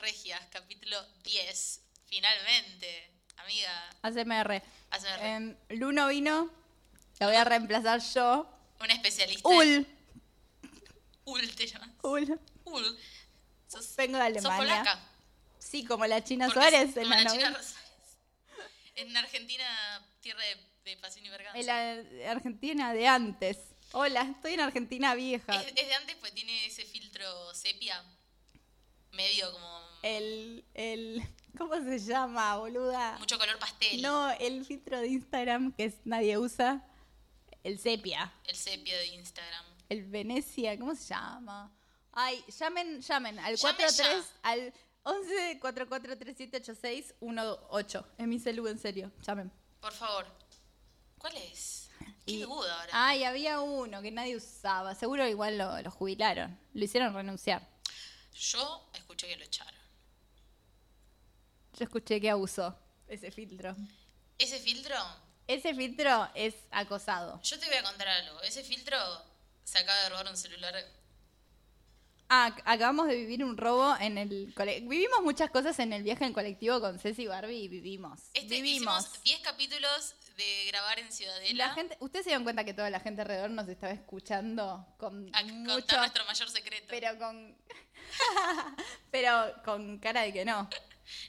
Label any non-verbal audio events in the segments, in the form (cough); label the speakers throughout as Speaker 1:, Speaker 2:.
Speaker 1: Regias, capítulo 10. Finalmente, amiga.
Speaker 2: ACMR.
Speaker 1: ASMR.
Speaker 2: Em, Luno vino, la voy a reemplazar yo.
Speaker 1: Una especialista.
Speaker 2: Ul.
Speaker 1: Ul, te llamas.
Speaker 2: Ul.
Speaker 1: Ul. Sos,
Speaker 2: Vengo de
Speaker 1: sos
Speaker 2: Alemania.
Speaker 1: polaca.
Speaker 2: Sí, como la China
Speaker 1: Porque
Speaker 2: Suárez
Speaker 1: sos
Speaker 2: en
Speaker 1: como
Speaker 2: la
Speaker 1: la China
Speaker 2: novela.
Speaker 1: Rosales. En Argentina, tierra de, de pasión y verganza.
Speaker 2: En la de Argentina de antes. Hola, estoy en Argentina vieja.
Speaker 1: Es, es de antes, pues tiene ese filtro sepia. Medio como.
Speaker 2: Eh, El, el, ¿cómo se llama, boluda?
Speaker 1: mucho color pastel.
Speaker 2: No, el filtro de Instagram que es- nadie usa. El sepia.
Speaker 1: El sepia de Instagram.
Speaker 2: El Venecia, ¿cómo se llama? Ay, llamen, llamen al
Speaker 1: Llame
Speaker 2: 43
Speaker 1: ya.
Speaker 2: al 11 44 3786 18. Es mi celu, en serio. Llamen.
Speaker 1: Por favor. ¿Cuál es? Qué
Speaker 2: Y- Ah.
Speaker 1: duda ahora.
Speaker 2: Ay, había uno que nadie usaba. Seguro igual lo, lo jubilaron. Lo hicieron renunciar.
Speaker 1: Yo escuché que lo echaron.
Speaker 2: Yo escuché que abusó ese filtro.
Speaker 1: Ese filtro,
Speaker 2: Ese filtro es acosado.
Speaker 1: yo te voy a contar algo. Ese filtro se acaba de robar un celular.
Speaker 2: Ah, ac- acabamos de vivir un robo en el cole- Vivimos muchas cosas en el viaje en colectivo con Ceci y Barbie y vivimos.
Speaker 1: Este,
Speaker 2: vivimos.
Speaker 1: Hicimos 10 capítulos de grabar en Ciudadela.
Speaker 2: La gente, ¿Ustedes se dieron cuenta que toda la gente alrededor nos estaba escuchando con
Speaker 1: a
Speaker 2: mucho,
Speaker 1: contar nuestro mayor secreto.
Speaker 2: pero con, (laughs) pero con cara de que no?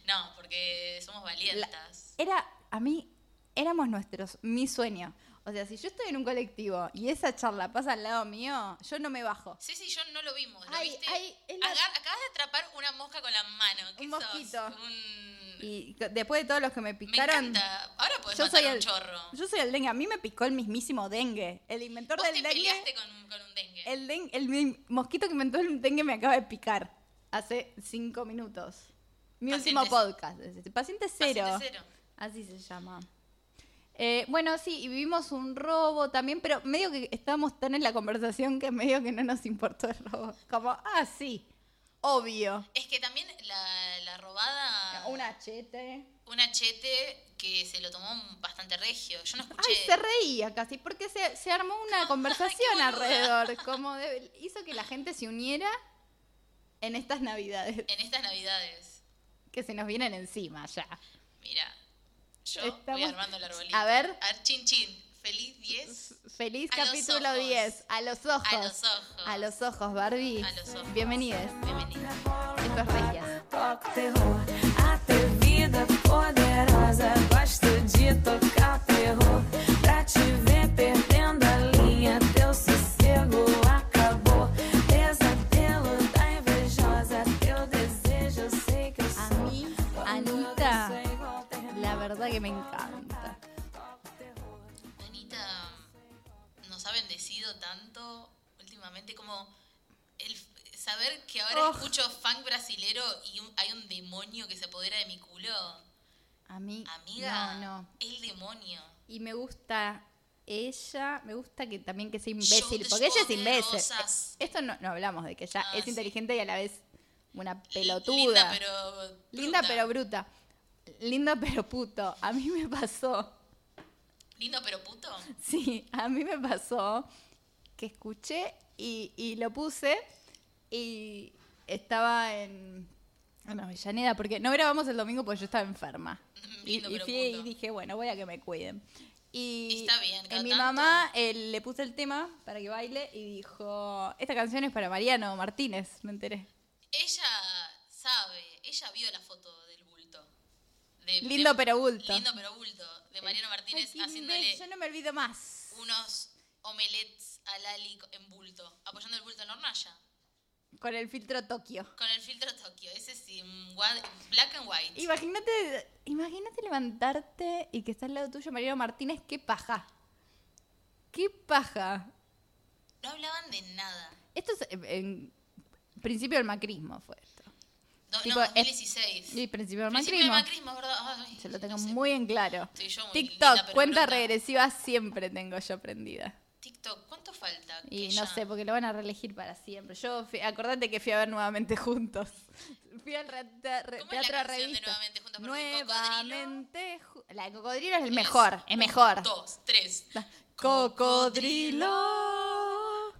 Speaker 1: No, porque somos valientas.
Speaker 2: Era a mí éramos nuestros, mi sueño. O sea, si yo estoy en un colectivo y esa charla pasa al lado mío, yo no me bajo.
Speaker 1: Sí, sí, yo no lo vimos. ¿Lo
Speaker 2: Ay,
Speaker 1: viste?
Speaker 2: ay, es la-
Speaker 1: Agar- acabas de atrapar una mosca con la mano. ¿Qué
Speaker 2: Un
Speaker 1: sos?
Speaker 2: mosquito.
Speaker 1: Un-
Speaker 2: Y c- después de todos los que me
Speaker 1: Me
Speaker 2: picaron,
Speaker 1: encanta. Ahora podés
Speaker 2: yo
Speaker 1: matar
Speaker 2: soy
Speaker 1: un
Speaker 2: el
Speaker 1: chorro.
Speaker 2: yo soy el dengue. A mí me picó el mismísimo dengue, el inventor
Speaker 1: Vos
Speaker 2: del
Speaker 1: te
Speaker 2: dengue.
Speaker 1: peleaste con, con un dengue.
Speaker 2: El, den- el mi- mosquito que inventó el dengue me acaba de picar hace cinco minutos. Mi
Speaker 1: Paciente
Speaker 2: último podcast. es este. Paciente cero.
Speaker 1: Paciente cero.
Speaker 2: Así se llama. Eh, bueno, sí, y vivimos un robo también, pero medio que estábamos tan en la conversación que medio que no nos importó el robo. Como, ah, sí, obvio.
Speaker 1: Es que también la, la robada.
Speaker 2: Un achete.
Speaker 1: un achete que se lo tomó bastante regio. Yo no escuché.
Speaker 2: Ay, se reía casi, porque se, se armó
Speaker 1: (laughs)
Speaker 2: una conversación
Speaker 1: boluda.
Speaker 2: alrededor. Como de- hizo que la gente se uniera en estas navidades.
Speaker 1: en estas navidades.
Speaker 2: que se nos vienen encima ya.
Speaker 1: Mira, yo voy
Speaker 2: Estamos-
Speaker 1: armando el arbolito.
Speaker 2: A ver.
Speaker 1: A ver, chin chin. Feliz 10
Speaker 2: Feliz
Speaker 1: A los
Speaker 2: capítulo
Speaker 1: ojos.
Speaker 2: 10. A los ojos.
Speaker 1: a los ojos.
Speaker 2: A los ojos, Barbie.
Speaker 1: A los ojos.
Speaker 2: Bienvenides.
Speaker 1: Bienvenido.
Speaker 2: Esto es Regias.
Speaker 3: Toque terror, a vida poderosa gosta de tocar terror. Pra te ver perdendo a linha, teu sossego acabou. Pesadelo da invejosa, teu desejo eu sei que eu
Speaker 2: A
Speaker 3: sou.
Speaker 2: mí,
Speaker 3: Anita,
Speaker 2: Anita, la verdad que me encanta.
Speaker 1: Anita nos ha bendecido tanto últimamente como el saber que ahora
Speaker 2: Oj.
Speaker 1: escucho funk brasilero y un- hay un demonio que se apodera de mi culo.
Speaker 2: A mí,
Speaker 1: Amiga,
Speaker 2: no, no.
Speaker 1: el demonio.
Speaker 2: Y me gusta ella, me gusta que también que sea imbécil,
Speaker 1: Show
Speaker 2: porque ella es
Speaker 1: de
Speaker 2: imbécil.
Speaker 1: rosas.
Speaker 2: Esto no, no hablamos de que ella
Speaker 1: Ah,
Speaker 2: es
Speaker 1: sí.
Speaker 2: inteligente y a la vez una pelotuda.
Speaker 1: Linda pero.
Speaker 2: Linda,
Speaker 1: bruta.
Speaker 2: pero bruta. Linda pero puto. A mí me pasó.
Speaker 1: Lindo pero puto.
Speaker 2: Sí, a mí me pasó que escuché y, y lo puse y estaba en, en Avellaneda, porque no grabamos el domingo porque yo estaba enferma. Y,
Speaker 1: Mm, Lindo
Speaker 2: y
Speaker 1: pero
Speaker 2: fui y
Speaker 1: punto.
Speaker 2: dije, bueno, voy a que me cuiden. Y,
Speaker 1: Está bien,
Speaker 2: y
Speaker 1: cada
Speaker 2: mi
Speaker 1: tanto.
Speaker 2: mamá eh, le puse el tema para que baile y dijo, esta canción es para Mariano Martínez, me enteré.
Speaker 1: Ella sabe, ella vio la foto del bulto. De-
Speaker 2: Lindo
Speaker 1: de-
Speaker 2: pero bulto.
Speaker 1: Lindo pero bulto. De Mariano Martínez
Speaker 2: Ay, qué
Speaker 1: haciéndole
Speaker 2: imbécil, yo no me olvido más.
Speaker 1: unos omelets al Ali co- en bulto. Apoyando el bulto en la hornalla.
Speaker 2: Con el filtro Tokio.
Speaker 1: Con el filtro Tokio. Ese sí, mm, gua- black and white.
Speaker 2: Imagínate, imagínate levantarte y que está al lado tuyo Mariano Martínez, qué paja. Qué paja.
Speaker 1: No hablaban de nada.
Speaker 2: Esto es eh, en principio del macrismo fue esto.
Speaker 1: No,
Speaker 2: Tipo,
Speaker 1: no
Speaker 2: es-
Speaker 1: 2016.
Speaker 2: Y principio del
Speaker 1: Principio del
Speaker 2: macrismo.
Speaker 1: macrismo, ¿verdad? Ay,
Speaker 2: Se lo tengo
Speaker 1: no sé.
Speaker 2: muy en claro.
Speaker 1: Soy yo muy linda,
Speaker 2: TikTok,
Speaker 1: pero
Speaker 2: cuenta
Speaker 1: bruta.
Speaker 2: regresiva siempre tengo yo prendida.
Speaker 1: TikTok, ¿cuánto falta? que
Speaker 2: Y no
Speaker 1: ya-
Speaker 2: sé, porque lo van a reelegir para siempre. Yo, fui- acordate que fui a ver nuevamente juntos. (laughs) Fui al re- te- re-
Speaker 1: ¿Cómo es la
Speaker 2: teatro
Speaker 1: canción de
Speaker 2: revista.
Speaker 1: Nuevamente Juntos? Porque
Speaker 2: Nuevamente ju- La de Cocodrilo es el
Speaker 1: Tres,
Speaker 2: mejor, es
Speaker 1: un,
Speaker 2: mejor.
Speaker 1: Dos, tres.
Speaker 2: Cocodrilo,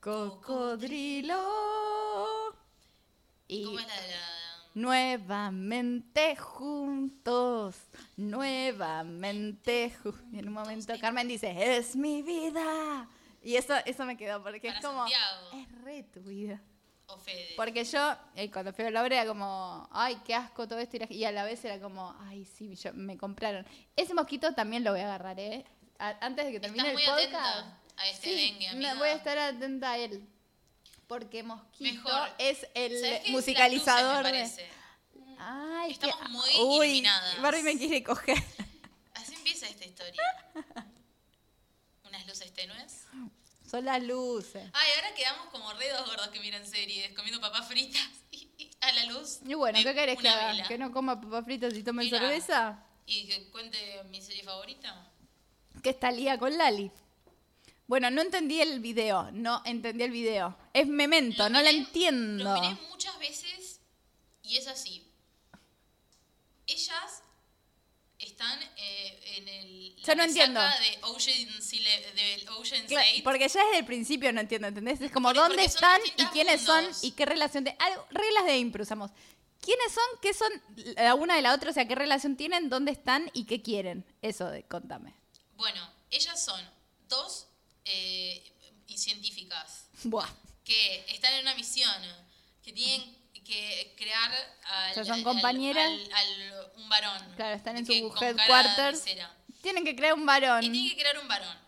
Speaker 2: cocodrilo. Y
Speaker 1: ¿Cómo es la de la-
Speaker 2: Nuevamente juntos, nuevamente juntos. En un momento Carmen dice, es mi vida. Y eso, eso me quedó, porque es
Speaker 1: Para
Speaker 2: como,
Speaker 1: Santiago.
Speaker 2: es re tu vida.
Speaker 1: O Fede.
Speaker 2: Porque yo, eh, cuando fui a la obra, era como, ay, qué asco todo esto. y la- Y a la vez era como, ay, sí, yo- me compraron. Ese mosquito también lo voy a agarrar, ¿eh? A- antes de que termine
Speaker 1: Estás muy
Speaker 2: el podcast.
Speaker 1: atenta a este
Speaker 2: sí,
Speaker 1: dengue,
Speaker 2: me-
Speaker 1: amiga.
Speaker 2: voy a estar atenta a él. Porque Mosquito
Speaker 1: Mejor.
Speaker 2: es
Speaker 1: ¿Sabés qué?
Speaker 2: el
Speaker 1: Es
Speaker 2: musicalizador
Speaker 1: las
Speaker 2: de-
Speaker 1: luces, me parece.
Speaker 2: Ay,
Speaker 1: Estamos
Speaker 2: que-
Speaker 1: muy
Speaker 2: uy,
Speaker 1: iluminadas.
Speaker 2: Barbie me quiere coger. (laughs)
Speaker 1: Así empieza esta historia. Unas luces tenues.
Speaker 2: Son las luces.
Speaker 1: Ay, ahora quedamos como re dos gordos que miran series, comiendo papas fritas (laughs) y- y a la luz.
Speaker 2: Y bueno,
Speaker 1: de
Speaker 2: ¿qué querés que
Speaker 1: una
Speaker 2: haga?
Speaker 1: vela.
Speaker 2: ¿Que no coma papas fritas y tome
Speaker 1: Mira.
Speaker 2: cerveza?
Speaker 1: Y que cuente mi serie favorita.
Speaker 2: que está Lía con Lali. Bueno, no entendí el video, no entendí el video. Es memento,
Speaker 1: Lo
Speaker 2: no la
Speaker 1: miré-
Speaker 2: entiendo.
Speaker 1: Lo miré muchas veces y es así. Ellas están eh, en el.
Speaker 2: Yo no
Speaker 1: resaca
Speaker 2: entiendo.
Speaker 1: De Ocean's, Ele- del Ocean's
Speaker 2: Cla-
Speaker 1: Eight.
Speaker 2: Porque ya desde el principio no entiendo, ¿entendés? Es como
Speaker 1: Porque-
Speaker 2: dónde
Speaker 1: porque son
Speaker 2: están y
Speaker 1: distintos
Speaker 2: quiénes
Speaker 1: mundos.
Speaker 2: son y qué relación de ah, reglas de impro usamos. ¿Quiénes son? ¿Qué son la una de la otra? O sea, ¿qué relación tienen? ¿Dónde están y qué quieren? Eso de- contame.
Speaker 1: Bueno, ellas son dos eh, y científicas
Speaker 2: Buah.
Speaker 1: que están en una misión, que tienen que crear al,
Speaker 2: O sea, son
Speaker 1: al-
Speaker 2: compañeras.
Speaker 1: al- al- un varón.
Speaker 2: Claro, están en
Speaker 1: que-
Speaker 2: su
Speaker 1: con cara de
Speaker 2: headquarters.
Speaker 1: cera.
Speaker 2: Tienen que crear un varón.
Speaker 1: Y tienen que crear un varón.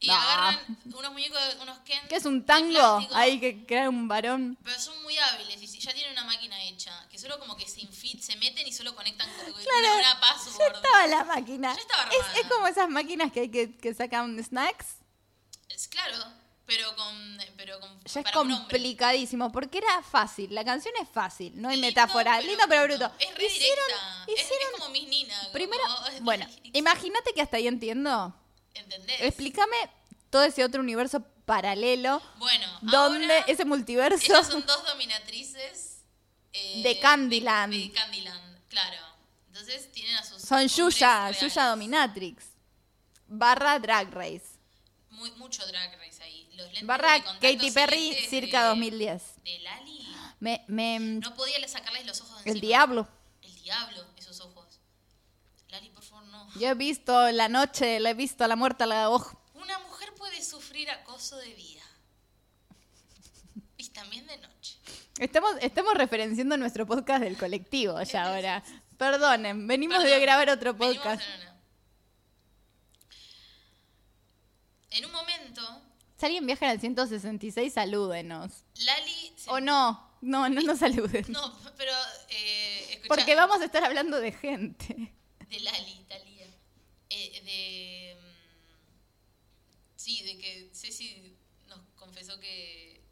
Speaker 1: Y
Speaker 2: Nah.
Speaker 1: agarran unos muñecos, unos Ken.
Speaker 2: ¿Qué es
Speaker 1: de
Speaker 2: un tango?
Speaker 1: plástico,
Speaker 2: Hay que crear un varón.
Speaker 1: Pero son muy hábiles y si- ya tienen una máquina hecha. Que solo como que se infit, se meten y solo conectan con con
Speaker 2: Claro,
Speaker 1: una
Speaker 2: Ya
Speaker 1: password.
Speaker 2: estaba la máquina.
Speaker 1: Ya estaba
Speaker 2: es, es
Speaker 1: armada.
Speaker 2: como esas máquinas que, hay que, que sacan snacks.
Speaker 1: Es claro, pero con. Pero con
Speaker 2: Ya es
Speaker 1: para un hombre.
Speaker 2: complicadísimo, porque era fácil. La canción es fácil, no hay
Speaker 1: Lindo,
Speaker 2: metáfora.
Speaker 1: pero
Speaker 2: lindo pero
Speaker 1: bruto.
Speaker 2: bruto.
Speaker 1: Es re directa. Es-
Speaker 2: hicieron-
Speaker 1: es, como mis Nina.
Speaker 2: primero,
Speaker 1: como-
Speaker 2: bueno, imagínate que hasta ahí entiendo.
Speaker 1: ¿Entendés?
Speaker 2: Explícame todo ese otro universo paralelo,
Speaker 1: Bueno,
Speaker 2: donde
Speaker 1: ahora,
Speaker 2: ese multiverso.
Speaker 1: ellas son dos dominatrices. eh,
Speaker 2: De Candyland.
Speaker 1: De, de Candyland, claro. Entonces tienen a sus.
Speaker 2: (laughs) Son
Speaker 1: hombres
Speaker 2: Yuya,
Speaker 1: reales.
Speaker 2: Yuya Dominatrix. Barra Drag Race.
Speaker 1: Muy, mucho drag race ahí. Los lentes
Speaker 2: Barra
Speaker 1: de contacto
Speaker 2: Katy Perry,
Speaker 1: celestes
Speaker 2: circa
Speaker 1: de-
Speaker 2: 2010.
Speaker 1: De Lali.
Speaker 2: Me, me,
Speaker 1: No podía sacarles los ojos
Speaker 2: el
Speaker 1: encima.
Speaker 2: diablo.
Speaker 1: El diablo, esos ojos. Lali, por favor, no.
Speaker 2: Yo he visto la noche, la he visto a la muerte, a la oh. ojo.
Speaker 1: Una mujer puede sufrir acoso de día. Y también de noche.
Speaker 2: Estamos, estamos referenciando nuestro podcast del colectivo ya ahora. Perdonen, venimos de
Speaker 1: Perdón,
Speaker 2: grabar otro
Speaker 1: venimos
Speaker 2: podcast.
Speaker 1: en una. En un momento,
Speaker 2: Si alguien viaja en el 166, salúdenos.
Speaker 1: Lali. se-
Speaker 2: O no, no, no nos saluden.
Speaker 1: (laughs) No, pero. Eh, escuchá,
Speaker 2: Porque vamos a estar hablando de gente.
Speaker 1: De Lali, Talía. Eh, de. mm, Sí, de que Ceci nos confesó que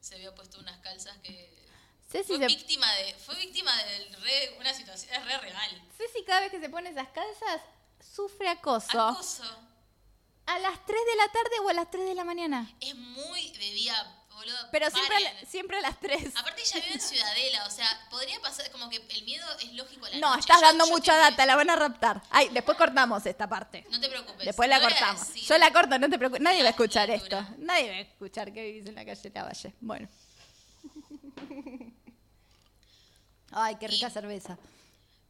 Speaker 1: se había puesto unas calzas que.
Speaker 2: Ceci,
Speaker 1: Fue
Speaker 2: Ah, se-
Speaker 1: víctima de. Fue víctima de re- una situación. Es re real.
Speaker 2: Ceci cada vez que se pone esas calzas, sufre acoso.
Speaker 1: Acoso.
Speaker 2: A las 3 de la tarde o a las 3 de la mañana.
Speaker 1: Es muy de día, boludo.
Speaker 2: Pero siempre a, la-
Speaker 1: paren.
Speaker 2: siempre a las 3.
Speaker 1: Aparte ella vive en Ciudadela, o sea, podría pasar como que el miedo es lógico a la
Speaker 2: No,
Speaker 1: noche.
Speaker 2: estás
Speaker 1: Yo-
Speaker 2: dando
Speaker 1: yo
Speaker 2: mucha
Speaker 1: te-
Speaker 2: data, la van a raptar. Ay, después cortamos esta parte.
Speaker 1: No te preocupes.
Speaker 2: Después la
Speaker 1: Lo voy a
Speaker 2: cortamos.
Speaker 1: decir.
Speaker 2: Yo la corto, no te preocupes. Nadie va a escuchar
Speaker 1: La
Speaker 2: esto.
Speaker 1: altura.
Speaker 2: Nadie va a escuchar que vivís en la calle Lavalle.
Speaker 1: (laughs)
Speaker 2: Bueno. Ay, qué rica
Speaker 1: Y-
Speaker 2: cerveza.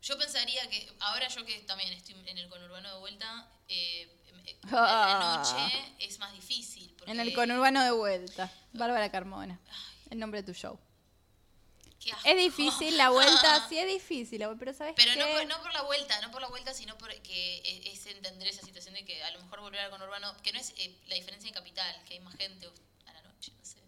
Speaker 1: Yo pensaría que, ahora yo que también estoy en el conurbano de vuelta, eh, eh, a
Speaker 2: Ah.
Speaker 1: la noche es más difícil. porque-
Speaker 2: En el conurbano de vuelta. Bárbara Carmona. El nombre de tu show.
Speaker 1: Qué asco.
Speaker 2: Es difícil la
Speaker 1: (laughs)
Speaker 2: vuelta, sí es difícil, la vuelta, pero sabes
Speaker 1: Ah. Pero
Speaker 2: qué?
Speaker 1: no por, no por la vuelta, no por la vuelta, sino porque e- es entender esa situación de que a lo mejor volver al conurbano, que no es eh, la diferencia en capital, que hay más gente a la noche, no sé.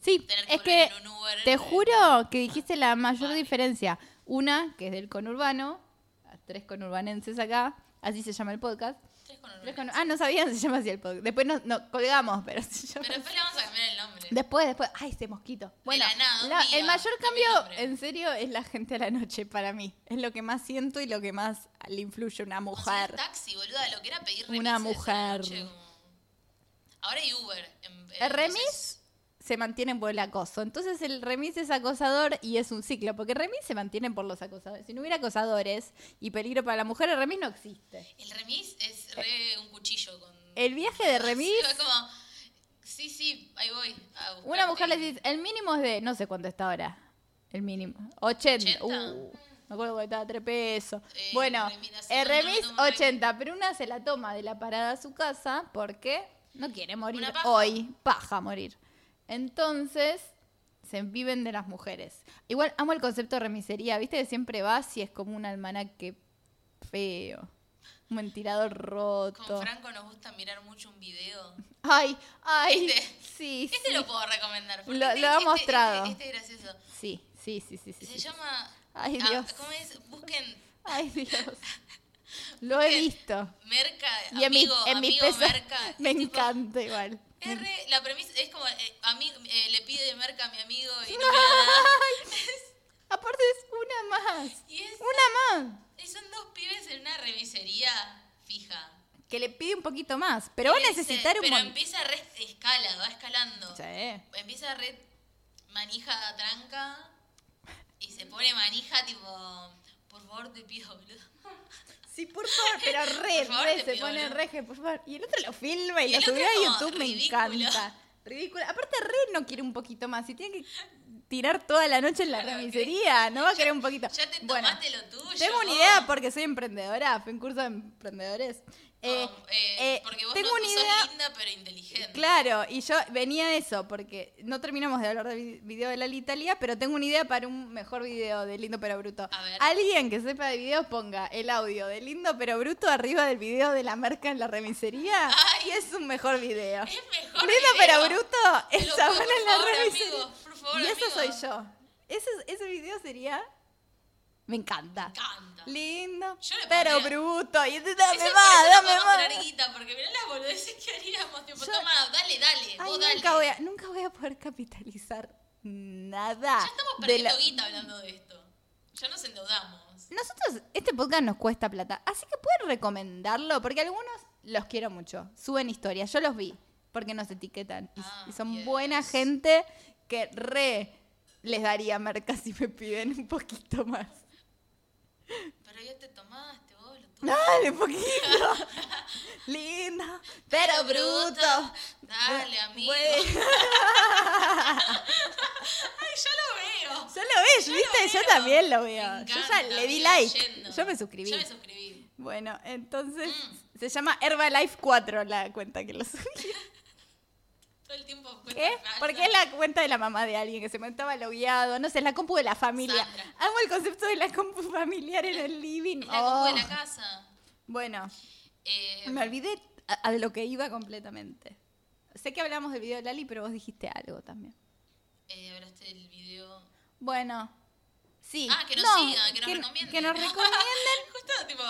Speaker 2: Sí,
Speaker 1: tener que
Speaker 2: es
Speaker 1: volver
Speaker 2: que
Speaker 1: en un Uber,
Speaker 2: te
Speaker 1: eh,
Speaker 2: juro que dijiste la mayor
Speaker 1: vale.
Speaker 2: diferencia. Una, que es del conurbano, a tres conurbanenses acá, así se llama el podcast.
Speaker 1: Tres
Speaker 2: Tres
Speaker 1: conurbanos.
Speaker 2: conu- ah, no sabían se llama así el podcast. Después nos, nos colgamos, pero se llama
Speaker 1: Pero después le vamos a cambiar el nombre.
Speaker 2: Después, después, ay, ese mosquito. Bueno,
Speaker 1: la nada,
Speaker 2: la-
Speaker 1: amiga,
Speaker 2: el mayor
Speaker 1: cambia el
Speaker 2: cambio,
Speaker 1: nombre.
Speaker 2: en serio, es la gente a la noche para mí. Es lo que más siento y lo que más le influye a una
Speaker 1: Conseguí
Speaker 2: mujer.
Speaker 1: un taxi, boluda, lo que era pedir remises
Speaker 2: Una
Speaker 1: a la
Speaker 2: mujer.
Speaker 1: noche, como- Ahora hay Uber. en- en-
Speaker 2: El remis
Speaker 1: entonces-
Speaker 2: se mantiene por el acoso. Entonces el remis es acosador y es un ciclo, porque el remis se mantiene por los acosadores. Si no hubiera acosadores y peligro para la mujer, el remis no existe.
Speaker 1: El remis es re un cuchillo con...
Speaker 2: El viaje de remis,
Speaker 1: (laughs) Sí, fue como, sí, sí, ahí voy a buscarte.
Speaker 2: una mujer le dice, el mínimo es de, no sé cuánto está ahora. El mínimo. 80.
Speaker 1: 80.
Speaker 2: Uh, me acuerdo que estaba 3 pesos.
Speaker 1: Eh,
Speaker 2: bueno,
Speaker 1: remis nacional,
Speaker 2: el remis
Speaker 1: no, no,
Speaker 2: 80, pero una se la toma de la parada a su casa porque no quiere morir
Speaker 1: Una paja.
Speaker 2: hoy. Paja morir. Entonces, se viven de las mujeres. Igual amo el concepto de remisería, viste que siempre vas y es como un almanaque feo. Un ventilador roto.
Speaker 1: Con Franco nos gusta mirar mucho un video.
Speaker 2: (laughs) Ay, ay.
Speaker 1: Este-
Speaker 2: Sí,
Speaker 1: Este
Speaker 2: sí.
Speaker 1: lo puedo recomendar. porque
Speaker 2: Lo-
Speaker 1: este-
Speaker 2: lo ha
Speaker 1: este-
Speaker 2: mostrado.
Speaker 1: Este, este es gracioso.
Speaker 2: sí, sí, sí, sí, sí,
Speaker 1: Se
Speaker 2: sí.
Speaker 1: llama...
Speaker 2: Ay,
Speaker 1: ah,
Speaker 2: Dios.
Speaker 1: ¿Cómo es? Busquen
Speaker 2: Ay, Dios. Lo he
Speaker 1: Bien.
Speaker 2: visto.
Speaker 1: Merca,
Speaker 2: Y en,
Speaker 1: Eh, amigo,
Speaker 2: mi, en mis
Speaker 1: amigo
Speaker 2: pesas
Speaker 1: Merca.
Speaker 2: (laughs) me
Speaker 1: Es tipo, Eh.
Speaker 2: encanta igual.
Speaker 1: es re- la premisa es como, eh, a mí, eh, le pide Merca a mi amigo y
Speaker 2: (laughs)
Speaker 1: no me la da.
Speaker 2: Aparte es una más.
Speaker 1: Y es-
Speaker 2: Una más.
Speaker 1: y son dos pibes en una remisería fija.
Speaker 2: Que le pide un poquito más. Pero va a
Speaker 1: Y le dice,
Speaker 2: necesitar un
Speaker 1: Pero
Speaker 2: montón.
Speaker 1: empieza re escala, va escalando.
Speaker 2: Sí.
Speaker 1: Empieza re manija tranca y se pone manija tipo, por favor te pido, boludo. (laughs)
Speaker 2: Sí, por favor, pero re,
Speaker 1: Por favor,
Speaker 2: re,
Speaker 1: te
Speaker 2: se
Speaker 1: pido,
Speaker 2: pone
Speaker 1: ¿no?
Speaker 2: reje, por favor. Y el otro lo filma y,
Speaker 1: Y
Speaker 2: lo
Speaker 1: el otro
Speaker 2: subió a
Speaker 1: como
Speaker 2: YouTube, me
Speaker 1: ridículo.
Speaker 2: encanta. Ridículo. Aparte, re no quiere un poquito más. Si tiene que tirar toda la noche en la
Speaker 1: Claro,
Speaker 2: remisería, no va a querer un poquito.
Speaker 1: Ya te
Speaker 2: Bueno,
Speaker 1: tomaste lo tuyo.
Speaker 2: Tengo una
Speaker 1: vos.
Speaker 2: idea porque soy emprendedora, fui un curso de emprendedores. Eh,
Speaker 1: No, Oh, eh,
Speaker 2: eh,
Speaker 1: porque vos
Speaker 2: tengo
Speaker 1: no,
Speaker 2: una
Speaker 1: no
Speaker 2: idea.
Speaker 1: sos linda pero inteligente.
Speaker 2: Claro, y yo venía de eso, porque no terminamos de hablar del vi- video de la Italia, pero tengo una idea para un mejor video de Lindo pero Bruto.
Speaker 1: A ver.
Speaker 2: Alguien que sepa de videos ponga el audio de Lindo pero Bruto arriba del video de la marca en la remisería
Speaker 1: Ay.
Speaker 2: y es un mejor video.
Speaker 1: Es mejor.
Speaker 2: Lindo
Speaker 1: video.
Speaker 2: pero Bruto, el
Speaker 1: Te lo
Speaker 2: sabón
Speaker 1: pido, por
Speaker 2: en la
Speaker 1: favor,
Speaker 2: remisería.
Speaker 1: amigo, por favor,
Speaker 2: y eso
Speaker 1: amigo.
Speaker 2: soy yo. Ese, ese video sería... Me encanta.
Speaker 1: Me encanta.
Speaker 2: Lindo,
Speaker 1: Yo le
Speaker 2: pero
Speaker 1: pondría-
Speaker 2: bruto. Y dame
Speaker 1: Eso por
Speaker 2: más,
Speaker 1: eso no
Speaker 2: dame
Speaker 1: podemos
Speaker 2: más.
Speaker 1: tener guita, porque mirá las boludeces que haríamos. Tipo,
Speaker 2: Yo-
Speaker 1: toma, dale, dale.
Speaker 2: Ay,
Speaker 1: vos dale.
Speaker 2: nunca, voy a, nunca voy a poder capitalizar nada.
Speaker 1: Ya estamos
Speaker 2: Ah, de
Speaker 1: perdiendo
Speaker 2: la-
Speaker 1: guita hablando de esto. Ya nos endeudamos.
Speaker 2: Nosotros, este podcast nos cuesta plata, así que pueden recomendarlo, porque algunos los quiero mucho. Suben historias, yo los vi, porque nos etiquetan. Y,
Speaker 1: Ah,
Speaker 2: y son
Speaker 1: yes.
Speaker 2: buena gente que re les daría marca si me piden un
Speaker 1: (laughs)
Speaker 2: poquito más.
Speaker 1: Pero ya te tomaste vos, lo tuyo.
Speaker 2: Dale, poquito. (laughs) Lindo, pero, bruto.
Speaker 1: Dale, amigo. (laughs)
Speaker 2: Bueno.
Speaker 1: Ay, yo lo veo.
Speaker 2: Yo lo ves,
Speaker 1: Yo lo
Speaker 2: ¿viste? Yo
Speaker 1: veo.
Speaker 2: también lo
Speaker 1: Me
Speaker 2: veo. Yo ya
Speaker 1: encanta,
Speaker 2: le di
Speaker 1: me
Speaker 2: like.
Speaker 1: yendo.
Speaker 2: Yo me suscribí.
Speaker 1: Yo me Mm. suscribí.
Speaker 2: Bueno, entonces se llama Herbalife 4 la cuenta que lo subí.
Speaker 1: Todo el tiempo.
Speaker 2: ¿Qué? (laughs) Porque es la cuenta de la mamá de alguien que se montaba logueado, no sé, la compu de la familia.
Speaker 1: Sandra.
Speaker 2: Amo el concepto de la compu familiar en el living.
Speaker 1: Es (laughs) la compu de
Speaker 2: Oh.
Speaker 1: la casa.
Speaker 2: Bueno,
Speaker 1: Eh,
Speaker 2: me olvidé a, a de lo que iba completamente. Sé que hablamos del video de Lali, pero vos dijiste algo también.
Speaker 1: eh, hablaste del video.
Speaker 2: Bueno, sí.
Speaker 1: Ah, que nos
Speaker 2: no,
Speaker 1: sigan, que nos recomienden.
Speaker 2: Que nos
Speaker 1: (laughs)
Speaker 2: recomienden.
Speaker 1: Justo, tipo.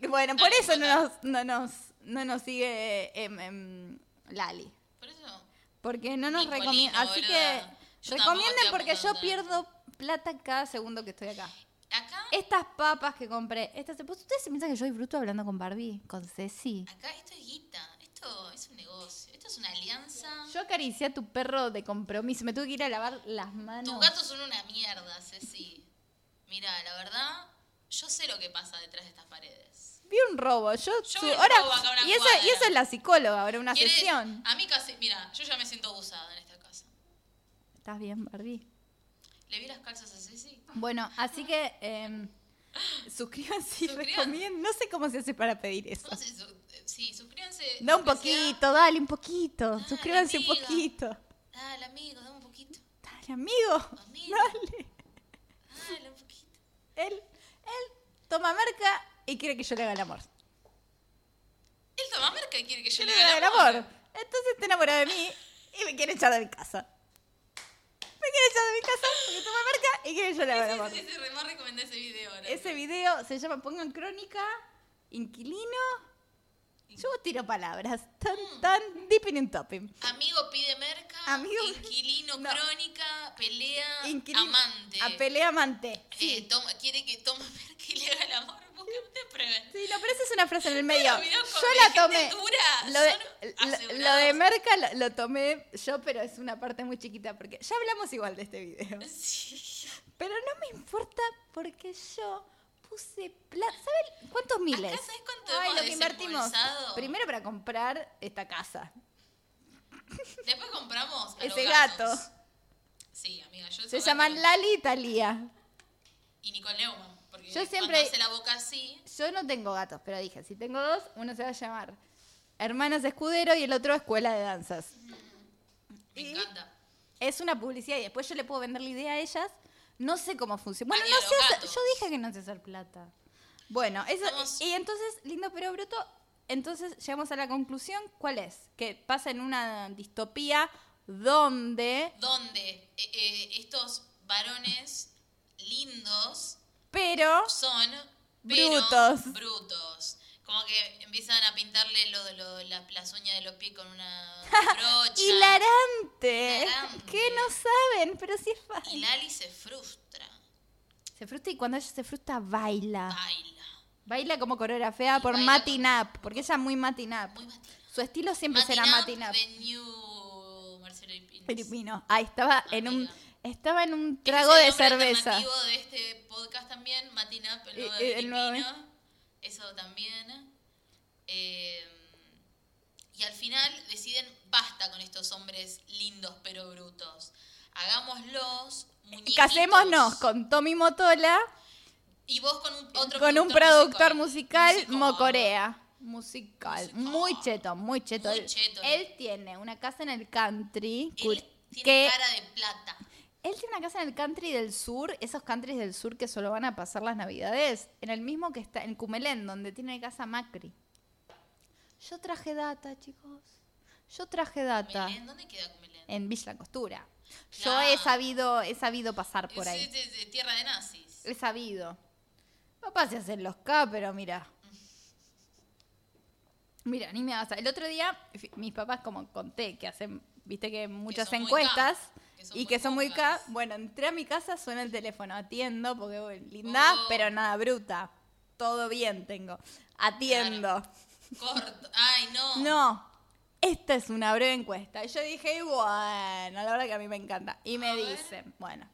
Speaker 1: en-
Speaker 2: Bueno, por
Speaker 1: Ah,
Speaker 2: eso no
Speaker 1: puta.
Speaker 2: nos, no nos, no nos sigue em, em, Lali.
Speaker 1: Por eso.
Speaker 2: Porque no nos
Speaker 1: Nicolino,
Speaker 2: recomiendan. Así
Speaker 1: boluda.
Speaker 2: que
Speaker 1: Yo tampoco te
Speaker 2: recomienden
Speaker 1: voy a
Speaker 2: porque yo
Speaker 1: recomendar.
Speaker 2: pierdo plata cada segundo que estoy acá.
Speaker 1: Acá,
Speaker 2: Estas papas que compré, estas ¿Ustedes se piensan que yo soy bruto hablando con Barbie? Con Ceci.
Speaker 1: acá esto es guita. Esto es un negocio. Esto es una alianza.
Speaker 2: Yo acaricié a tu perro de compromiso. Me tuve que ir a lavar las manos.
Speaker 1: Tus gatos son una mierda, Ceci. Mira, la verdad, yo sé lo que pasa detrás de estas paredes.
Speaker 2: Vi un robo. Yo,
Speaker 1: Yo
Speaker 2: su-
Speaker 1: vi un
Speaker 2: ahora,
Speaker 1: robo acá a una
Speaker 2: y, eso,
Speaker 1: cuadra.
Speaker 2: y eso es la psicóloga, ahora una
Speaker 1: ¿Quieres-
Speaker 2: sesión.
Speaker 1: A mí casi, mira, yo ya me siento abusada en esta casa.
Speaker 2: ¿Estás bien, Barbie?
Speaker 1: ¿Le vi las calzas a Ceci?
Speaker 2: Bueno, así que em, suscríbanse y
Speaker 1: Suscríbanse.
Speaker 2: recomienden. No sé cómo se hace para pedir eso.
Speaker 1: ¿Cómo se su- eh, sí, suscríbanse.
Speaker 2: Da un
Speaker 1: aunque sea-
Speaker 2: poquito, dale un poquito.
Speaker 1: Dale,
Speaker 2: suscríbanse un
Speaker 1: amiga.
Speaker 2: poquito.
Speaker 1: Dale, amigo, dame un
Speaker 2: (laughs)
Speaker 1: poquito.
Speaker 2: Dale, amigo.
Speaker 1: Amigo.
Speaker 2: Dale.
Speaker 1: Dale, un poquito.
Speaker 2: Él, él toma marca y quiere que yo le haga el amor.
Speaker 1: Él toma marca y quiere que yo
Speaker 2: Yo
Speaker 1: le
Speaker 2: le haga
Speaker 1: haga
Speaker 2: el amor. Entonces está enamorado de mí y me quiere echar de mi casa. Me quiere echar de mi casa porque toma marca y quiere que yo le haga el amor.
Speaker 1: Ese, ese remar recomendé ese video ahora.
Speaker 2: Ese video se llama Pongan Crónica, Inquilino. Yo tiro palabras. Tan,
Speaker 1: Mm.
Speaker 2: tan deeping and topping.
Speaker 1: Amigo pide merca,
Speaker 2: Amigo-
Speaker 1: inquilino
Speaker 2: No.
Speaker 1: crónica, pelea,
Speaker 2: Inquilino-
Speaker 1: amante.
Speaker 2: A pelea amante. Sí.
Speaker 1: Eh, toma- (laughs) quiere que tome merca y le haga el amor. ¿Por qué no te prueben?
Speaker 2: Sí, no, pero esa es una frase en el medio.
Speaker 1: Pero los videos con
Speaker 2: Yo la tomé.
Speaker 1: gente dura
Speaker 2: Lo de,
Speaker 1: son
Speaker 2: lo- lo,
Speaker 1: asegurados.
Speaker 2: de Merca lo, lo tomé yo, pero es una parte muy chiquita porque ya hablamos igual de este video.
Speaker 1: (laughs) Sí.
Speaker 2: Pero no me importa porque yo puse plata. ¿Saben cuántos miles?
Speaker 1: ¿sabes cuánto
Speaker 2: Ay,
Speaker 1: hemos
Speaker 2: lo que invertimos.
Speaker 1: desembolsado?
Speaker 2: Primero para comprar esta casa,
Speaker 1: Después compramos a los
Speaker 2: ese
Speaker 1: gatos.
Speaker 2: gato.
Speaker 1: Sí, amiga, yo
Speaker 2: Se llaman Lali y Talía.
Speaker 1: Y Nicole Neumann. Porque
Speaker 2: Yo
Speaker 1: cuando
Speaker 2: siempre-
Speaker 1: hace la boca así,
Speaker 2: Yo no tengo gatos, pero dije, si tengo dos, uno se va a llamar Hermanas Escudero y el otro Escuela de Danzas.
Speaker 1: me
Speaker 2: Y-
Speaker 1: encanta.
Speaker 2: Es una publicidad y después yo le puedo vender la idea a ellas. No sé cómo funciona. Bueno,
Speaker 1: María
Speaker 2: no
Speaker 1: de
Speaker 2: sé
Speaker 1: los
Speaker 2: hacer-
Speaker 1: gatos.
Speaker 2: yo dije que no sé hacer plata. Bueno, eso
Speaker 1: Estamos-
Speaker 2: y entonces lindo pero bruto, entonces llegamos a la conclusión, ¿cuál es? Que pasa en una distopía donde
Speaker 1: Donde eh, eh, estos varones lindos
Speaker 2: pero
Speaker 1: son pero
Speaker 2: Brutos.
Speaker 1: brutos. Como que empiezan a pintarle lo, de lo- la- las uñas de los pies con
Speaker 2: (laughs)
Speaker 1: una brocha.
Speaker 2: hilarante,
Speaker 1: Hilarante.
Speaker 2: que no saben, pero sí es
Speaker 1: Y
Speaker 2: fácil.
Speaker 1: Lali se frustra.
Speaker 2: Se frustra y cuando ella se frustra baila.
Speaker 1: Baila.
Speaker 2: Baila como coreografiada por
Speaker 1: Ah. baila
Speaker 2: Mati
Speaker 1: con-
Speaker 2: Nap, porque ella es muy Mati Nap.
Speaker 1: Muy matina.
Speaker 2: Su estilo siempre será Mati Nap.
Speaker 1: The New Marcelo y Pines.
Speaker 2: Filipino. Ah, estaba en un
Speaker 1: Amiga.
Speaker 2: estaba en un
Speaker 1: Que
Speaker 2: trago
Speaker 1: es
Speaker 2: de
Speaker 1: el nombre
Speaker 2: cerveza.
Speaker 1: alternativo de este podcast también, Matina, el
Speaker 2: Eh,
Speaker 1: nuevo
Speaker 2: eh,
Speaker 1: de
Speaker 2: el nuevo. eh.
Speaker 1: Filipino. Eso también. Eh, y al final deciden, basta con estos hombres lindos pero brutos. Hagámoslos muñequitos.
Speaker 2: Casémonos con Tommy Motola
Speaker 1: Y vos con un, otro
Speaker 2: con un productor musical,
Speaker 1: Músico.
Speaker 2: mocorea. Musical.
Speaker 1: Musical.
Speaker 2: Muy cheto, muy cheto.
Speaker 1: Muy
Speaker 2: Él-
Speaker 1: cheto.
Speaker 2: Él, tiene una casa en el country.
Speaker 1: Él
Speaker 2: cur-
Speaker 1: tiene
Speaker 2: que
Speaker 1: cara de plata.
Speaker 2: Él tiene una casa en el country del sur, esos countries del sur que solo van a pasar las navidades, en el mismo que está en Cumelén, donde tiene casa Macri. Yo traje data, chicos. Yo traje data.
Speaker 1: Melén, ¿Dónde queda Cumelén?
Speaker 2: en Villa Costura. Yo
Speaker 1: Claro.
Speaker 2: he sabido, he sabido pasar por
Speaker 1: Es-
Speaker 2: ahí.
Speaker 1: es- es de tierra de nazis.
Speaker 2: He sabido. Papá se hacen los K, pero mira. Mira, ni me hagas. El otro día, fi- mis papás, como conté, que hacen, viste que muchas
Speaker 1: son muy
Speaker 2: encuestas
Speaker 1: K, que son
Speaker 2: y
Speaker 1: muy
Speaker 2: que son muy K.
Speaker 1: pocas.
Speaker 2: Bueno, entré a mi casa, suena el teléfono, atiendo, porque bueno, linda,
Speaker 1: Oh.
Speaker 2: pero nada bruta. Todo bien tengo. Atiendo.
Speaker 1: Corto. Ay, no.
Speaker 2: No, esta es una breve encuesta. Y yo dije, y bueno, la verdad que a mí me encanta. Y me
Speaker 1: A ver.
Speaker 2: dicen, bueno,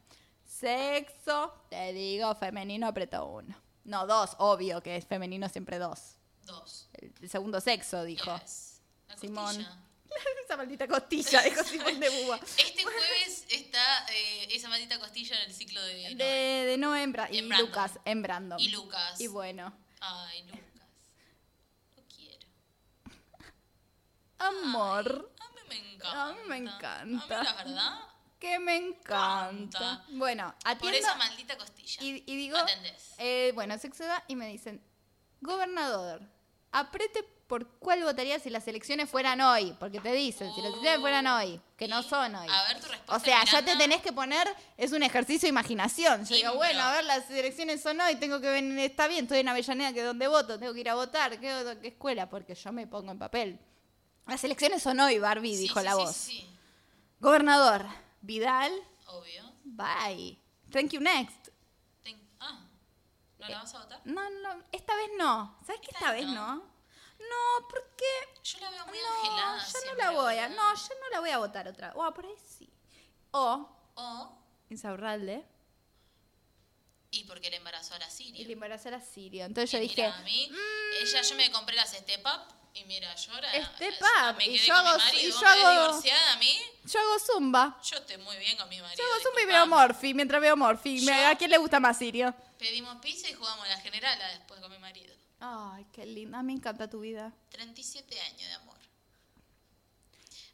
Speaker 2: sexo, te digo, femenino apretó uno. No, dos, obvio que es femenino siempre dos.
Speaker 1: Dos.
Speaker 2: El el segundo sexo, dijo.
Speaker 1: Yes. La
Speaker 2: Simón.
Speaker 1: costilla.
Speaker 2: (laughs) Esa maldita
Speaker 1: (laughs)
Speaker 2: costilla, dijo Simón de Búa.
Speaker 1: Este jueves está eh, esa maldita costilla en el ciclo de.
Speaker 2: De,
Speaker 1: Noel.
Speaker 2: de no hembra. Y
Speaker 1: En Brandon.
Speaker 2: Lucas, en Brandon.
Speaker 1: Y Lucas.
Speaker 2: Y bueno.
Speaker 1: Ay, Lucas. Lo quiero.
Speaker 2: Amor,
Speaker 1: A mí me encanta.
Speaker 2: A mí me encanta.
Speaker 1: A mí la verdad.
Speaker 2: que me encanta.
Speaker 1: Canta.
Speaker 2: Bueno,
Speaker 1: Por
Speaker 2: atiendo.
Speaker 1: esa maldita costilla.
Speaker 2: Y, y digo,
Speaker 1: Atendés.
Speaker 2: eh, bueno, sexo edad, y me dicen, gobernador, aprete por cuál votaría si las elecciones fueran hoy, porque te dicen, si las elecciones fueran hoy, que no
Speaker 1: Sí.
Speaker 2: son hoy.
Speaker 1: Oh, A ver tu respuesta.
Speaker 2: O sea, ya
Speaker 1: Miranda.
Speaker 2: te tenés que poner, es un ejercicio de imaginación. Yo digo,
Speaker 1: Impro.
Speaker 2: bueno, a ver, las elecciones son hoy, tengo que venir, está bien, estoy en Avellaneda, que es donde voto, tengo que ir a votar, ¿qué, voto- qué escuela? Porque yo me pongo en papel. Las elecciones son hoy, Barbie,
Speaker 1: Sí,
Speaker 2: dijo
Speaker 1: sí,
Speaker 2: la
Speaker 1: sí,
Speaker 2: voz.
Speaker 1: Sí, sí,
Speaker 2: Gobernador, Vidal,
Speaker 1: obvio.
Speaker 2: bye. Thank you next.
Speaker 1: Ten- Ah, ¿no
Speaker 2: Eh.
Speaker 1: la vas a votar?
Speaker 2: No, no, esta vez no. ¿Sabes que esta vez no? No, porque
Speaker 1: Yo la veo
Speaker 2: no,
Speaker 1: muy angelada.
Speaker 2: yo no
Speaker 1: siempre,
Speaker 2: la voy a,
Speaker 1: verdad.
Speaker 2: no, yo no la voy a votar otra. O por ahí sí. O
Speaker 1: O,
Speaker 2: Insaurralde
Speaker 1: y porque le embarazó a la Siria.
Speaker 2: y le embarazó a Sirio. Entonces yo
Speaker 1: Y
Speaker 2: dije, "Mm".
Speaker 1: mira, a mí, ella, yo me compré las Step Up y mira, yo ahora.
Speaker 2: Step
Speaker 1: yo
Speaker 2: Up,
Speaker 1: Me
Speaker 2: y
Speaker 1: quedé
Speaker 2: yo
Speaker 1: con mi
Speaker 2: hago-
Speaker 1: marido,
Speaker 2: y
Speaker 1: vos
Speaker 2: yo
Speaker 1: me ves
Speaker 2: hago-
Speaker 1: divorciada a mí.
Speaker 2: yo hago zumba.
Speaker 1: Yo estoy muy bien con mi marido.
Speaker 2: Yo hago zumba y
Speaker 1: disculpame.
Speaker 2: veo Morphy, mientras veo Morphy. Me-
Speaker 1: Yo-
Speaker 2: ¿A quién le gusta más Sirio?
Speaker 1: Pedimos pizza y jugamos a la generala después con mi marido.
Speaker 2: Ay, qué linda, me encanta tu vida.
Speaker 1: 37 años de amor.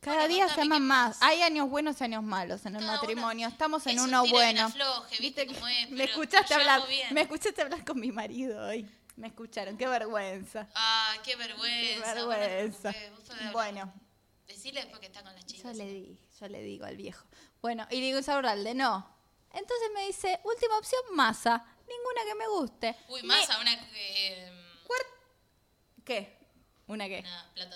Speaker 2: Cada
Speaker 1: Bueno,
Speaker 2: día se
Speaker 1: contame,
Speaker 2: aman
Speaker 1: ¿qué
Speaker 2: más.
Speaker 1: más?
Speaker 2: Hay años buenos y años malos en el
Speaker 1: Cada uno-
Speaker 2: matrimonio. Estamos en
Speaker 1: es un
Speaker 2: uno
Speaker 1: tira y un
Speaker 2: bueno.
Speaker 1: afloje, ¿viste
Speaker 2: que-
Speaker 1: cómo es?
Speaker 2: me
Speaker 1: Pero
Speaker 2: escuchaste
Speaker 1: nos
Speaker 2: hablar.
Speaker 1: llevamos bien.
Speaker 2: Me escuchaste hablar con mi marido hoy. Me escucharon. Qué vergüenza.
Speaker 1: Ah, qué vergüenza.
Speaker 2: Qué
Speaker 1: vos no te
Speaker 2: vergüenza.
Speaker 1: preocupes, vos podés hablar.
Speaker 2: Bueno,
Speaker 1: Decirle después que está con las
Speaker 2: yo
Speaker 1: chicas.
Speaker 2: le dije, yo le digo al viejo. Bueno, y le digo Sauralde, no. Entonces me dice, última opción, masa. Ninguna que me guste.
Speaker 1: Uy,
Speaker 2: Me-
Speaker 1: más a una. eh,
Speaker 2: ¿Qué? ¿Una qué?
Speaker 1: una plata.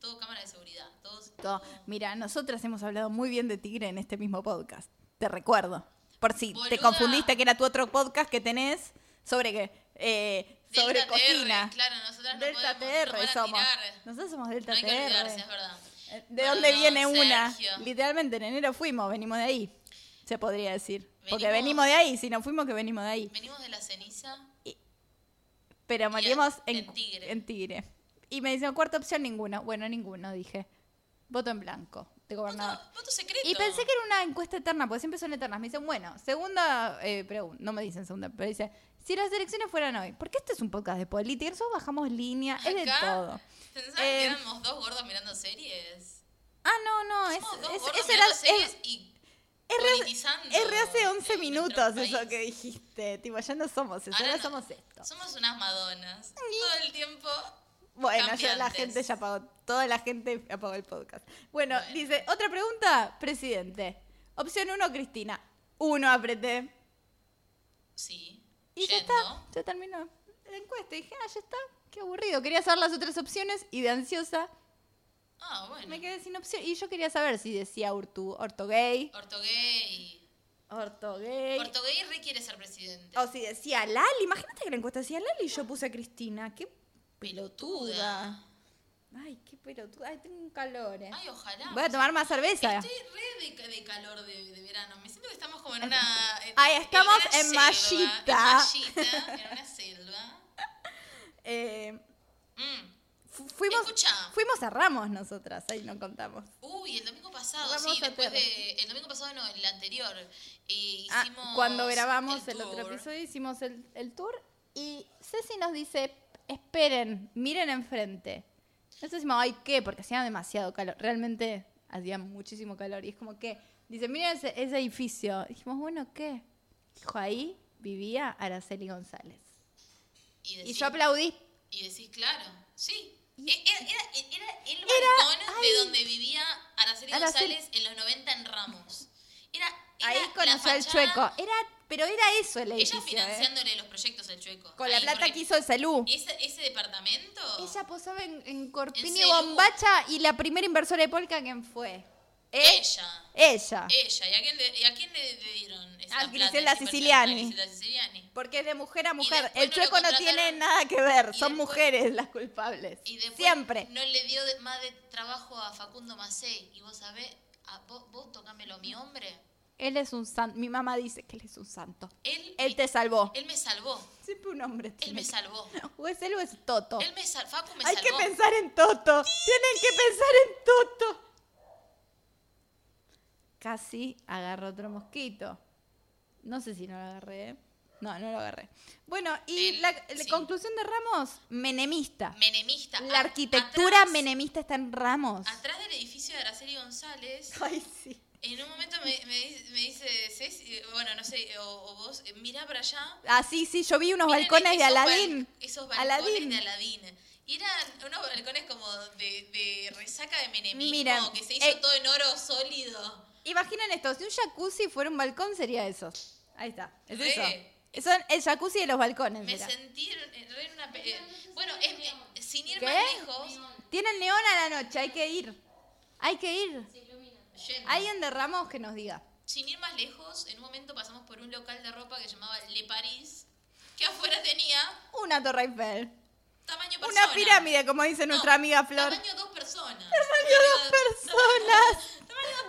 Speaker 1: Todo cámara de seguridad. Todos.
Speaker 2: Todo. Mira, nosotras hemos hablado muy bien de Tigre en este mismo podcast. Te recuerdo. Por si te
Speaker 1: Boluda.
Speaker 2: confundiste que era tu otro podcast que tenés sobre qué. Eh, sobre
Speaker 1: Delta TR,
Speaker 2: cocina.
Speaker 1: claro, nosotras no
Speaker 2: Delta
Speaker 1: podemos-
Speaker 2: TR
Speaker 1: nos van a
Speaker 2: somos.
Speaker 1: tirar.
Speaker 2: Nosotros somos Delta
Speaker 1: No hay que olvidarse, es
Speaker 2: TR.
Speaker 1: verdad.
Speaker 2: Eh, ¿De
Speaker 1: Bueno,
Speaker 2: dónde
Speaker 1: no,
Speaker 2: viene una?
Speaker 1: Sergio.
Speaker 2: Literalmente en enero fuimos, venimos de ahí. Se podría decir. Porque
Speaker 1: Venimos-
Speaker 2: venimos de ahí, si no fuimos que venimos de ahí.
Speaker 1: Venimos de la ceniza.
Speaker 2: Pero morimos en,
Speaker 1: en Tigre.
Speaker 2: en Tigre. Y me dicen, cuarta opción, ninguna. Bueno, ninguno, dije. Voto en blanco. de gobernador.
Speaker 1: Voto, voto secreto.
Speaker 2: Y pensé que era una encuesta eterna, porque siempre son eternas. Me dicen, bueno, segunda eh, pregunta, no me dicen segunda, pero dice, si las elecciones fueran hoy, porque este es un podcast de política, nosotros bajamos línea, es de
Speaker 1: Acá,
Speaker 2: todo.
Speaker 1: ¿Pensaban
Speaker 2: Eh,
Speaker 1: que éramos dos gordos mirando series?
Speaker 2: Ah, no, no, es,
Speaker 1: Somos dos
Speaker 2: es-
Speaker 1: gordos
Speaker 2: eso era-
Speaker 1: mirando series
Speaker 2: es-
Speaker 1: y
Speaker 2: es re-
Speaker 1: politizando
Speaker 2: es re hace 11
Speaker 1: en nuestro
Speaker 2: minutos eso
Speaker 1: país.
Speaker 2: que dijiste, tipo, ya no somos eso,
Speaker 1: Ahora
Speaker 2: ahora
Speaker 1: no.
Speaker 2: somos esto.
Speaker 1: Somos unas madonas. Todo el tiempo.
Speaker 2: Bueno, ya la
Speaker 1: cambiantes.
Speaker 2: gente ya apagó, toda la gente apagó el podcast. Bueno,
Speaker 1: Bueno.
Speaker 2: dice, otra pregunta, presidente. Opción 1, Cristina. 1, apreté.
Speaker 1: Sí.
Speaker 2: Y ya
Speaker 1: yendo.
Speaker 2: está, ya terminó la encuesta. Y dije, ah, ya está, qué aburrido. Quería saber las otras opciones y de ansiosa
Speaker 1: Ah, bueno.
Speaker 2: me quedé sin opción. Y yo quería saber si decía Urtu, ortogay,
Speaker 1: Ortogay.
Speaker 2: ortogay.
Speaker 1: Ortogay re quiere ser presidente.
Speaker 2: o si decía Lali. Imagínate que la encuesta decía Lali y
Speaker 1: Ah.
Speaker 2: yo puse a Cristina. Qué pelotuda. Ay, qué pelotuda. Ay, tengo un calor, eh.
Speaker 1: Ay, ojalá.
Speaker 2: Voy a tomar más cerveza.
Speaker 1: Estoy re de, de calor de, de verano. Me siento que estamos como en una. en-
Speaker 2: Ay,
Speaker 1: en
Speaker 2: Ah, estamos
Speaker 1: una
Speaker 2: en
Speaker 1: selva,
Speaker 2: Mallita.
Speaker 1: En Mallita, en una selva.
Speaker 2: Eh,
Speaker 1: Mm.
Speaker 2: fu- fuimos,
Speaker 1: Escucha.
Speaker 2: fuimos a Ramos nosotras, ahí no contamos.
Speaker 1: Uy, el domingo pasado,
Speaker 2: Vamos
Speaker 1: sí,
Speaker 2: a
Speaker 1: después
Speaker 2: Terra.
Speaker 1: de. El domingo pasado no, el anterior. eh,
Speaker 2: Ah,
Speaker 1: hicimos.
Speaker 2: cuando grabamos el,
Speaker 1: el
Speaker 2: otro
Speaker 1: tour.
Speaker 2: episodio hicimos el, el tour y Ceci nos dice, esperen, miren enfrente. Nosotros decimos, ay, ¿qué? Porque hacía demasiado calor. Realmente hacía muchísimo calor. Y es como que, dice, miren ese, ese edificio. Y dijimos, bueno, ¿qué? Dijo, ahí vivía Araceli González.
Speaker 1: Y,
Speaker 2: Y
Speaker 1: decís-
Speaker 2: yo aplaudí.
Speaker 1: y decís, claro, sí.
Speaker 2: Y-
Speaker 1: E- Era, era- era el
Speaker 2: Era-
Speaker 1: balcón
Speaker 2: ay.
Speaker 1: de donde vivía Araceli,
Speaker 2: Araceli.
Speaker 1: González en los 90 en Ramos. Era, era
Speaker 2: Ahí
Speaker 1: la
Speaker 2: conoció al
Speaker 1: fachada-
Speaker 2: chueco. Era, pero era eso el edificio.
Speaker 1: Ella
Speaker 2: ¿eh?
Speaker 1: financiándole los proyectos al chueco.
Speaker 2: Con la
Speaker 1: Ahí,
Speaker 2: plata
Speaker 1: porque
Speaker 2: que hizo el salud.
Speaker 1: Ese, ese departamento.
Speaker 2: Ella posaba en, en Corpini
Speaker 1: serio?
Speaker 2: Bombacha y la primera inversora de Polka, ¿quién fue? ¿Eh?
Speaker 1: Ella.
Speaker 2: Ella.
Speaker 1: Ella. ¿Y a quién le, y a quién le, le dieron esa
Speaker 2: A
Speaker 1: plata?
Speaker 2: Griselda
Speaker 1: esa inversión?
Speaker 2: Siciliani.
Speaker 1: A Griselda Siciliani.
Speaker 2: Porque es de mujer a
Speaker 1: Y
Speaker 2: mujer.
Speaker 1: después no
Speaker 2: El
Speaker 1: lo
Speaker 2: chueco no
Speaker 1: contrataron.
Speaker 2: tiene nada que ver.
Speaker 1: Y
Speaker 2: Son
Speaker 1: después-
Speaker 2: mujeres las culpables.
Speaker 1: Y después
Speaker 2: Siempre.
Speaker 1: no le dio de- más de trabajo a Facundo Macei. Y vos sabés, a, vos, vos tocámelo a mi hombre.
Speaker 2: Él es un santo. Mi mamá dice que él es un santo.
Speaker 1: Él,
Speaker 2: Él te salvó.
Speaker 1: él me salvó.
Speaker 2: Siempre un hombre
Speaker 1: Él
Speaker 2: tiene.
Speaker 1: me
Speaker 2: (laughs)
Speaker 1: salvó.
Speaker 2: que- O es él o es Toto.
Speaker 1: Él me sal- Facu me
Speaker 2: Hay que
Speaker 1: pues salvó.
Speaker 2: pensar en Toto. Tienen que pensar en Toto. Casi agarro otro mosquito. No sé si no lo agarré. ¿eh? No, no lo agarré. Bueno, y
Speaker 1: El-
Speaker 2: la, la
Speaker 1: sí.
Speaker 2: conclusión de Ramos, menemista.
Speaker 1: Menemista.
Speaker 2: La
Speaker 1: A-
Speaker 2: arquitectura
Speaker 1: atrás-
Speaker 2: menemista está en Ramos.
Speaker 1: Atrás del edificio de Araceli González.
Speaker 2: Ay, sí.
Speaker 1: En un momento me, me, di- me dice Ceci, eh, bueno, no sé, o, o vos, eh, mirá para allá.
Speaker 2: Ah, sí, sí, yo vi unos
Speaker 1: Miren
Speaker 2: balcones de
Speaker 1: esos bal-
Speaker 2: Aladín.
Speaker 1: esos balcones
Speaker 2: Aladín.
Speaker 1: de Aladín. Y eran unos balcones como de, de resaca de menemismo,
Speaker 2: Mira,
Speaker 1: que se hizo
Speaker 2: eh,
Speaker 1: todo en oro sólido.
Speaker 2: Imaginen esto, si un jacuzzi fuera un balcón sería eso. Ahí está, es
Speaker 1: Re.
Speaker 2: eso. Son el jacuzzi de los balcones.
Speaker 1: Me
Speaker 2: mira.
Speaker 1: sentí en re en una... pe- eh, bueno, es, eh, sin ir
Speaker 2: ¿Qué?
Speaker 1: más lejos,
Speaker 2: Tienen neón a la noche, hay que ir. Hay que ir.
Speaker 1: yendo.
Speaker 2: Alguien de Ramos que nos diga.
Speaker 1: sin ir más lejos, en un momento pasamos por un local de ropa que llamaba Le Paris, que afuera tenía
Speaker 2: Una Torre Eiffel.
Speaker 1: tamaño persona.
Speaker 2: Una pirámide, como dice
Speaker 1: No,
Speaker 2: nuestra amiga Flor.
Speaker 1: Tamaño dos personas.
Speaker 2: Tamaño dos personas.
Speaker 1: Tamaño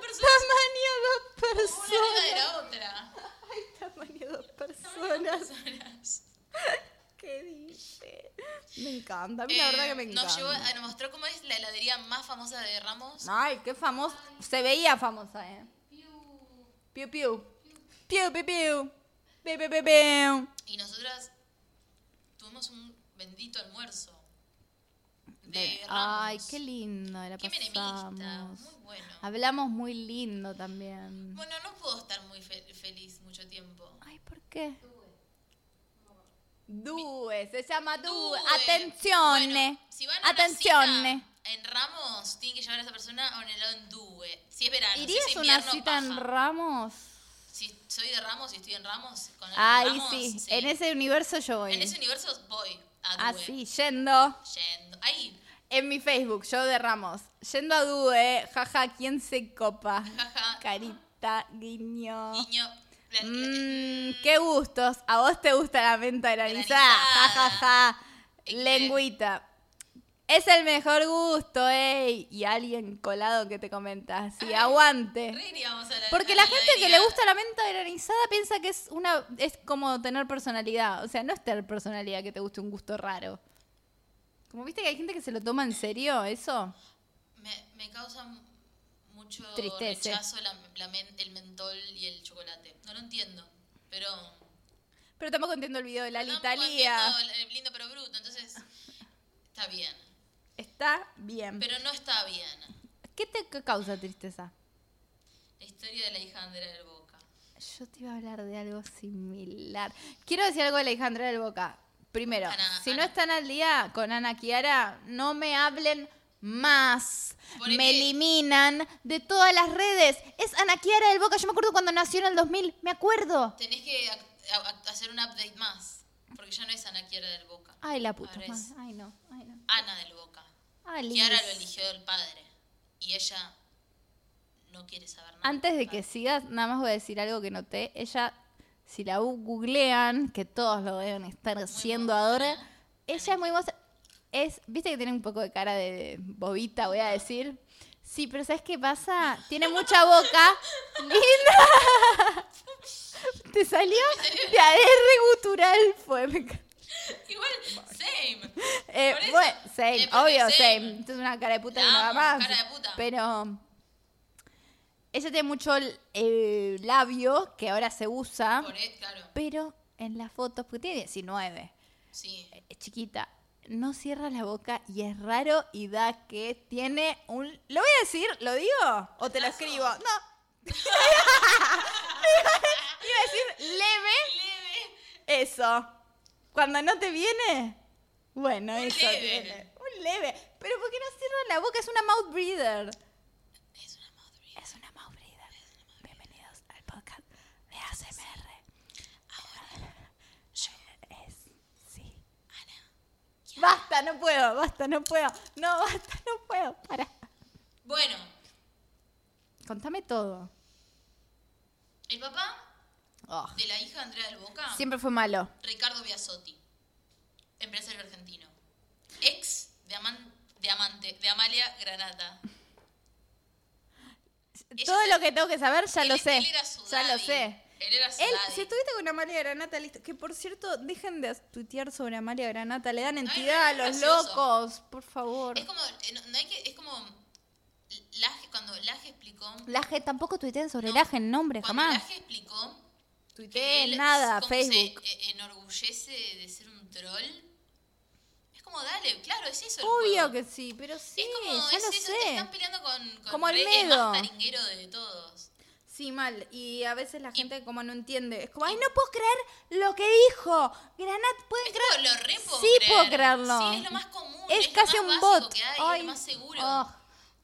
Speaker 1: dos personas.
Speaker 2: Tamaño
Speaker 1: Una
Speaker 2: dos
Speaker 1: arriba de
Speaker 2: personas.
Speaker 1: la otra.
Speaker 2: Ay, tamaño dos
Speaker 1: Tamaño dos
Speaker 2: personas.
Speaker 1: personas.
Speaker 2: ¿Qué dice? Me encanta, a mí
Speaker 1: Eh,
Speaker 2: la verdad que me encanta.
Speaker 1: nos, llevó, a- nos mostró cómo es la heladería más famosa de Ramos.
Speaker 2: Ay, qué famosa. Se veía famosa, ¿eh? Piu, piu. Piu, piu, piu. Piu, piu, piu, piu.
Speaker 1: Y nosotras tuvimos un bendito almuerzo. De
Speaker 2: De-
Speaker 1: Ramos.
Speaker 2: Ay, qué lindo, la
Speaker 1: Qué menemista.
Speaker 2: pasamos.
Speaker 1: Muy bueno.
Speaker 2: Hablamos muy lindo también.
Speaker 1: Bueno, no puedo estar muy fe- feliz mucho tiempo.
Speaker 2: Ay, ¿por qué? Due, se llama Due.
Speaker 1: Due.
Speaker 2: Attenzione.
Speaker 1: Bueno, si van a una
Speaker 2: Attenzione.
Speaker 1: cita En Ramos tienen que llevar a esa persona a un helado en Due. Si es verano,
Speaker 2: ¿Irías
Speaker 1: si es
Speaker 2: a una
Speaker 1: invierno,
Speaker 2: cita en
Speaker 1: paja.
Speaker 2: Ramos?
Speaker 1: Si soy de Ramos y estoy en Ramos, con alguien de
Speaker 2: Ay,
Speaker 1: Ramos,
Speaker 2: sí. En ese universo yo voy. Ah,
Speaker 1: En ese universo voy a Due.
Speaker 2: Así, yendo.
Speaker 1: Yendo. Ahí,
Speaker 2: En mi Facebook, yo de Ramos. Yendo a Due, jaja, ¿quién
Speaker 1: (laughs)
Speaker 2: se copa?
Speaker 1: jaja.
Speaker 2: Carita, guiño.
Speaker 1: Niño. la- la-
Speaker 2: Mmm, qué gustos. A vos te gusta la menta granizada. Ja, (laughs) ja, ja.
Speaker 1: Eh,
Speaker 2: Lengüita. Es el mejor gusto, ey. Y alguien colado que te comenta así, aguante.
Speaker 1: re iríamos a la-
Speaker 2: Porque
Speaker 1: a
Speaker 2: la gente que le
Speaker 1: heladería.
Speaker 2: gusta la menta granizada piensa que es una es como tener personalidad, o sea, no es tener personalidad que te guste un gusto raro. Como viste que hay gente que se lo toma en serio, eso.
Speaker 1: Me, me causa mu- mucho
Speaker 2: Tristeza.
Speaker 1: rechazo la- la men- el mentol y el chocolate. No lo entiendo, pero...
Speaker 2: Pero estamos entiendo el video de la
Speaker 1: Tampoco
Speaker 2: Italia.
Speaker 1: entiendo el lindo pero bruto, entonces está bien.
Speaker 2: Está bien.
Speaker 1: Pero no está bien.
Speaker 2: ¿Qué te ca- causa tristeza?
Speaker 1: La historia de la Alejandra del Boca.
Speaker 2: Yo te iba a hablar de algo similar. Quiero decir algo de Alejandra del Boca. Primero,
Speaker 1: Ana,
Speaker 2: si no
Speaker 1: Ana.
Speaker 2: están al día con Ana Kiara, no me hablen más.
Speaker 1: Ponele-
Speaker 2: Me eliminan de todas las redes. Es Ana Kiara del Boca. Yo me acuerdo cuando nació en el 2000. Me acuerdo.
Speaker 1: Tenés que act- a- act- hacer un update más, porque ya no es Ana Kiara del Boca.
Speaker 2: Ay, la puta
Speaker 1: Ahora
Speaker 2: madre.
Speaker 1: es
Speaker 2: Ay, no. Ay, no.
Speaker 1: Ana del Boca.
Speaker 2: Ah,
Speaker 1: Y ahora
Speaker 2: Liz.
Speaker 1: lo eligió el padre. Y ella no quiere saber nada.
Speaker 2: Antes de
Speaker 1: del
Speaker 2: que
Speaker 1: padre.
Speaker 2: sigas, nada más voy a decir algo que noté. Ella, si la googlean, que todos lo deben estar haciendo
Speaker 1: hermosa,
Speaker 2: ahora,
Speaker 1: ¿eh?
Speaker 2: ella es muy hermosa. Es, viste que tiene un poco de cara de bobita, voy a decir. Sí, pero ¿sabes qué pasa? Tiene mucha boca. ¡Linda! (laughs) Te salió de AR gutural. Fue, me encanta.
Speaker 1: (laughs) Igual, same.
Speaker 2: Eh,
Speaker 1: Por eso,
Speaker 2: bueno, same,
Speaker 1: eh, porque
Speaker 2: obvio,
Speaker 1: same.
Speaker 2: same. Esto es una cara de puta
Speaker 1: La
Speaker 2: que no va
Speaker 1: amo,
Speaker 2: más.
Speaker 1: cara de puta.
Speaker 2: Pero ella tiene mucho el, el labio que ahora se usa,
Speaker 1: Por e- claro,
Speaker 2: pero en las fotos, porque tiene 19,
Speaker 1: sí.
Speaker 2: es chiquita, no cierra la boca y es raro y da que tiene un... ¿Lo voy a decir? ¿Lo digo? ¿O te lo
Speaker 1: ¿Acaso?
Speaker 2: escribo? No.
Speaker 1: (laughs)
Speaker 2: (laughs) iba a decir leve
Speaker 1: Leve.
Speaker 2: eso. Cuando no te viene, bueno,
Speaker 1: Un
Speaker 2: eso
Speaker 1: leve.
Speaker 2: tiene. Un leve. Pero ¿por qué no cierra la boca? Es una mouth breather.
Speaker 1: Es una madre.
Speaker 2: Es una mouth breather. Bienvenidos al podcast de ACMR. Ahora es sí. Basta, no puedo, basta, no puedo. No, basta, no puedo. Para.
Speaker 1: Bueno,
Speaker 2: Contame todo.
Speaker 1: el papá de la hija de Andrea del Boca,
Speaker 2: Siempre fue malo.
Speaker 1: Ricardo Biasotti, empresario argentino. Ex de, aman- de amante, de Amalia Granata.
Speaker 2: Todo
Speaker 1: se-
Speaker 2: lo que tengo que saber ya
Speaker 1: Él-
Speaker 2: lo sé.
Speaker 1: Él era su
Speaker 2: ya lo
Speaker 1: daddy.
Speaker 2: sé.
Speaker 1: Él era su
Speaker 2: Él,
Speaker 1: daddy.
Speaker 2: si estuviste con Amalia Granata, listo. Que por cierto, dejen de tuitear sobre Amalia Granata. Le dan
Speaker 1: es
Speaker 2: entidad a los
Speaker 1: gracioso.
Speaker 2: locos, por favor.
Speaker 1: Es como, eh, no, no hay que, es como Laje, cuando Laje explicó,
Speaker 2: Laje, tampoco tuiteen sobre
Speaker 1: No.
Speaker 2: Laje en nombre,
Speaker 1: cuando
Speaker 2: jamás.
Speaker 1: Laje explicó que
Speaker 2: Tuiteen
Speaker 1: él
Speaker 2: Eh, nada,
Speaker 1: como
Speaker 2: Facebook.
Speaker 1: se eh, enorgullece de ser un troll, es como dale, claro, es eso. el
Speaker 2: Obvio
Speaker 1: juego.
Speaker 2: que sí, pero sí,
Speaker 1: es como,
Speaker 2: ya
Speaker 1: es
Speaker 2: lo
Speaker 1: eso,
Speaker 2: sé.
Speaker 1: te están peleando con, con
Speaker 2: Como
Speaker 1: Rey, el
Speaker 2: Olmedo.
Speaker 1: más taringuero de todos.
Speaker 2: Sí, mal. Y a veces la
Speaker 1: Y-
Speaker 2: gente como no entiende. Es como, ay, no puedo creer lo que dijo. Granata, pueden
Speaker 1: Es
Speaker 2: creer.
Speaker 1: como, lo re puedo
Speaker 2: Sí
Speaker 1: creer.
Speaker 2: puedo creerlo.
Speaker 1: Sí, es lo más común.
Speaker 2: Es,
Speaker 1: lo
Speaker 2: casi
Speaker 1: más
Speaker 2: un
Speaker 1: básico
Speaker 2: bot.
Speaker 1: que hay,
Speaker 2: Ay,
Speaker 1: es lo más seguro.
Speaker 2: oh,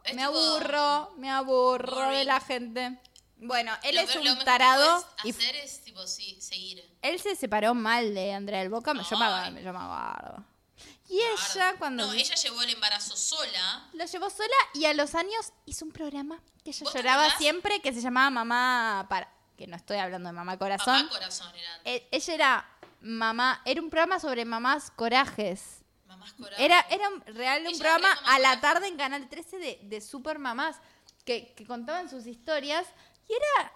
Speaker 1: Es
Speaker 2: me
Speaker 1: tipo-
Speaker 2: aburro, me aburro de
Speaker 1: boring.
Speaker 2: la gente. Bueno, él
Speaker 1: Lo
Speaker 2: es
Speaker 1: peor- lo
Speaker 2: un
Speaker 1: mejor que
Speaker 2: tarado y
Speaker 1: puedes hacer es tipo, sí, seguir.
Speaker 2: Él se separó mal de Andrea del Boca, me yo me
Speaker 1: Ay.
Speaker 2: agu- yo me aguardo. Y ella cuando
Speaker 1: No, ella llevó el embarazo sola.
Speaker 2: lo llevó sola y a los años hizo un programa que ella
Speaker 1: ¿Vos te
Speaker 2: lloraba
Speaker 1: acordás?
Speaker 2: siempre que se llamaba Mamá para que no estoy hablando de Mamá Corazón.
Speaker 1: Papá corazón era antes.
Speaker 2: E- ella era mamá, era un programa sobre mamás corajes.
Speaker 1: Mamás corazón.
Speaker 2: Era era un, real
Speaker 1: Ella
Speaker 2: un
Speaker 1: era
Speaker 2: programa
Speaker 1: mamá
Speaker 2: a la
Speaker 1: coraje.
Speaker 2: tarde en Canal 13 de, de super mamás que, que contaban sus historias y era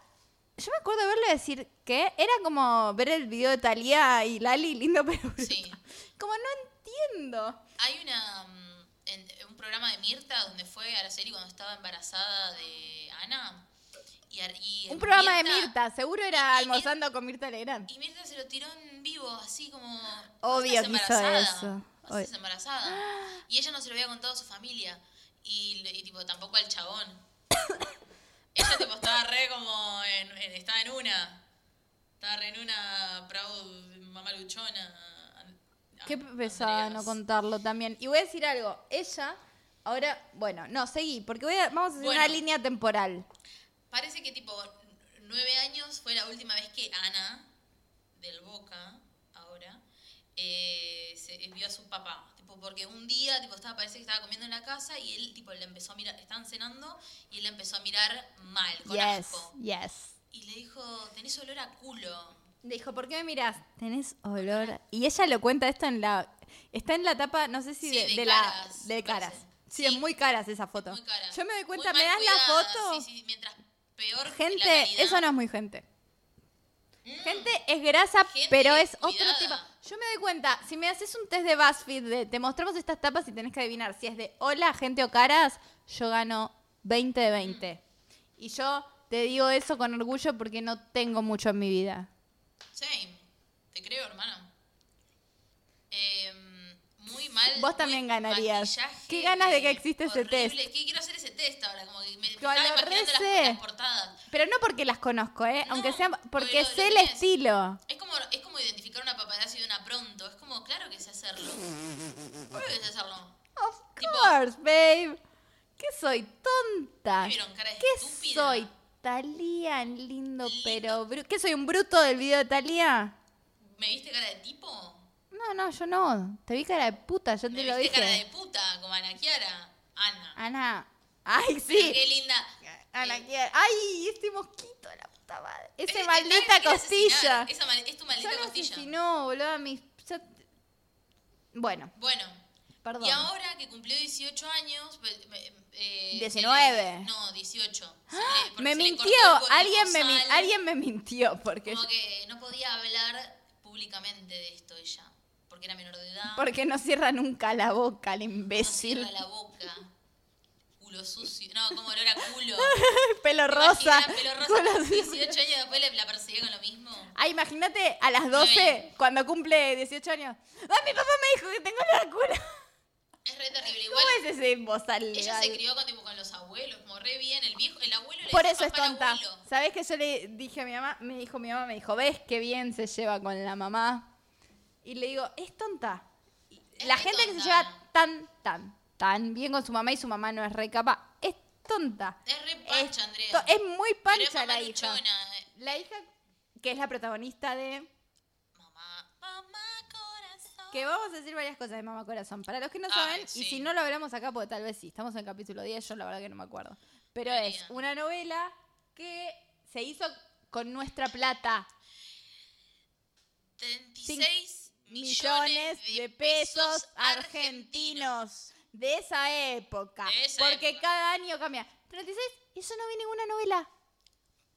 Speaker 2: yo me acuerdo verlo y decir que era como ver el video de Talía y Lali lindo (laughs) pero bruto.
Speaker 1: Sí.
Speaker 2: Como no entiendo.
Speaker 1: Hay una mm, en- un programa de Mirta donde fue Araceli cuando estaba embarazada de Ana. Y, Ar- y
Speaker 2: Un programa de Mirta, seguro era
Speaker 1: y Mir-
Speaker 2: almorzando con Mirta Legrand.
Speaker 1: Y Mirta se lo tiró en vivo, así como.
Speaker 2: Obvio
Speaker 1: "Vos
Speaker 2: que hizo
Speaker 1: estás embarazada,
Speaker 2: eso.
Speaker 1: vos estás
Speaker 2: Ob- (gasps)
Speaker 1: embarazada. Y ella no se lo había contado a su familia. Y, le- y, tipo, tampoco al
Speaker 2: (coughs)
Speaker 1: chabón. ella tipo estaba re como. En, en- estaba en una. Estaba re en una proud mamá luchona. An-
Speaker 2: Qué
Speaker 1: An-
Speaker 2: pesada
Speaker 1: Andreas.
Speaker 2: no contarlo también. Y voy a decir algo, ella ahora, bueno, no, seguí, porque voy a- vamos a hacer una
Speaker 1: Bueno.
Speaker 2: línea temporal.
Speaker 1: Parece que tipo nueve años fue la última vez que Ana, del Boca, ahora, eh, se, vio a su papá. Tipo, porque un día tipo, estaba, parece que estaba comiendo en la casa y él tipo le empezó a mirar, estaban cenando y él la empezó a mirar mal, con
Speaker 2: Yes,
Speaker 1: asco.
Speaker 2: yes.
Speaker 1: Y le dijo, tenés olor a culo.
Speaker 2: Le dijo, ¿por qué me mirás? Tenés olor. a-". Y ella lo cuenta esto en la. Está en la tapa, no sé si
Speaker 1: Sí,
Speaker 2: de,
Speaker 1: de
Speaker 2: de la.
Speaker 1: caras,
Speaker 2: De
Speaker 1: me
Speaker 2: caras.
Speaker 1: parece.
Speaker 2: Sí,
Speaker 1: Sí.
Speaker 2: es muy caras esa foto.
Speaker 1: Muy cara.
Speaker 2: Yo me doy
Speaker 1: Muy
Speaker 2: cuenta, ¿me
Speaker 1: mal
Speaker 2: das
Speaker 1: cuidada,
Speaker 2: la foto?
Speaker 1: Sí, sí, mientras peor la
Speaker 2: Gente,
Speaker 1: calidad.
Speaker 2: eso no es muy gente.
Speaker 1: Mm.
Speaker 2: Gente es grasa,
Speaker 1: Gente
Speaker 2: pero es otro
Speaker 1: cuidada.
Speaker 2: tipo. Yo me doy cuenta, si me haces un test de BuzzFeed, de, te mostramos estas tapas y tenés que adivinar si es de hola, gente o caras, yo gano 20 de 20.
Speaker 1: Mm.
Speaker 2: Y yo te digo eso con orgullo porque no tengo mucho en mi vida.
Speaker 1: Same. Te creo, hermano. Em, muy mal.
Speaker 2: Vos también
Speaker 1: muy
Speaker 2: ganarías.
Speaker 1: maquillaje
Speaker 2: Qué ganas de que exista ese
Speaker 1: horrible.
Speaker 2: test.
Speaker 1: ¿Qué quiero hacer ese test ahora? Como que me, me
Speaker 2: Yo
Speaker 1: estaba
Speaker 2: lo
Speaker 1: imaginando las,
Speaker 2: recé.
Speaker 1: las portadas.
Speaker 2: Pero no porque las conozco, ¿eh?
Speaker 1: No,
Speaker 2: Aunque sean. Porque
Speaker 1: pero lo
Speaker 2: sé el
Speaker 1: tenés.
Speaker 2: estilo.
Speaker 1: Es como, es como identificar una paparazzi de una pronto. Es como, claro que sé hacerlo. Claro que sé hacerlo.
Speaker 2: Of
Speaker 1: Tipo-
Speaker 2: course, babe. ¿Qué soy tonta?
Speaker 1: Me vieron cara de
Speaker 2: ¿Qué
Speaker 1: estúpida.
Speaker 2: soy? Talía, lindo, pero... bru- ¿Qué soy, un bruto del video de Talía?
Speaker 1: ¿Me viste cara de tipo?
Speaker 2: No, no, yo no. Te vi cara de puta, yo
Speaker 1: ¿Me
Speaker 2: te lo
Speaker 1: viste
Speaker 2: dije.
Speaker 1: cara de puta? Como Ana Kiara. Ana.
Speaker 2: Ana. Ay,
Speaker 1: Pero
Speaker 2: sí.
Speaker 1: Qué linda.
Speaker 2: Ana,
Speaker 1: Eh,
Speaker 2: Kier. Ay, este mosquito, la puta madre.
Speaker 1: es-
Speaker 2: Ese
Speaker 1: es-
Speaker 2: maldita
Speaker 1: te quiere
Speaker 2: costilla.
Speaker 1: asesinar. Esa mal- es tu
Speaker 2: Yo
Speaker 1: maldita
Speaker 2: lo
Speaker 1: costilla.
Speaker 2: asesinó, boludo, a mis... yo- Bueno,
Speaker 1: Bueno.
Speaker 2: perdón.
Speaker 1: Y ahora que cumplió 18 años. pues, me- eh,
Speaker 2: 19.
Speaker 1: se le- no, 18. Se le- porque
Speaker 2: ¡Ah! Me
Speaker 1: se le
Speaker 2: mintió,
Speaker 1: cortó el
Speaker 2: alguien me, min-
Speaker 1: corresponsal.
Speaker 2: alguien me mintió, porque,
Speaker 1: Como que no podía hablar públicamente de esto ella. Porque era menor de edad.
Speaker 2: porque no cierra nunca la boca, el
Speaker 1: no
Speaker 2: imbécil. (laughs)
Speaker 1: cierra la boca. Culo sucio. No, como olor a culo.
Speaker 2: Pelo
Speaker 1: ¿Te
Speaker 2: (laughs) rosa.
Speaker 1: imaginas? Pelo (laughs) rosa.
Speaker 2: (laughs) Culo-
Speaker 1: 18 años después la- la perseguía con lo mismo.
Speaker 2: Ah, imagínate a las 12,
Speaker 1: Nueve.
Speaker 2: cuando cumple 18 años. ¡Ay, mi papá me dijo que tengo la cura!
Speaker 1: Es re terrible. Igual
Speaker 2: ¿Cómo es ese bozal
Speaker 1: ella
Speaker 2: legal?
Speaker 1: se crió con, tipo, con los abuelos, como re bien. El viejo, el abuelo le
Speaker 2: Por
Speaker 1: decía
Speaker 2: eso es
Speaker 1: papá al
Speaker 2: tonta.
Speaker 1: abuelo.
Speaker 2: ¿Sabes que yo le dije a mi mamá? Me dijo mi mamá, me dijo, ¿ves qué bien se lleva con la mamá? Y le digo, es tonta. Y
Speaker 1: Es
Speaker 2: la
Speaker 1: re
Speaker 2: gente que se
Speaker 1: tonta.
Speaker 2: lleva tan, tan, tan bien con su mamá y su mamá no es re capaz, es tonta.
Speaker 1: Es re pancha, Andrea.
Speaker 2: to- es muy
Speaker 1: Pero es
Speaker 2: pancha
Speaker 1: mamá
Speaker 2: la hija.
Speaker 1: luchona, eh.
Speaker 2: La hija que es la protagonista de...
Speaker 1: Mamá, mamá, corazón.
Speaker 2: Que vamos a decir varias cosas de Mamá Corazón. Para los que no
Speaker 1: Ay,
Speaker 2: saben, y
Speaker 1: sí.
Speaker 2: si no lo hablamos acá, porque tal vez sí, estamos en el capítulo 10, yo la verdad que no me acuerdo. Pero es
Speaker 1: Debería.
Speaker 2: una novela que se hizo con nuestra plata.
Speaker 1: 36
Speaker 2: Millones de pesos
Speaker 1: argentinos.
Speaker 2: argentinos de esa época.
Speaker 1: De esa
Speaker 2: Porque
Speaker 1: época.
Speaker 2: cada año cambia. 36, y yo no vi ninguna novela.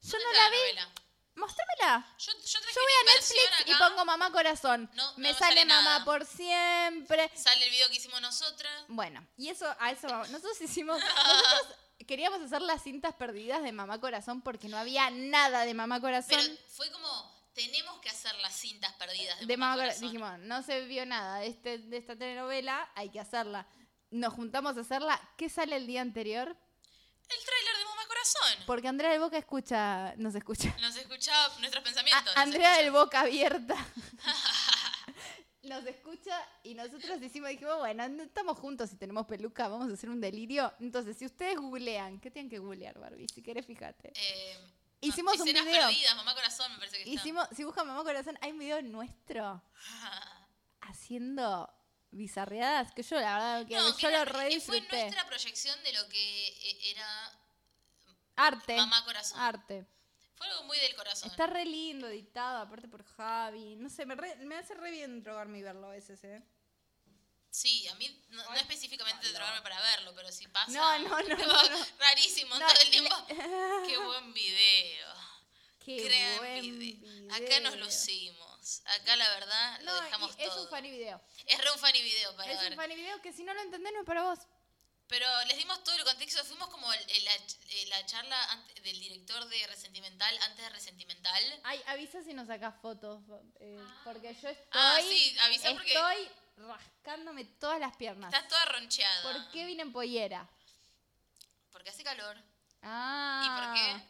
Speaker 2: Yo
Speaker 1: ¿Dónde
Speaker 2: no
Speaker 1: está
Speaker 2: la vi.
Speaker 1: novela?
Speaker 2: Mostrámela.
Speaker 1: Yo, yo traje
Speaker 2: Yo
Speaker 1: una
Speaker 2: voy a
Speaker 1: inversión
Speaker 2: Netflix y
Speaker 1: acá.
Speaker 2: pongo Mamá Corazón.
Speaker 1: No, no
Speaker 2: me
Speaker 1: me
Speaker 2: sale
Speaker 1: sale
Speaker 2: Mamá
Speaker 1: nada.
Speaker 2: por siempre.
Speaker 1: Sale el video que hicimos nosotras.
Speaker 2: Bueno, y eso, a eso vamos. Nosotros hicimos. Nosotros queríamos hacer las cintas perdidas de Mamá Corazón porque no había nada de Mamá Corazón.
Speaker 1: Pero fue como, tenemos que hacer las cintas perdidas de,
Speaker 2: de Mamá Corazón.
Speaker 1: Corazón.
Speaker 2: Dijimos, no se vio nada de, este, de esta telenovela, hay que hacerla. Nos juntamos a hacerla. ¿Qué sale el día anterior?
Speaker 1: El tráiler de Mamá Corazón.
Speaker 2: Porque Andrea del Boca escucha, nos escucha.
Speaker 1: Nos escuchaba nuestros
Speaker 2: A-
Speaker 1: pensamientos. nos
Speaker 2: Ah, Andrea
Speaker 1: escucha.
Speaker 2: del Boca abierta.
Speaker 1: (laughs)
Speaker 2: Nos escucha y nosotros decimos, dijimos, bueno, no estamos juntos y tenemos peluca, vamos a hacer un delirio. Entonces, si ustedes googlean, ¿qué tienen que googlear, Barbie? Si querés, fíjate.
Speaker 1: Eh,
Speaker 2: Hicimos un
Speaker 1: escenas
Speaker 2: video.
Speaker 1: perdidas, Mamá Corazón, me parece que está. (laughs)
Speaker 2: Hicimos, si buscan Mamá Corazón, hay un video nuestro haciendo bizarreadas que yo la verdad que
Speaker 1: No, que
Speaker 2: yo lo
Speaker 1: era-
Speaker 2: re
Speaker 1: que fue
Speaker 2: disfruté.
Speaker 1: nuestra proyección de lo que eh, era
Speaker 2: Arte.
Speaker 1: Mamá Corazón.
Speaker 2: Arte.
Speaker 1: Fue algo muy del corazón.
Speaker 2: Está re lindo, editado, aparte por Javi. No sé, me, re- me hace re bien drogarme y verlo a veces, ¿eh?
Speaker 1: Sí, a mí no, no específicamente de drogarme para verlo, pero si pasa.
Speaker 2: No, no, no,
Speaker 1: (laughs) Tipo,
Speaker 2: no, no.
Speaker 1: Rarísimo,
Speaker 2: No,
Speaker 1: todo el
Speaker 2: le-
Speaker 1: tiempo. Qué buen video.
Speaker 2: (laughs) Qué
Speaker 1: Gran
Speaker 2: buen
Speaker 1: video. Acá nos
Speaker 2: video.
Speaker 1: lucimos. Acá la verdad
Speaker 2: No,
Speaker 1: lo
Speaker 2: y
Speaker 1: dejamos
Speaker 2: es
Speaker 1: todo.
Speaker 2: un funny video.
Speaker 1: Es re un funny video para
Speaker 2: es
Speaker 1: ver.
Speaker 2: un funny video que si no lo entendés no es para vos.
Speaker 1: Pero les dimos todo el contexto. Fuimos como el- el- la, ch- eh, la charla ante- del director de Resentimental antes de Resentimental.
Speaker 2: Ay, avisa si nos sacás fotos, eh, porque yo estoy,
Speaker 1: Ah, sí, avisa porque-
Speaker 2: estoy rascándome todas las piernas.
Speaker 1: Estás toda roncheada.
Speaker 2: Ah. ¿Por qué vine en pollera?
Speaker 1: Porque hace calor.
Speaker 2: Ah.
Speaker 1: ¿Y por qué?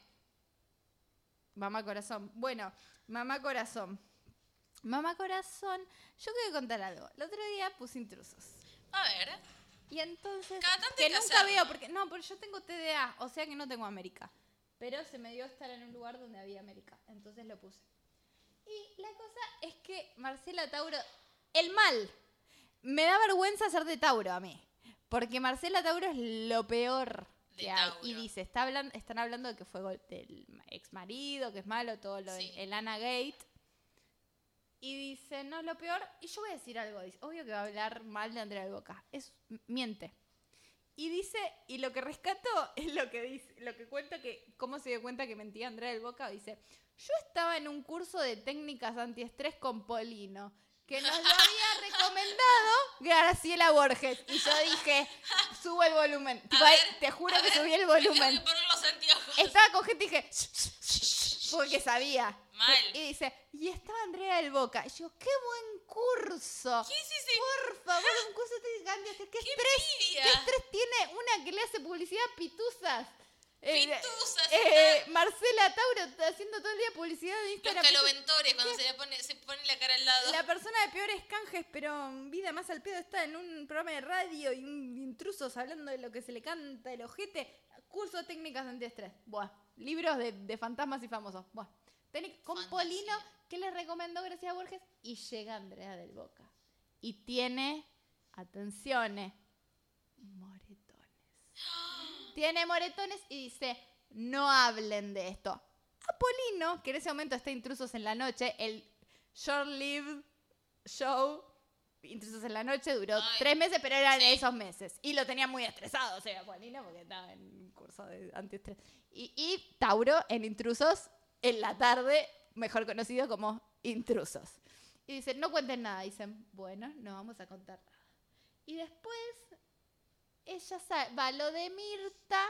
Speaker 2: Mamá Corazón. Bueno, Mamá Corazón. Mamá Corazón, yo quiero contar algo. El otro día puse intrusos.
Speaker 1: A ver.
Speaker 2: Y entonces.
Speaker 1: Cada tanto
Speaker 2: que
Speaker 1: hay que
Speaker 2: nunca
Speaker 1: hacerlo.
Speaker 2: veo, porque. No, porque yo tengo TDA, o sea que no tengo América. Pero se me dio estar en un lugar donde había América. Entonces lo puse. Y la cosa es que Marcela Tauro. El mal. Me da vergüenza ser de Tauro a mí. Porque Marcela Tauro es lo peor
Speaker 1: De
Speaker 2: que hay.
Speaker 1: Tauro.
Speaker 2: Y dice, está hablan- están hablando de que fue gol- del ex marido, que es malo, todo lo
Speaker 1: Sí.
Speaker 2: del el Ana Gate. Y dice, no, lo peor, y yo voy a decir algo, dice, obvio que va a hablar mal de Andrea del Boca, es, miente. Y dice, y lo que rescato (laughs) es lo que dice, lo que cuenta que, cómo se dio cuenta que mentía Andrea del Boca, dice, yo estaba en un curso de técnicas antiestrés con Polino, que nos
Speaker 1: (laughs)
Speaker 2: lo había recomendado Graciela Borges. Y yo dije, subo el volumen. Tipo,
Speaker 1: ver,
Speaker 2: te juro
Speaker 1: a
Speaker 2: que
Speaker 1: ver,
Speaker 2: subí
Speaker 1: (laughs) Me
Speaker 2: el
Speaker 1: tengo
Speaker 2: volumen.
Speaker 1: que poner los anteojos. (laughs)
Speaker 2: Estaba con gente y dije, "Shh, shh, shh, shh", porque sabía.
Speaker 1: Mal.
Speaker 2: Y dice, y estaba Andrea del Boca. Y yo, qué buen curso.
Speaker 1: ¿Qué es ese?
Speaker 2: Por favor, un
Speaker 1: (laughs)
Speaker 2: curso de cambios. ¿Qué,
Speaker 1: ¡Qué
Speaker 2: estrés?
Speaker 1: envidia!
Speaker 2: ¿Qué estrés tiene una que le hace publicidad a pituzas? Eh,
Speaker 1: Pituzas,
Speaker 2: eh, Marcela Tauro está haciendo todo el día publicidad de
Speaker 1: Los
Speaker 2: Instagram.
Speaker 1: caloventores, cuando se le pone, se pone la cara al lado.
Speaker 2: La persona de peores canjes, pero en vida más al pedo, está en un programa de radio y un intrusos hablando de lo que se le canta, el ojete. Cursos técnicas de antiestrés. Buah. Libros de, de fantasmas y famosos. Buah. Técnic- con
Speaker 1: Fantasía.
Speaker 2: Polino, que les recomendó Gracia Borges, y llega Andrea del Boca. Y tiene, atenciones, moretones. Tiene moretones y dice, no hablen de esto. Apolino, que en ese momento está Intrusos en la Noche, el short-lived show Intrusos en la Noche duró
Speaker 1: Ay,
Speaker 2: tres meses, pero eran
Speaker 1: sí.
Speaker 2: esos meses. Y lo tenía muy estresado, o sea, Apolino, porque estaba en un curso de antiestrés. Y, y Tauro en Intrusos en la tarde, mejor conocido como Intrusos. Y dicen, no cuenten nada. Dicen, bueno, no vamos a contar nada. Y después ella sa- va a lo de Mirta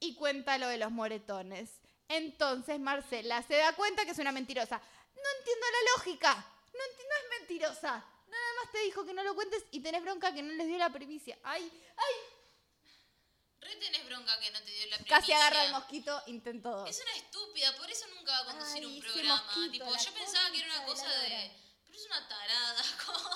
Speaker 2: y cuenta lo de los moretones. Entonces Marcela se da cuenta que es una mentirosa. No entiendo la lógica. No entiendo, es mentirosa. Nada más te dijo que no lo cuentes y tenés bronca que no les dio la primicia. Ay, ay.
Speaker 1: Re tenés bronca que no te dio la primicia.
Speaker 2: Casi agarra el mosquito, intento dos.
Speaker 1: Es una estúpida, por eso nunca va a conducir
Speaker 2: Ay,
Speaker 1: un
Speaker 2: ese
Speaker 1: programa.
Speaker 2: mosquito,
Speaker 1: tipo,
Speaker 2: la
Speaker 1: yo pensaba que era una
Speaker 2: concha
Speaker 1: cosa
Speaker 2: de la
Speaker 1: de.
Speaker 2: lora.
Speaker 1: Pero es una tarada, (laughs) como.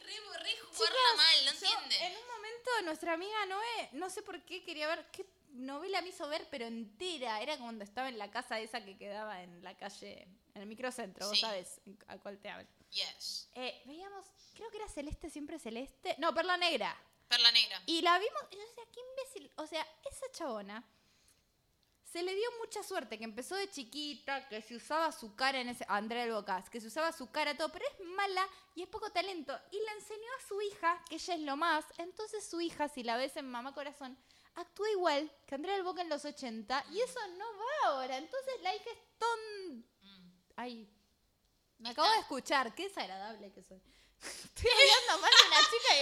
Speaker 1: Re, re jugarla
Speaker 2: Chicas,
Speaker 1: mal, no
Speaker 2: yo, En
Speaker 1: entiende.
Speaker 2: un momento nuestra amiga Noé, no sé por qué quería ver qué novela me hizo ver, pero entera. Era cuando estaba en la casa esa que quedaba en la calle, en el microcentro, vos
Speaker 1: Sí.
Speaker 2: sabés a cuál te hablo.
Speaker 1: Yes.
Speaker 2: Eh, veíamos, creo que era Celeste, siempre Celeste. No, Perla Negra.
Speaker 1: Perla negra.
Speaker 2: Y la vimos, y yo decía, qué imbécil. O sea, esa chabona se le dio mucha suerte, que empezó de chiquita, que se usaba su cara en ese. a Andrea del Bocas, que se usaba su cara todo, pero es mala y es poco talento. Y la enseñó a su hija, que ella es lo más. Entonces su hija, si la ves en Mamá Corazón, actúa igual que Andrea del Boca en los 80, y eso no va ahora. Entonces la hija es ton.
Speaker 1: Mm.
Speaker 2: Ay. Me
Speaker 1: Está-
Speaker 2: acabo de escuchar, qué desagradable que soy. (laughs) Estoy hablando más de una chica de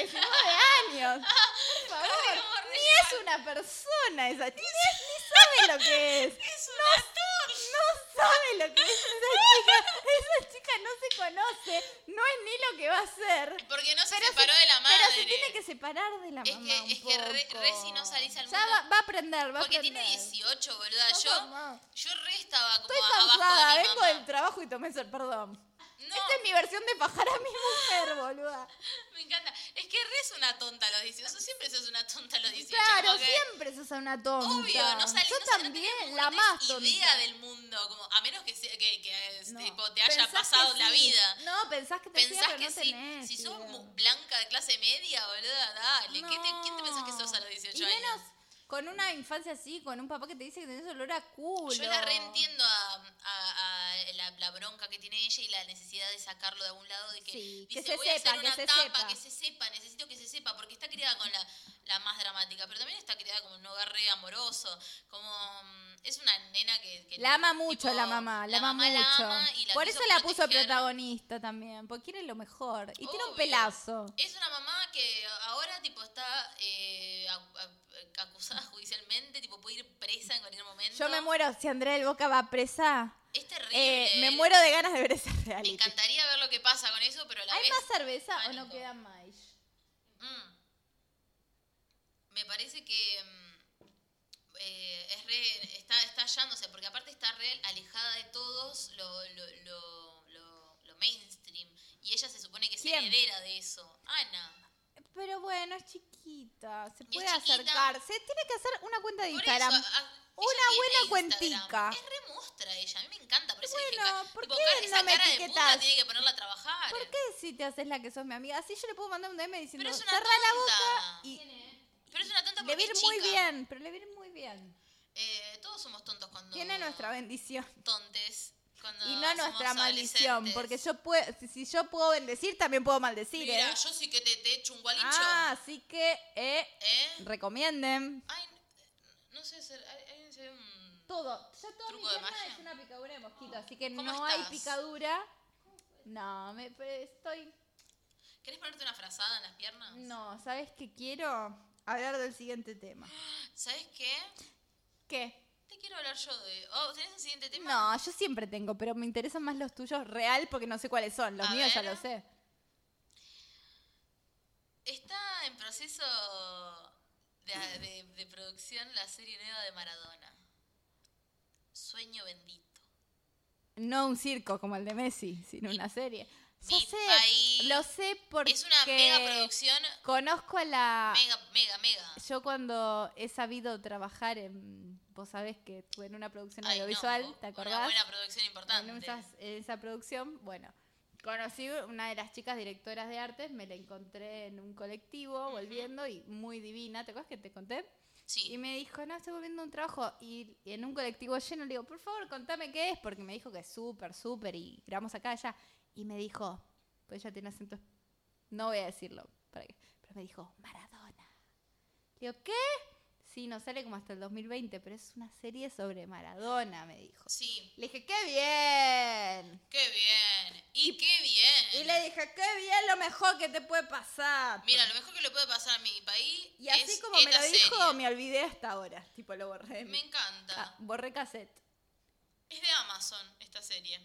Speaker 2: 19 años. (laughs) Por favor,
Speaker 1: Perdón,
Speaker 2: ni es una persona esa chica, ni, ni sabe lo que (laughs) es.
Speaker 1: Es una torre.
Speaker 2: No sabe lo que es esa chica. Esa chica no se conoce, no es ni lo que va a ser.
Speaker 1: Porque no se
Speaker 2: Pero
Speaker 1: separó
Speaker 2: se-
Speaker 1: de la madre.
Speaker 2: Pero se tiene que separar de la
Speaker 1: Es
Speaker 2: mamá.
Speaker 1: que-
Speaker 2: un
Speaker 1: es que re-
Speaker 2: poco.
Speaker 1: re si no salís al
Speaker 2: Ya
Speaker 1: mundo-
Speaker 2: va, va a aprender, va
Speaker 1: Porque
Speaker 2: a aprender.
Speaker 1: tiene 18, boluda.
Speaker 2: No,
Speaker 1: yo,
Speaker 2: mamá.
Speaker 1: yo re estaba como
Speaker 2: Estoy
Speaker 1: abajo
Speaker 2: cansada,
Speaker 1: de mi
Speaker 2: vengo
Speaker 1: mamá.
Speaker 2: del Este trabajo y tomé eso, perdón.
Speaker 1: No,
Speaker 2: Esta es mi versión de fajar a
Speaker 1: (laughs)
Speaker 2: mi mujer, boluda.
Speaker 1: me encanta. Es que re es una tonta a los 18. Siempre sos una tonta a los 18.
Speaker 2: Claro,
Speaker 1: como que-
Speaker 2: siempre sos una tonta.
Speaker 1: Obvio, no salís.
Speaker 2: Yo
Speaker 1: no, sé,
Speaker 2: también,
Speaker 1: no tenés,
Speaker 2: la
Speaker 1: no tenés
Speaker 2: más tonta.
Speaker 1: idea del mundo. Como, a menos que, sea- que, que, es,
Speaker 2: No,
Speaker 1: tipo, te haya
Speaker 2: pensás que
Speaker 1: pasado la
Speaker 2: sí.
Speaker 1: vida.
Speaker 2: No, pensás que te
Speaker 1: Pensás que
Speaker 2: decía, pero no
Speaker 1: sí.
Speaker 2: tenés
Speaker 1: si sos
Speaker 2: idea.
Speaker 1: mu- blanca de clase media, boluda, dale. ¿Qué te- ¿Quién te
Speaker 2: No.
Speaker 1: pensás que sos a los 18
Speaker 2: y
Speaker 1: años?
Speaker 2: menos con una infancia así, con un papá que te dice que tenés olor a culo.
Speaker 1: Yo la reentiendo a, a- a la, la bronca que tiene ella y la necesidad de sacarlo de algún lado, de que
Speaker 2: Sí, que
Speaker 1: dice,
Speaker 2: se
Speaker 1: voy
Speaker 2: sepa,
Speaker 1: a hacer una
Speaker 2: que se
Speaker 1: tapa,
Speaker 2: sepa".
Speaker 1: que se sepa, necesito que se sepa, porque está criada con la, la más dramática, pero también está criada como un hogar re amoroso, como... mm, Es una nena que... que
Speaker 2: La ama
Speaker 1: tipo,
Speaker 2: mucho la mamá, la, ama
Speaker 1: mamá
Speaker 2: mucho.
Speaker 1: ama y la
Speaker 2: Por eso
Speaker 1: quiso
Speaker 2: la puso
Speaker 1: proteger.
Speaker 2: protagonista también, porque quiere lo mejor. Y tiene un
Speaker 1: Obvio.
Speaker 2: pelazo.
Speaker 1: Es una mamá que ahora tipo está eh, acu- ac- acusada judicialmente, tipo puede ir presa en cualquier momento.
Speaker 2: Yo me muero, si Andrea del Boca va presa,
Speaker 1: Es terrible.
Speaker 2: eh, me muero de ganas de ver esa
Speaker 1: Me
Speaker 2: reality.
Speaker 1: encantaría ver lo que pasa con eso, pero a la
Speaker 2: ¿Hay
Speaker 1: vez...
Speaker 2: más cerveza o no
Speaker 1: pánico.
Speaker 2: queda más?
Speaker 1: Mm. Me parece que mm, eh, es re- está, está hallándose, porque aparte está re alejada de todos lo, lo, lo- lo- lo mainstream. Y ella se supone que es
Speaker 2: ¿Quién?
Speaker 1: heredera de eso. Ana.
Speaker 2: Pero bueno, es chiquita, se puede
Speaker 1: chiquita.
Speaker 2: acercar. Se tiene que hacer una cuenta de
Speaker 1: Por
Speaker 2: Instagram.
Speaker 1: eso, ah, a- a- ella
Speaker 2: Una
Speaker 1: tiene
Speaker 2: buena
Speaker 1: Instagram.
Speaker 2: cuentica.
Speaker 1: Es re mostra ella, a mí me encanta. Por eso dije,
Speaker 2: Bueno,
Speaker 1: ca-
Speaker 2: ¿por
Speaker 1: tipo,
Speaker 2: qué
Speaker 1: cara- esa
Speaker 2: no me
Speaker 1: cara de puta
Speaker 2: etiquetás?
Speaker 1: tiene que ponerla a trabajar.
Speaker 2: ¿Por qué si te haces la que sos mi amiga? Así yo le puedo mandar un DM diciendo,
Speaker 1: Pero es una
Speaker 2: cerra la
Speaker 1: tonta".
Speaker 2: boca y
Speaker 1: Pero es una tonta
Speaker 2: le
Speaker 1: porque
Speaker 2: va a ir
Speaker 1: es
Speaker 2: muy
Speaker 1: chica.
Speaker 2: bien, pero le va a ir muy bien.
Speaker 1: Eh, todos somos tontos cuando...
Speaker 2: Tiene nuestra bendición.
Speaker 1: tontes cuando
Speaker 2: y no nuestra
Speaker 1: somos
Speaker 2: maldición,
Speaker 1: adolescentes.
Speaker 2: porque yo puedo, si, si yo puedo bendecir, también puedo maldecir,
Speaker 1: Mira,
Speaker 2: ¿eh?
Speaker 1: yo sí que te, te echo un gualicho.
Speaker 2: Ah, así que eh,
Speaker 1: ¿Eh?
Speaker 2: recomienden.
Speaker 1: Ay, no sé, hacer- hay- alguien se ve un...
Speaker 2: Todo, ya toda mi
Speaker 1: Truco de
Speaker 2: pierna
Speaker 1: magia.
Speaker 2: es una picadura de mosquito, así que
Speaker 1: ¿Cómo
Speaker 2: no hay
Speaker 1: estás?
Speaker 2: picadura. No, me, pero estoy.
Speaker 1: ¿Querés ponerte una frazada en las piernas?
Speaker 2: No, ¿sabes qué quiero? Hablar del siguiente tema.
Speaker 1: ¿Sabes qué?
Speaker 2: ¿Qué?
Speaker 1: Te quiero hablar yo de. Oh, ¿tenés el siguiente tema?
Speaker 2: No, yo siempre tengo, pero me interesan más los tuyos real porque no sé cuáles son. Los
Speaker 1: A
Speaker 2: míos ya
Speaker 1: ver.
Speaker 2: lo sé.
Speaker 1: Está en proceso de, de- de producción la serie nueva de Maradona. Sueño bendito.
Speaker 2: No un circo como el de Messi, sino una serie. Ya
Speaker 1: mi
Speaker 2: sé,
Speaker 1: país.
Speaker 2: lo sé porque Ah.
Speaker 1: Es una mega producción.
Speaker 2: Conozco a la.
Speaker 1: Mega, mega, mega.
Speaker 2: Yo cuando he sabido trabajar en. Vos sabés que estuve en una producción
Speaker 1: Ay, no,
Speaker 2: audiovisual, ¿te
Speaker 1: Una
Speaker 2: acordás?
Speaker 1: buena producción importante.
Speaker 2: en, esas- en esa producción, bueno, conocí una de las chicas directoras de artes, me la encontré en un colectivo volviendo y muy divina, ¿te acuerdas que te conté?
Speaker 1: Sí.
Speaker 2: Y me dijo, no, estoy volviendo a un trabajo y, y en un colectivo lleno le digo, por favor, contame qué es, porque me dijo que es súper, súper y grabamos acá, allá. Y me dijo, pues ella tiene acento, no voy a decirlo, para qué, pero me dijo, Maradona. Le digo, ¿qué? Sí, no sale como hasta el 2020, pero es una serie sobre Maradona, me dijo.
Speaker 1: Sí.
Speaker 2: Le dije, qué bien.
Speaker 1: Qué bien. Y, qué bien.
Speaker 2: Y le dije, qué bien lo mejor que te puede pasar.
Speaker 1: Mira, lo mejor que le puede pasar a mi país.
Speaker 2: y así
Speaker 1: es
Speaker 2: como me
Speaker 1: esta
Speaker 2: lo dijo,
Speaker 1: serie.
Speaker 2: me olvidé hasta ahora. Tipo, lo borré. de mi-
Speaker 1: Me encanta.
Speaker 2: Ah, borré cassette.
Speaker 1: Es de Amazon esta serie.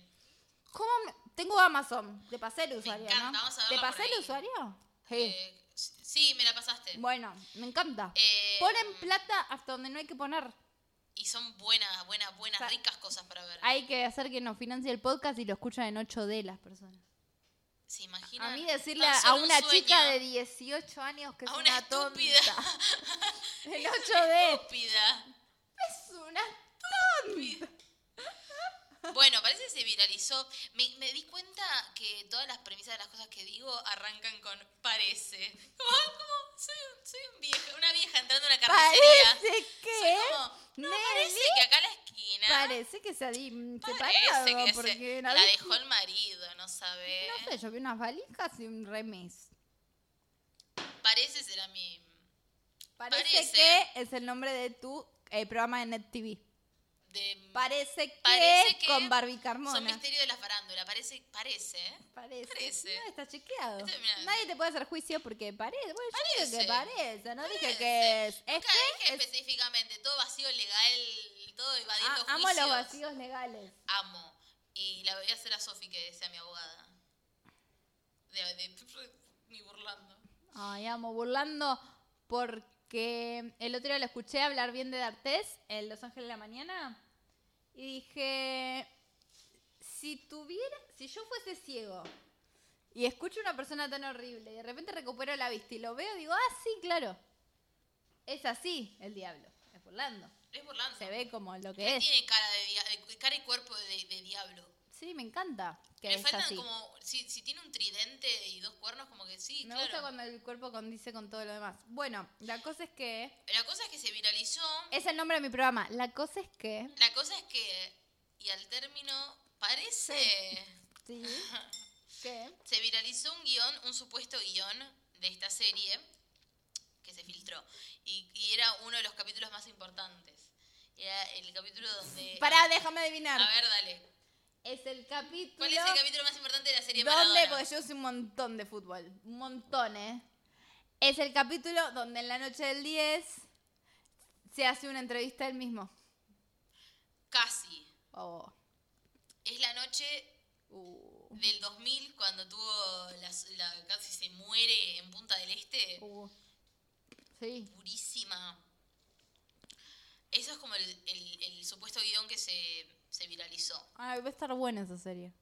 Speaker 2: ¿Cómo me- Tengo Amazon. Te pasé el usuario,
Speaker 1: encanta,
Speaker 2: ¿no?
Speaker 1: vamos a
Speaker 2: ¿Te
Speaker 1: verla
Speaker 2: pasé
Speaker 1: por
Speaker 2: el
Speaker 1: ahí.
Speaker 2: usuario? Sí.
Speaker 1: Eh, sí, me la pasaste.
Speaker 2: bueno, me encanta.
Speaker 1: Eh,
Speaker 2: Ponen plata hasta donde no hay que poner.
Speaker 1: Y son buenas, buenas, buenas,
Speaker 2: O sea,
Speaker 1: ricas cosas para ver.
Speaker 2: Hay que hacer que nos financie el podcast y lo escuchan en 8D las personas.
Speaker 1: ¿Se imaginan?
Speaker 2: A mí decirle
Speaker 1: Tan
Speaker 2: a
Speaker 1: solo un
Speaker 2: una
Speaker 1: sueño,
Speaker 2: chica de 18 años que es
Speaker 1: A
Speaker 2: una,
Speaker 1: una estúpida.
Speaker 2: tonta.
Speaker 1: (laughs)
Speaker 2: En 8D.
Speaker 1: Estúpida.
Speaker 2: Es una
Speaker 1: Bueno, parece que se viralizó. Me, me di cuenta que todas las premisas de las cosas que digo arrancan con parece. Como, ah, como, soy, un- soy un vieja, una vieja entrando a una carnicería.
Speaker 2: Parece
Speaker 1: Soy
Speaker 2: que.
Speaker 1: como, no,
Speaker 2: Nelly,
Speaker 1: parece que acá a la esquina.
Speaker 2: parece que se ha di- separado.
Speaker 1: parece que
Speaker 2: porque
Speaker 1: se-
Speaker 2: una
Speaker 1: la
Speaker 2: vez-
Speaker 1: dejó el marido, no sabe.
Speaker 2: No sé, yo vi unas valijas y un remis.
Speaker 1: Parece será mi...
Speaker 2: Parece,
Speaker 1: Parece.
Speaker 2: que es el nombre de tu eh, programa de Net TV.
Speaker 1: De,
Speaker 2: Parece que,
Speaker 1: Mm. parece que
Speaker 2: con Barbie
Speaker 1: Son
Speaker 2: Carmona.
Speaker 1: misterio de la farándula. Parece, parece. ¿eh?
Speaker 2: Parece.
Speaker 1: Parece.
Speaker 2: No, está chequeado.
Speaker 1: Estoy mirando.
Speaker 2: Nadie te puede hacer juicio porque parece. Bueno, yo dije que
Speaker 1: Parece.
Speaker 2: parece, no dije
Speaker 1: Parece.
Speaker 2: que es.
Speaker 1: Nunca dije
Speaker 2: Este es-
Speaker 1: específicamente. Todo vacío legal, todo evadiendo
Speaker 2: a- amo
Speaker 1: juicios.
Speaker 2: los vacíos legales.
Speaker 1: Amo. Y la voy a hacer a Sofi que sea mi abogada. De, de- mi burlando.
Speaker 2: Ay, amo, burlando porque el otro día lo escuché hablar bien de D'Artés en Los Ángeles de la Mañana y dije, si tuviera, si yo fuese ciego y escucho una persona tan horrible y de repente recupero la vista y lo veo, digo, ah, sí, claro. Es así el diablo, es burlando.
Speaker 1: Es burlando.
Speaker 2: Se ve como lo
Speaker 1: Él
Speaker 2: que es.
Speaker 1: tiene cara, de dia- de- cara y cuerpo de, de diablo.
Speaker 2: Sí, me encanta que
Speaker 1: Le
Speaker 2: es
Speaker 1: faltan
Speaker 2: así.
Speaker 1: como. Si, si tiene un tridente y dos cuernos, como que sí,
Speaker 2: me
Speaker 1: claro.
Speaker 2: gusta cuando el cuerpo condice con todo lo demás. Bueno, la cosa es que...
Speaker 1: La cosa es que se viralizó.
Speaker 2: Es el nombre de mi programa. La cosa es que.
Speaker 1: La cosa es que. Y al término, parece. (laughs)
Speaker 2: Sí. ¿Qué?
Speaker 1: Se viralizó un guión, un supuesto guión de esta serie que se filtró. Y, y era uno de los capítulos más importantes. Era el capítulo donde.
Speaker 2: Pará, déjame adivinar.
Speaker 1: Eh, A ver, dale.
Speaker 2: Es el capítulo.
Speaker 1: ¿Cuál es el capítulo más importante de la serie
Speaker 2: donde,
Speaker 1: Maradona?
Speaker 2: porque yo soy un montón de fútbol. Un montón, ¿eh? Es el capítulo donde en la noche del 10 se hace una entrevista él mismo.
Speaker 1: Casi.
Speaker 2: Oh.
Speaker 1: Es la noche
Speaker 2: Uh.
Speaker 1: del 2000 cuando tuvo la, la- casi se muere en Punta del Este.
Speaker 2: Uh. Sí.
Speaker 1: Purísima. Eso es como el, el- el supuesto guión que se, se viralizó.
Speaker 2: Ay, va a estar buena esa serie.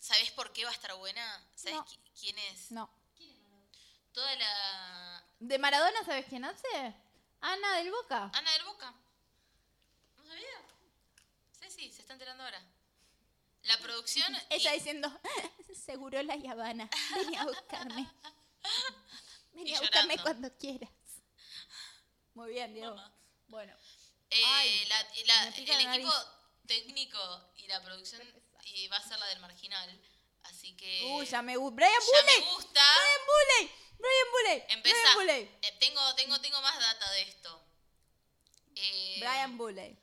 Speaker 1: ¿Sabes por qué va a estar buena? ¿Sabes
Speaker 2: No.
Speaker 1: qui- quién es?
Speaker 2: No.
Speaker 1: Toda la,
Speaker 2: ¿De Maradona sabes quién hace? Ana del Boca.
Speaker 1: Ana del Boca. ¿No sabía? Sí, sí, se está enterando ahora. La
Speaker 2: (laughs)
Speaker 1: producción. y-
Speaker 2: Ella diciendo, seguro la Habana, vení
Speaker 1: (laughs)
Speaker 2: a buscarme. Vení
Speaker 1: Y
Speaker 2: a buscarme
Speaker 1: llorando.
Speaker 2: cuando quieras. Muy bien, Diego.
Speaker 1: Mamá.
Speaker 2: Bueno,
Speaker 1: eh,
Speaker 2: Ay,
Speaker 1: la- la-
Speaker 2: me pica
Speaker 1: el
Speaker 2: la
Speaker 1: equipo
Speaker 2: nariz.
Speaker 1: técnico y la producción y va a ser la del marginal. Así que.
Speaker 2: uy, ya me gusta. Brian
Speaker 1: Eh, ya me
Speaker 2: Bulley,
Speaker 1: gusta.
Speaker 2: Brian Bulley, Brian Bulley,
Speaker 1: Empezá.
Speaker 2: Brian Bulley.
Speaker 1: Eh, tengo, tengo, tengo más data de esto. Eh,
Speaker 2: Brian Bulley.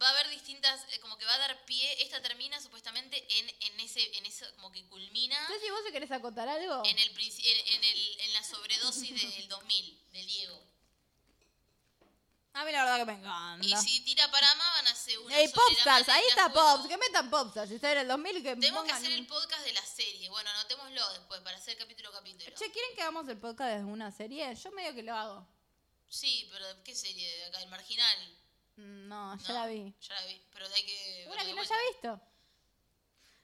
Speaker 1: va a haber distintas, eh, como que va a dar pie, esta termina supuestamente en, en ese, en eso, como que culmina
Speaker 2: Entonces, si vos te querés acotar algo,
Speaker 1: en el, princi- en, en el- en la sobredosis del 2000, de Diego.
Speaker 2: a mí la verdad que me encanta.
Speaker 1: Y si tira para más van a hacer una
Speaker 2: Ey,
Speaker 1: sobrerama
Speaker 2: Popstars,
Speaker 1: de
Speaker 2: ahí
Speaker 1: Tita
Speaker 2: está
Speaker 1: Fox.
Speaker 2: Pops, que metan Popstars. Si está en el 2000, que
Speaker 1: Tenemos que
Speaker 2: pongan
Speaker 1: hacer el
Speaker 2: un-
Speaker 1: podcast de la serie. Bueno, anotémoslo después para hacer capítulo a capítulo.
Speaker 2: Che, ¿quieren que hagamos el podcast desde una serie? Yo medio que lo hago.
Speaker 1: Sí, pero ¿de ¿qué serie? De acá, el marginal.
Speaker 2: Mm, No, ya
Speaker 1: No, Eh,
Speaker 2: la vi.
Speaker 1: Ya la vi, pero hay que. verlo
Speaker 2: Una que
Speaker 1: de
Speaker 2: no
Speaker 1: vuelta.
Speaker 2: haya visto.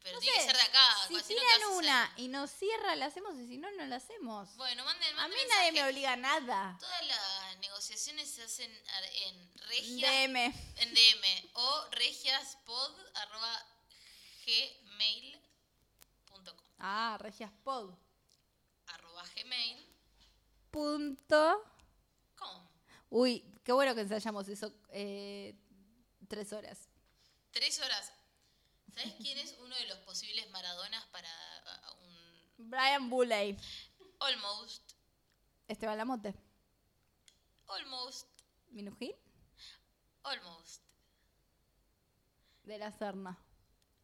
Speaker 1: Pero
Speaker 2: No
Speaker 1: tiene
Speaker 2: sé,
Speaker 1: que ser de acá.
Speaker 2: Si
Speaker 1: si no, ¿qué
Speaker 2: tiran
Speaker 1: vas a hacer?
Speaker 2: una y nos cierra, la hacemos y si no, no la hacemos.
Speaker 1: Bueno, manden,
Speaker 2: a mí
Speaker 1: manden
Speaker 2: nadie me
Speaker 1: mensaje.
Speaker 2: obliga a nada.
Speaker 1: Todas las negociaciones se hacen ar- en regia.
Speaker 2: DM.
Speaker 1: En DM. O regiaspod.gmail.com.
Speaker 2: Ah, regiaspod.
Speaker 1: Arroba gmail.com.
Speaker 2: Punto. Uy, qué bueno que ensayamos eso eh, tres horas.
Speaker 1: Tres horas. ¿Sabes quién es uno de los posibles Maradonas para a- a un.
Speaker 2: Brian Bulley.
Speaker 1: Almost.
Speaker 2: Esteban Lamote.
Speaker 1: Almost.
Speaker 2: Minujín.
Speaker 1: Almost.
Speaker 2: De la Serna.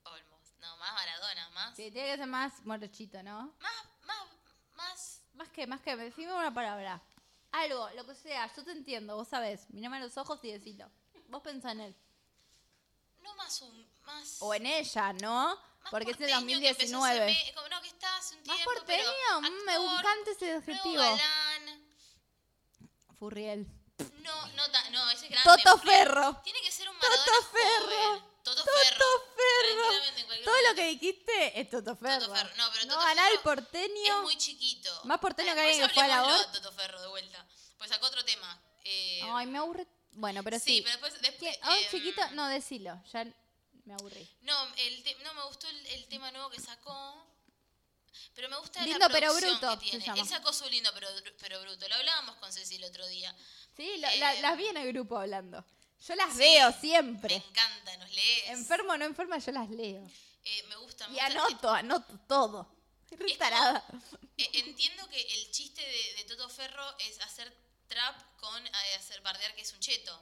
Speaker 1: Almost. No, más Maradona, más.
Speaker 2: Sí, tiene que ser más morochito, ¿no?
Speaker 1: Más, más, más.
Speaker 2: Más que, más que, decime una palabra. Algo, lo que sea, yo te entiendo, vos sabés. Mirame a los ojos y decilo. Vos pensá en él.
Speaker 1: No más un. Más,
Speaker 2: O en ella, ¿no?
Speaker 1: más
Speaker 2: Porque es el
Speaker 1: porteño que empezó a
Speaker 2: 2019.
Speaker 1: hacer me- como, no, que está hace un
Speaker 2: Más
Speaker 1: tiempo.
Speaker 2: porteño,
Speaker 1: pero
Speaker 2: mm, me
Speaker 1: actor,
Speaker 2: encanta ese
Speaker 1: nuevo
Speaker 2: adjetivo.
Speaker 1: galán.
Speaker 2: Furriel.
Speaker 1: No, no, ta- no, ese es grande.
Speaker 2: Toto
Speaker 1: porque
Speaker 2: Ferro.
Speaker 1: Tiene que ser un Maradona.
Speaker 2: Toto
Speaker 1: joven.
Speaker 2: Ferro.
Speaker 1: Toto Ferro.
Speaker 2: Toto
Speaker 1: Tranquilamente, en
Speaker 2: Ferro.
Speaker 1: cualquier
Speaker 2: Todo lo
Speaker 1: momento.
Speaker 2: que dijiste es Toto Ferro.
Speaker 1: Ferro. No, pero Toto
Speaker 2: ganar
Speaker 1: Ferro
Speaker 2: el porteño.
Speaker 1: Es muy chiquito.
Speaker 2: Más porteño que
Speaker 1: Después
Speaker 2: alguien que fue a la
Speaker 1: hablemoslo,
Speaker 2: OR.
Speaker 1: Toto Ferro, de vuelta. Pues sacó otro tema. Eh,
Speaker 2: Ay, me aburre. Bueno, pero sí.
Speaker 1: sí, pero después. después
Speaker 2: ¿Qué? Ah,
Speaker 1: em,
Speaker 2: chiquito, no, decilo. Ya me aburrí.
Speaker 1: No, el te- no me gustó el, el tema nuevo que sacó. Pero me gusta
Speaker 2: Lindo
Speaker 1: la
Speaker 2: pero
Speaker 1: producción
Speaker 2: bruto,
Speaker 1: que tiene.
Speaker 2: se llama.
Speaker 1: Él sacó su lindo pero, pero bruto. Lo hablábamos con Ceci el otro día.
Speaker 2: Sí, lo- la-
Speaker 1: Eh,
Speaker 2: las vi en el grupo hablando. Yo las
Speaker 1: Sí,
Speaker 2: veo
Speaker 1: Me
Speaker 2: siempre.
Speaker 1: encanta, nos lees.
Speaker 2: Enfermo o no enferma, yo las leo.
Speaker 1: Eh, me gusta
Speaker 2: Y
Speaker 1: mucho.
Speaker 2: anoto, anoto todo.
Speaker 1: como-
Speaker 2: Retarada.
Speaker 1: Eh, entiendo que el chiste de, de Toto Ferro es hacer trap con eh, hacer bardear que es un cheto.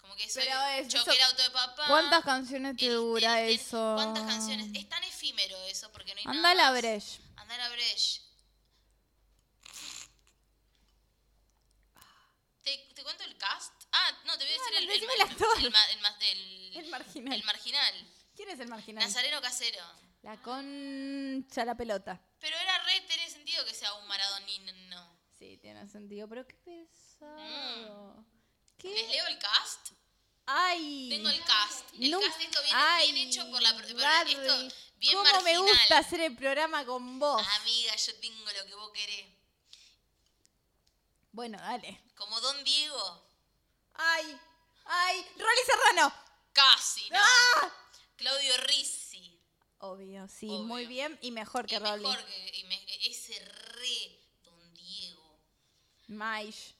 Speaker 1: Como que soy
Speaker 2: Pero es-
Speaker 1: yo
Speaker 2: eso-
Speaker 1: que era auto de papá.
Speaker 2: ¿Cuántas canciones te
Speaker 1: el-
Speaker 2: dura
Speaker 1: el- el-
Speaker 2: eso?
Speaker 1: ¿Cuántas canciones? Es tan efímero eso porque no hay
Speaker 2: Anda
Speaker 1: nada
Speaker 2: a la
Speaker 1: más.
Speaker 2: Breche.
Speaker 1: Anda a la Breche. ¿Te, te cuento el cast? Ah, no, te voy a decir
Speaker 2: No,
Speaker 1: el, el,
Speaker 2: decime el actor.
Speaker 1: el ma- el ma- el-
Speaker 2: El marginal.
Speaker 1: el marginal.
Speaker 2: ¿Quién es el marginal?
Speaker 1: Nazareno Casero.
Speaker 2: La concha, la pelota.
Speaker 1: Pero era re, tiene sentido que sea un maradonín, no.
Speaker 2: Sí, tiene sentido, pero qué pesado.
Speaker 1: Mm.
Speaker 2: ¿Qué?
Speaker 1: ¿Les leo el cast?
Speaker 2: Ay.
Speaker 1: Tengo el cast. El
Speaker 2: Nun-
Speaker 1: cast esto viene
Speaker 2: Ay,
Speaker 1: bien hecho por la pro- por
Speaker 2: Barry,
Speaker 1: esto bien
Speaker 2: ¿Cómo
Speaker 1: marginal. Ah.
Speaker 2: me gusta hacer el programa con vos?
Speaker 1: Amiga, yo tengo lo que vos querés.
Speaker 2: Bueno, dale.
Speaker 1: Como Don Diego.
Speaker 2: Ay, ay, Rolly Serrano.
Speaker 1: Casi, ¿no?
Speaker 2: ¡Ah!
Speaker 1: Claudio Rizzi.
Speaker 2: Obvio, sí,
Speaker 1: Obvio.
Speaker 2: muy bien y mejor que
Speaker 1: Y
Speaker 2: Rolly.
Speaker 1: mejor que y me- ese re Don Diego.
Speaker 2: Maish,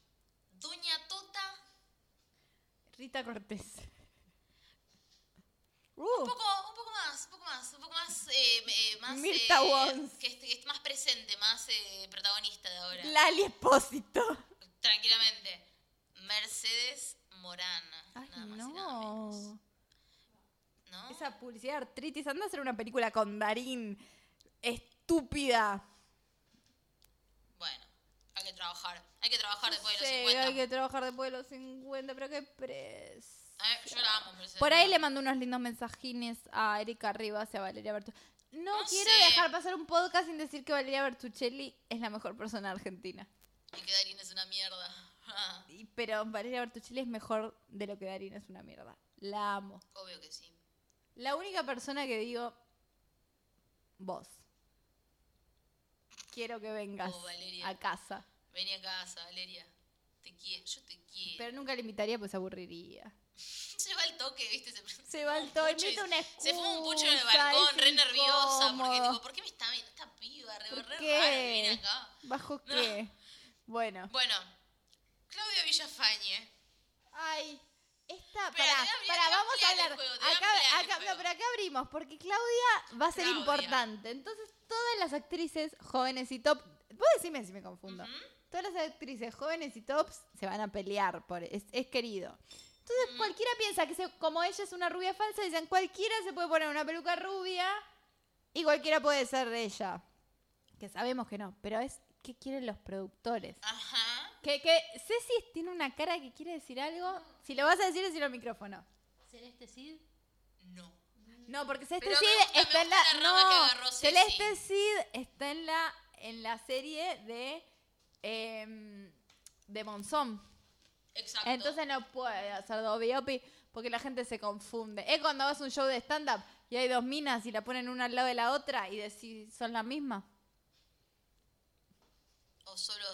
Speaker 1: Doña Tota,
Speaker 2: Rita Cortés.
Speaker 1: un
Speaker 2: Uh,
Speaker 1: poco, un poco más, un poco más, un poco más, eh, eh, más
Speaker 2: Mirta
Speaker 1: eh,
Speaker 2: Wons.
Speaker 1: que, es, que es más presente, más eh, protagonista de ahora.
Speaker 2: Uh, Lali Espósito.
Speaker 1: Tranquilamente. Mercedes Morán.
Speaker 2: Ay,
Speaker 1: nada más y nada menos.
Speaker 2: no.
Speaker 1: ¿No?
Speaker 2: Esa publicidad de artritis. Anda a hacer una película con Darín. Estúpida.
Speaker 1: Bueno, hay que trabajar. Hay que trabajar después de los
Speaker 2: Sí,
Speaker 1: 50.
Speaker 2: Hay que trabajar después de los 50, pero qué pres.
Speaker 1: A ver, yo la amo, Mercedes.
Speaker 2: Por ahí le mando unos lindos mensajines a Erika Rivas y a Valeria Bertuccelli. No,
Speaker 1: No
Speaker 2: quiero
Speaker 1: sé.
Speaker 2: dejar pasar un podcast sin decir que Valeria Bertuccelli es la mejor persona argentina.
Speaker 1: Y que Darín es una mierda. (laughs)
Speaker 2: Y- Pero Valeria Bertuccelli es mejor de lo que Darín es una mierda. La amo.
Speaker 1: Obvio que sí.
Speaker 2: La única persona que digo, vos. Quiero que vengas
Speaker 1: Oh, Valeria.
Speaker 2: a casa.
Speaker 1: Vení a casa, Valeria. Te quiero, yo te quiero.
Speaker 2: Pero nunca le invitaría pues se aburriría.
Speaker 1: Se va al toque, ¿viste? Se,
Speaker 2: Se va al toque,
Speaker 1: pucho y-
Speaker 2: inventa una
Speaker 1: Se fue un pucho en el
Speaker 2: excusa,
Speaker 1: balcón,
Speaker 2: es
Speaker 1: re nerviosa. Porque
Speaker 2: incómodo.
Speaker 1: digo, ¿por qué me está viendo esta piba? Re,
Speaker 2: ¿Por
Speaker 1: re
Speaker 2: qué?
Speaker 1: rara que viene acá.
Speaker 2: ¿Bajo
Speaker 1: (laughs) No.
Speaker 2: qué? Bueno.
Speaker 1: Bueno, Claudia Villafañe.
Speaker 2: Ay, esta,
Speaker 1: Espera,
Speaker 2: pará,
Speaker 1: te voy a abrir-
Speaker 2: pará,
Speaker 1: te voy a
Speaker 2: vamos a
Speaker 1: ampliar el
Speaker 2: hablar.
Speaker 1: juego, te voy a
Speaker 2: acá,
Speaker 1: ampliar el
Speaker 2: acá, no,
Speaker 1: juego.
Speaker 2: pero acá abrimos, porque Claudia va a ser
Speaker 1: Claudia.
Speaker 2: importante. Entonces, todas las actrices jóvenes y top. Vos decime si me confundo. Todas las actrices jóvenes y tops se van a pelear por es, es querido. Entonces cualquiera piensa que se- como ella es una rubia falsa, dicen cualquiera se puede poner una peluca rubia y cualquiera puede ser de ella. Que sabemos que no, pero es qué quieren los productores.
Speaker 1: Ajá.
Speaker 2: Que, que Ceci tiene una cara que quiere decir algo. Si lo vas a decir, decirlo al micrófono.
Speaker 4: Celeste Cid.
Speaker 1: No.
Speaker 2: No, porque Celeste
Speaker 1: Pero me
Speaker 2: Cid
Speaker 1: gusta- me
Speaker 2: está en la.
Speaker 1: gusta la rama
Speaker 2: no,
Speaker 1: que agarró Ceci.
Speaker 2: Celeste Cid está en la, en la serie de. em, de Monzón.
Speaker 1: Exacto.
Speaker 2: Entonces no puede hacer dos biopic porque la gente se confunde. Es cuando vas a un show de stand-up y hay dos minas y la ponen una al lado de la otra y decís, son la misma.
Speaker 1: O solo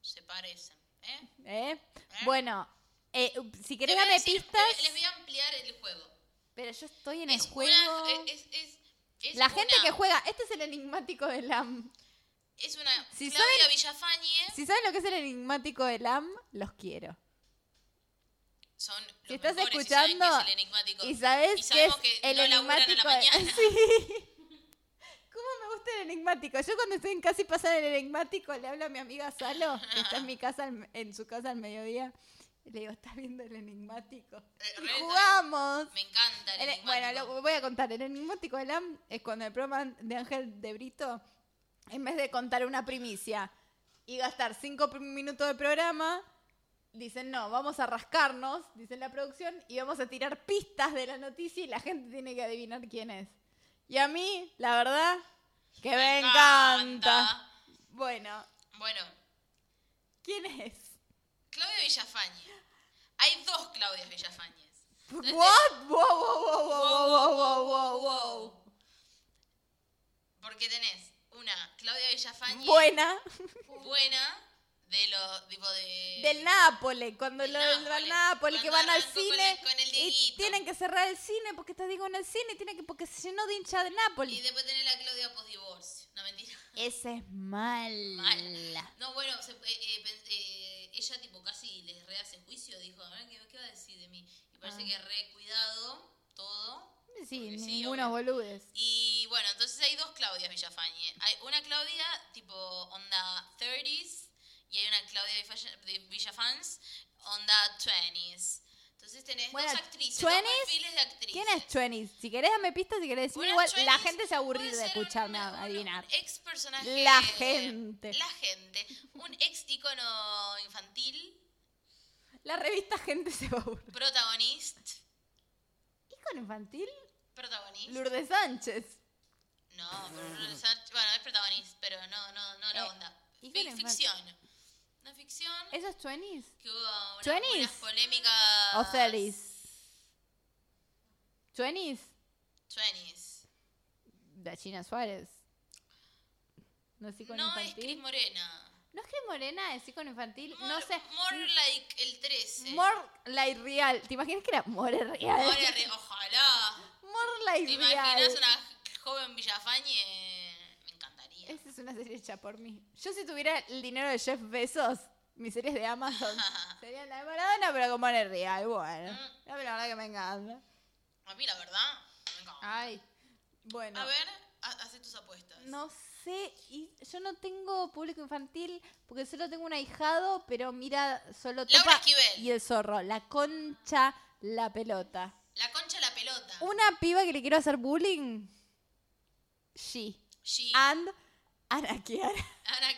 Speaker 1: se parecen. ¿Eh?
Speaker 2: ¿Eh? Bueno, eh, si querés
Speaker 1: Les voy a
Speaker 2: darme
Speaker 1: decir-
Speaker 2: pistas,
Speaker 1: Les voy a ampliar el juego.
Speaker 2: pero yo estoy en
Speaker 1: Es
Speaker 2: el
Speaker 1: una- eh,
Speaker 2: juego.
Speaker 1: es, es- es
Speaker 2: la gente
Speaker 1: una-
Speaker 2: que juega, este es el enigmático de LAM.
Speaker 1: Es una.
Speaker 2: Si
Speaker 1: Claudia
Speaker 2: saben-
Speaker 1: Villafañe.
Speaker 2: Si saben lo que es el enigmático de LAM, los quiero.
Speaker 1: Son los
Speaker 2: Si estás
Speaker 1: mejores y saben
Speaker 2: escuchando
Speaker 1: que es el enigmático.
Speaker 2: Y sabes que es
Speaker 1: sabemos que,
Speaker 2: el
Speaker 1: no laburan
Speaker 2: enigmático.
Speaker 1: a la mañana.
Speaker 2: (laughs) Sí. ¿Cómo me gusta el enigmático? Yo cuando estoy en casa y pasa el enigmático, le hablo a mi amiga Salo, que está en mi casa al- en su casa al mediodía. y le digo, ¿estás viendo el enigmático?
Speaker 1: (laughs)
Speaker 2: Y
Speaker 1: re está
Speaker 2: jugamos.
Speaker 1: Me encanta el,
Speaker 2: El- e-
Speaker 1: enigmático.
Speaker 2: bueno, lo voy a contar. El enigmático de LAM es cuando el programa de Ángel de Brito, en vez de contar una primicia y gastar cinco pr- minutos de programa, dicen, no, vamos a rascarnos, dicen la producción, y vamos a tirar pistas de la noticia y la gente tiene que adivinar quién es. Y a mí, la verdad, que me, encanta. Bueno,
Speaker 1: Bueno,
Speaker 2: ¿quién (laughs) es?
Speaker 1: Claudia Villafañe. Hay dos Claudias Villafañes.
Speaker 2: What? Wow, wow, wow, wow, wow, wow, wow, wow.
Speaker 1: Oh, Porque tenés una Claudia Villafañe
Speaker 2: Buena.
Speaker 1: buena de los tipo de
Speaker 2: Del Nápoles, cuando
Speaker 1: Del
Speaker 2: lo del
Speaker 1: Nápoles,
Speaker 2: Nápoles, que
Speaker 1: cuando
Speaker 2: van al
Speaker 1: arrancó con
Speaker 2: cine
Speaker 1: el- con el
Speaker 2: y
Speaker 1: Dieguito.
Speaker 2: tienen que cerrar el cine porque está digo en el cine, tiene que porque se llenó de hincha de
Speaker 1: y
Speaker 2: Nápoles.
Speaker 1: después tenés la Claudia posdivorcio. No mentira.
Speaker 2: Esa es mala.
Speaker 1: Mal. No, bueno, se- eh, eh, pen- eh, ella tipo casi les rehace juicio, dijo, a ver, ¿qué, qué va a decir de mí? Y parece que re cuidado todo.
Speaker 2: Sí,
Speaker 1: porque
Speaker 2: ningunos
Speaker 1: obvio.
Speaker 2: boludes.
Speaker 1: Y bueno, entonces hay dos Claudias Villafañe. Hay una Claudia tipo onda 30s y hay una Claudia Villa- de Villafans onda 20s. Entonces tenés
Speaker 2: Bueno,
Speaker 1: dos actrices,
Speaker 2: 20s,
Speaker 1: dos perfiles de actrices.
Speaker 2: ¿Quién es Chuenis? Si querés dame pistas, si querés decirme
Speaker 1: Una
Speaker 2: igual, la
Speaker 1: 20s
Speaker 2: gente se va a aburrir
Speaker 1: puede
Speaker 2: de
Speaker 1: ser
Speaker 2: escucharme
Speaker 1: una- un-
Speaker 2: adivinar.
Speaker 1: Un ex personaje.
Speaker 2: La gente.
Speaker 1: La gente. Un ex icono infantil,
Speaker 2: La revista Gente se va a aburrir.
Speaker 1: protagonista.
Speaker 2: ¿Icono infantil?
Speaker 1: Protagonista.
Speaker 2: Lourdes Sánchez.
Speaker 1: No, pero no es- bueno, es protagonista, pero no, no, no la
Speaker 2: Eh,
Speaker 1: onda.
Speaker 2: ¿y
Speaker 1: Fic-
Speaker 2: qué le falta?
Speaker 1: ficción. Una ficción
Speaker 2: ¿Eso es Chuenis?
Speaker 1: que hubo una-
Speaker 2: ¿Twenties?
Speaker 1: unas polémicas.
Speaker 2: ¿O Celis? ¿Chuenis?
Speaker 1: Twenties.
Speaker 2: de China Suárez. No es icono
Speaker 1: No es
Speaker 2: infantil.
Speaker 1: Cris Morena.
Speaker 2: no es Cris Morena, es icono infantil.
Speaker 1: More,
Speaker 2: no sé.
Speaker 1: More like el 13.
Speaker 2: More like real. ¿Te imaginas que era More real? (laughs)
Speaker 1: More re- ojalá.
Speaker 2: More
Speaker 1: ¿Te
Speaker 2: like real.
Speaker 1: imaginas una joven Villafañe? Me encantaría.
Speaker 2: Esa es una serie hecha por mí. Yo si tuviera el dinero de Jeff Bezos, mis series
Speaker 1: (laughs)
Speaker 2: de Amazon serían la de Maradona, pero con More real. Bueno,
Speaker 1: Mm.
Speaker 2: la verdad que me encanta.
Speaker 1: (laughs) A mí, la verdad, me encanta.
Speaker 2: Ay, bueno.
Speaker 1: A ver, ha- hace tus apuestas.
Speaker 2: No sé, y yo no tengo público infantil porque solo tengo un ahijado, pero mira, solo
Speaker 1: Laura
Speaker 2: Topa
Speaker 1: Esquivel.
Speaker 2: y el zorro, la concha, la pelota.
Speaker 1: La concha la pelota.
Speaker 2: Una piba que le quiero hacer bullying. She
Speaker 1: G.
Speaker 2: and Ana (laughs) Kiara.
Speaker 1: Ana,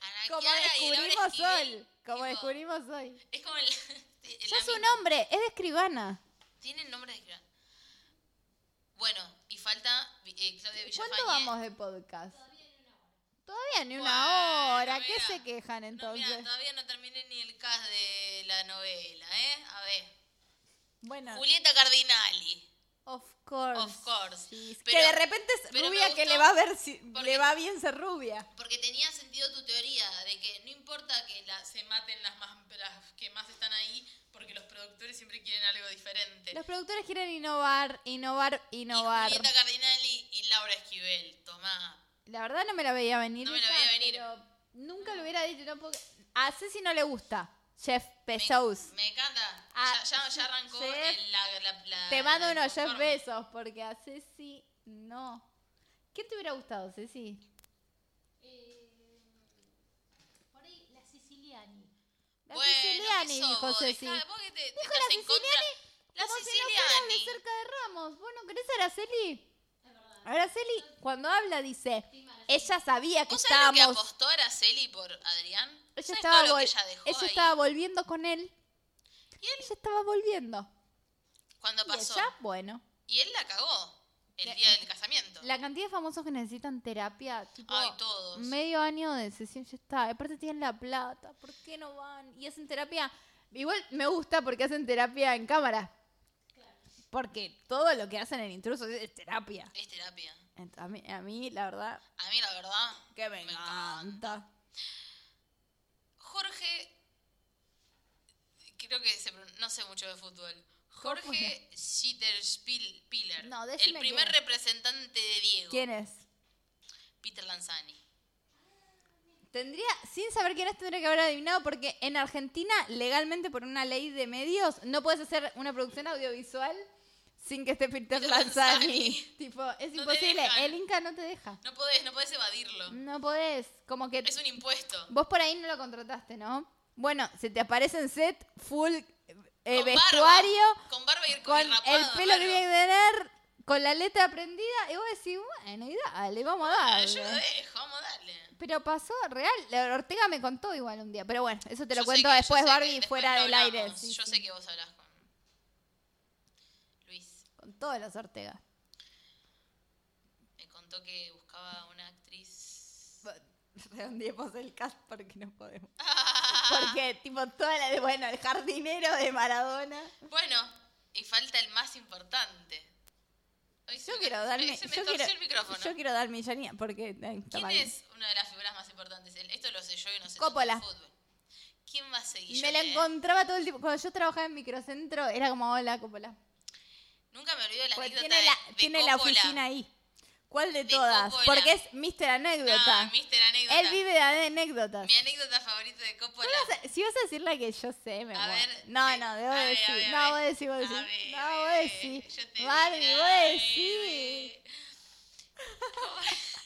Speaker 1: Ana
Speaker 2: Como
Speaker 1: Chiara y Laura
Speaker 2: descubrimos
Speaker 1: Esquivel,
Speaker 2: hoy. Como
Speaker 1: tipo,
Speaker 2: descubrimos hoy.
Speaker 1: Es como el. (laughs) el
Speaker 2: Ya su
Speaker 1: amigo.
Speaker 2: nombre, es de escribana.
Speaker 1: Tienen nombre de escribano. Bueno, y falta eh, Claudia Villafañe.
Speaker 2: ¿Cuánto vamos de podcast? Todavía ni una
Speaker 1: Bueno,
Speaker 2: hora. ¿Qué
Speaker 1: mira.
Speaker 2: se quejan
Speaker 1: No,
Speaker 2: entonces?
Speaker 1: mira, todavía no terminé ni el cast de la novela, ¿eh? A ver.
Speaker 2: bueno.
Speaker 1: Julieta Cardinali.
Speaker 2: Of course.
Speaker 1: Of course.
Speaker 2: Sí,
Speaker 1: Pero-
Speaker 2: que de repente es
Speaker 1: pero me
Speaker 2: rubia que
Speaker 1: gustó
Speaker 2: le va a ver si
Speaker 1: porque-
Speaker 2: le va bien ser rubia.
Speaker 1: Porque tenía sentido tu teoría de que no importa que la- se maten las, más, las que más están ahí, porque los productores siempre quieren algo diferente.
Speaker 2: Los productores quieren innovar, innovar, innovar.
Speaker 1: Y Julieta Cardinali y Laura Esquivel. Tomá.
Speaker 2: La verdad no me la veía venir.
Speaker 1: No me la
Speaker 2: esa,
Speaker 1: veía venir.
Speaker 2: pero nunca lo hubiera dicho. No puedo- A Ceci no le gusta. Jeff Bezos.
Speaker 1: Me, me encanta.
Speaker 2: Ah,
Speaker 1: ya, ya, ya arrancó
Speaker 2: Jeff,
Speaker 1: el- la, la- la-
Speaker 2: Te mando
Speaker 1: la-
Speaker 2: uno, Jeff
Speaker 1: conforme.
Speaker 2: Bezos, porque a Ceci no. ¿Qué te hubiera gustado, Ceci?
Speaker 4: eh, por ahí la Siciliani.
Speaker 2: La
Speaker 1: bueno,
Speaker 2: Siciliani,
Speaker 1: ¿qué sos
Speaker 2: dijo
Speaker 1: vos?
Speaker 2: Ceci.
Speaker 1: Dejá- vos que te, te
Speaker 2: Dijo
Speaker 1: estás
Speaker 2: la
Speaker 1: en contra.
Speaker 2: Siciliani
Speaker 1: La
Speaker 2: como si no fueras
Speaker 1: Siciliani.
Speaker 2: de cerca de Ramos. ¿Vos no querés a Araceli? Araceli, cuando habla, dice, ella sabía que
Speaker 1: ¿Vos sabés lo que
Speaker 2: estábamos...
Speaker 1: apostó Araceli por Adrián? ¿Sabés
Speaker 2: Ella estaba,
Speaker 1: todo lo
Speaker 2: vol-
Speaker 1: que ella dejó
Speaker 2: ella
Speaker 1: ahí?
Speaker 2: estaba volviendo con él.
Speaker 1: Y él,
Speaker 2: Ella estaba volviendo.
Speaker 1: cuando
Speaker 2: Y
Speaker 1: pasó.
Speaker 2: ella, bueno.
Speaker 1: Y él la cagó el día del casamiento.
Speaker 2: La cantidad de famosos que necesitan terapia, tipo,
Speaker 1: Ay, todos.
Speaker 2: medio año de sesión ya está. Aparte tienen la plata, ¿por qué no van? Y hacen terapia. Igual me gusta porque hacen terapia en cámara. Porque todo lo que hacen en intrusos es terapia.
Speaker 1: Es terapia.
Speaker 2: Ent- A mí, a mí, la verdad,
Speaker 1: A mí, la verdad,
Speaker 2: que me
Speaker 1: me encanta.
Speaker 2: encanta.
Speaker 1: Jorge, creo que se pron- no sé mucho de fútbol. Jorge Schitterspiller,
Speaker 2: No,
Speaker 1: el
Speaker 2: decime
Speaker 1: primer
Speaker 2: quién es.
Speaker 1: representante de Diego,
Speaker 2: ¿Quién es?
Speaker 1: Peter Lanzani.
Speaker 2: Tendría, sin saber quién es, tendría que haber adivinado porque en Argentina, legalmente por una ley de medios, no puedes hacer una producción audiovisual sin que esté Peter Lanzani.
Speaker 1: Lanzani.
Speaker 2: (laughs) tipo, es
Speaker 1: No te
Speaker 2: imposible.
Speaker 1: dejan.
Speaker 2: El Inca no te deja.
Speaker 1: No podés, no podés evadirlo.
Speaker 2: No podés. Como que
Speaker 1: Es un impuesto.
Speaker 2: vos por ahí no lo contrataste, ¿no? Bueno, se te aparece en set full eh,
Speaker 1: Con barba,
Speaker 2: vestuario,
Speaker 1: con barba y,
Speaker 2: con
Speaker 1: y rapado,
Speaker 2: el pelo que
Speaker 1: claro.
Speaker 2: viene que tener, con la letra prendida, y vos decís, bueno, y dale, vamos a
Speaker 1: Ah,
Speaker 2: darle.
Speaker 1: Yo lo dejo, vamos a darle.
Speaker 2: Pero pasó real. La Ortega me contó igual un día. Pero bueno, eso te lo
Speaker 1: Yo sé
Speaker 2: cuento
Speaker 1: que- yo
Speaker 2: después,
Speaker 1: sé que
Speaker 2: Barbie,
Speaker 1: después
Speaker 2: fuera
Speaker 1: lo
Speaker 2: del aire.
Speaker 1: hablamos.
Speaker 2: Sí,
Speaker 1: yo
Speaker 2: sí.
Speaker 1: sé que vos hablás con Luis.
Speaker 2: Con todos los Ortega.
Speaker 1: Me contó que buscaba una actriz.
Speaker 2: Redondeemos el cast porque no
Speaker 1: (laughs)
Speaker 2: podemos. Porque, tipo, toda la. Bueno, el jardinero de Maradona.
Speaker 1: Bueno, y falta el más importante. Ay, se
Speaker 2: Yo
Speaker 1: me-
Speaker 2: quiero
Speaker 1: se me-
Speaker 2: darme.
Speaker 1: se me
Speaker 2: yo,
Speaker 1: torció
Speaker 2: quiero,
Speaker 1: el micrófono.
Speaker 2: yo quiero dar mi Janina, porque. eh, está
Speaker 1: ¿Quién
Speaker 2: mal.
Speaker 1: es una de las figuras más importantes? El- Esto lo sé yo y no sé
Speaker 2: Coppola.
Speaker 1: tanto de fútbol. ¿Quién va a seguir?
Speaker 2: Me la
Speaker 1: Yo te-
Speaker 2: encontraba todo el tiempo. Cuando yo trabajaba en microcentro, era como hola, Coppola.
Speaker 1: Nunca me olvido de la
Speaker 2: Porque
Speaker 1: anécdota
Speaker 2: tiene,
Speaker 1: de-
Speaker 2: la,
Speaker 1: de
Speaker 2: tiene la
Speaker 1: Coppola.
Speaker 2: oficina ahí. ¿Cuál de,
Speaker 1: De
Speaker 2: todas?
Speaker 1: Coppola.
Speaker 2: Porque es Mr. Anécdota.
Speaker 1: Ah, mister anécdota.
Speaker 2: Él vive de anécdotas.
Speaker 1: Mi anécdota favorita de Coppola.
Speaker 2: Vas a- Si vas a decir la que yo sé, me
Speaker 1: A
Speaker 2: muero.
Speaker 1: ver,
Speaker 2: No,
Speaker 1: eh,
Speaker 2: no,
Speaker 1: a
Speaker 2: debo
Speaker 1: ver, a
Speaker 2: decir.
Speaker 1: ver, a
Speaker 2: no, vos
Speaker 1: ver.
Speaker 2: decís, vos decís.
Speaker 1: A ver,
Speaker 2: no, vos
Speaker 1: a ver,
Speaker 2: decís.
Speaker 1: yo te
Speaker 2: Barbie,
Speaker 1: digo,
Speaker 2: vos
Speaker 1: a
Speaker 2: decís.
Speaker 1: ver. (laughs)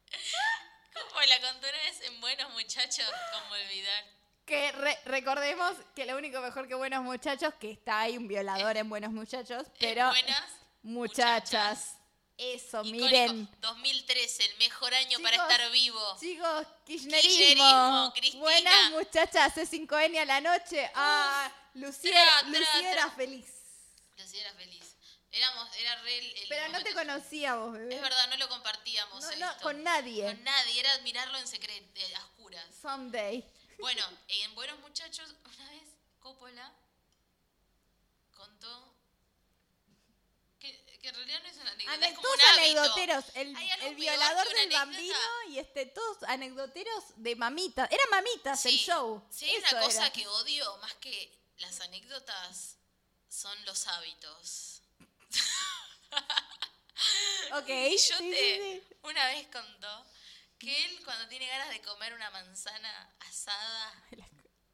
Speaker 1: Como la contó una vez en Buenos Muchachos, como olvidar.
Speaker 2: Que re- recordemos que lo único mejor que Buenos Muchachos, que está ahí un violador en Buenos Muchachos,
Speaker 1: En
Speaker 2: pero
Speaker 1: Buenas
Speaker 2: muchachas. Eso,
Speaker 1: Icónico.
Speaker 2: miren.
Speaker 1: 2013, el mejor año para
Speaker 2: Chicos,
Speaker 1: estar vivo.
Speaker 2: Chicos, kirchnerismo.
Speaker 1: Kirchnerismo, Cristina.
Speaker 2: Buenas muchachas, C5N a la noche. Ah, Luciera,
Speaker 1: tra, tra,
Speaker 2: Luciera
Speaker 1: tra.
Speaker 2: feliz.
Speaker 1: Lucía era feliz. Éramos, era re el- el
Speaker 2: Pero no te
Speaker 1: momento-
Speaker 2: conocía vos, bebé.
Speaker 1: Es verdad, no lo compartíamos.
Speaker 2: No,
Speaker 1: esto.
Speaker 2: no, con nadie.
Speaker 1: Con nadie, era admirarlo en secreto, eh, a oscuras.
Speaker 2: Someday.
Speaker 1: Bueno, en Buenos Muchachos, una vez Coppola contó que, que en realidad no es una anécdota, es como
Speaker 2: Todos
Speaker 1: un hábito.
Speaker 2: anecdoteros, el,
Speaker 1: Hay algo
Speaker 2: el
Speaker 1: peor
Speaker 2: violador
Speaker 1: que una
Speaker 2: del bambino
Speaker 1: anécdota.
Speaker 2: y este, todos anecdoteros de mamitas. Era mamitas el
Speaker 1: Sí,
Speaker 2: show.
Speaker 1: Sí, hay una
Speaker 2: Eso
Speaker 1: cosa
Speaker 2: era.
Speaker 1: que odio más que las anécdotas son los hábitos.
Speaker 2: (laughs) Ok,
Speaker 1: Y
Speaker 2: sí,
Speaker 1: (laughs) yo
Speaker 2: sí,
Speaker 1: te
Speaker 2: sí.
Speaker 1: una vez contó que él cuando tiene ganas de comer una manzana asada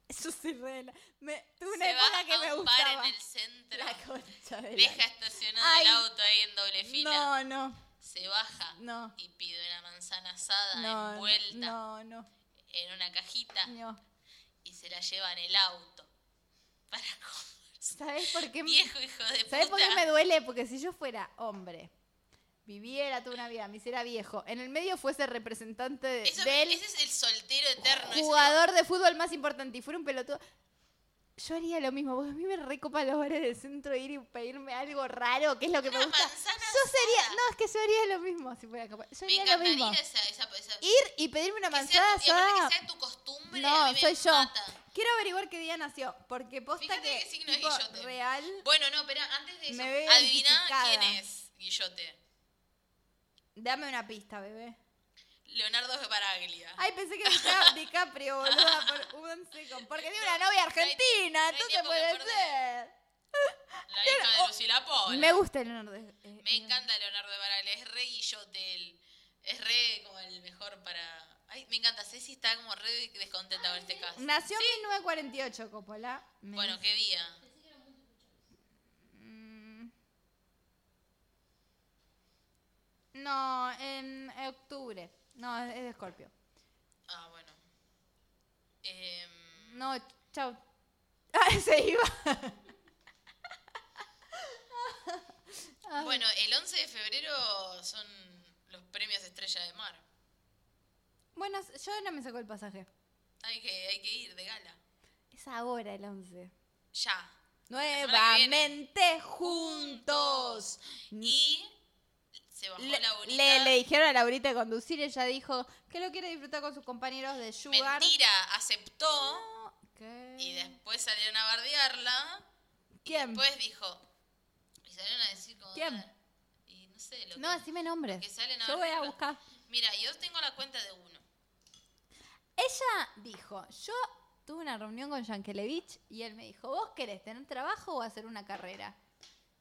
Speaker 2: Eso sí, re la- me- Tuve una
Speaker 1: se va
Speaker 2: época que
Speaker 1: a
Speaker 2: me
Speaker 1: un par
Speaker 2: gustaba.
Speaker 1: en el centro,
Speaker 2: La concha de la-
Speaker 1: deja estacionado
Speaker 2: Ay.
Speaker 1: el auto ahí en doble fila.
Speaker 2: No, no,
Speaker 1: se baja
Speaker 2: No.
Speaker 1: y pide una manzana asada
Speaker 2: no,
Speaker 1: envuelta Ah.
Speaker 2: no, no,
Speaker 1: en una cajita
Speaker 2: no.
Speaker 1: y se la lleva en el auto para comerse.
Speaker 2: ¿Sabes por (laughs) qué?
Speaker 1: Viejo hijo de
Speaker 2: ¿Sabes por
Speaker 1: puta.
Speaker 2: qué me duele? Porque si yo fuera hombre, viviera toda una vida, me hiciera viejo, en el medio fuese representante de-
Speaker 1: Eso-
Speaker 2: del
Speaker 1: ese es el soltero eterno. ese
Speaker 2: jugador de fútbol más importante y fuera un pelotudo. Yo haría lo mismo, porque a mí me recopa los bares del centro ir y pedirme algo raro, que es lo que me
Speaker 1: Una
Speaker 2: gusta. Yo
Speaker 1: manzana
Speaker 2: sería,
Speaker 1: asada.
Speaker 2: no, es que yo haría lo mismo si fuera capaz. Yo
Speaker 1: me
Speaker 2: haría lo mismo.
Speaker 1: encantaría esa, esa, esa- que
Speaker 2: Ir y pedirme una
Speaker 1: sea,
Speaker 2: manzana
Speaker 1: tu- y aparte
Speaker 2: asada.
Speaker 1: que sea tu costumbre. a
Speaker 2: No,
Speaker 1: mí me
Speaker 2: soy yo.
Speaker 1: mata.
Speaker 2: Quiero averiguar qué día nació, porque posta
Speaker 1: Fíjate
Speaker 2: que
Speaker 1: qué signo es
Speaker 2: tipo,
Speaker 1: Guillote.
Speaker 2: real.
Speaker 1: Bueno, no, pero antes de eso,
Speaker 2: Me veo
Speaker 1: adivina
Speaker 2: identificada.
Speaker 1: quién es Guillote.
Speaker 2: Dame una pista, bebé.
Speaker 1: Leonardo Baraglia.
Speaker 2: Ay, pensé que era DiCaprio, boluda, por un segundo. Porque tiene una novia
Speaker 1: no hay tie- no
Speaker 2: argentina,
Speaker 1: hay
Speaker 2: entonces
Speaker 1: tiempo que
Speaker 2: puede
Speaker 1: perder.
Speaker 2: ser.
Speaker 1: la hija de
Speaker 2: oh,
Speaker 1: Lucila Pola.
Speaker 2: Me gusta el eh, honor
Speaker 1: Me encanta Leonardo de Baraglia, es re guillote él. Es re como el mejor para. Ay, me encanta. Ceci está como re descontenta con este caso.
Speaker 2: Nació en 1948, Coppola. Me-
Speaker 1: Bueno, qué día.
Speaker 2: Mm. No, en octubre. No, es de Escorpio.
Speaker 1: Ah, bueno. Em,
Speaker 2: No, chao.
Speaker 5: (laughs) Ah, se iba. Ah.
Speaker 1: Bueno, el 11 de febrero son los premios Estrella de Mar.
Speaker 2: Bueno, yo no me saco el pasaje.
Speaker 1: Hay que, hay que ir de gala.
Speaker 2: Es ahora el 11.
Speaker 1: Ya.
Speaker 5: Nuevamente juntos.
Speaker 1: Y se bajó
Speaker 5: Le,
Speaker 1: la bonita.
Speaker 5: le- le dijeron a Laurita de conducir, ella dijo que lo quiere disfrutar con sus compañeros de Sugar.
Speaker 1: Mentira, aceptó.
Speaker 5: ¿Qué?
Speaker 1: Y después salieron a bardearla.
Speaker 5: ¿Quién?
Speaker 1: Después dijo. Y salieron a decir como.
Speaker 5: ¿Quién?
Speaker 1: Y no sé lo
Speaker 2: No,
Speaker 1: que-
Speaker 2: decime nombres.
Speaker 1: que salen a
Speaker 2: Yo voy a
Speaker 1: bardearla.
Speaker 2: buscar.
Speaker 1: Mira, yo tengo la cuenta de uno.
Speaker 2: Ella dijo, yo tuve una reunión con Yankelevich y él me dijo, ¿vos querés tener trabajo o hacer una carrera?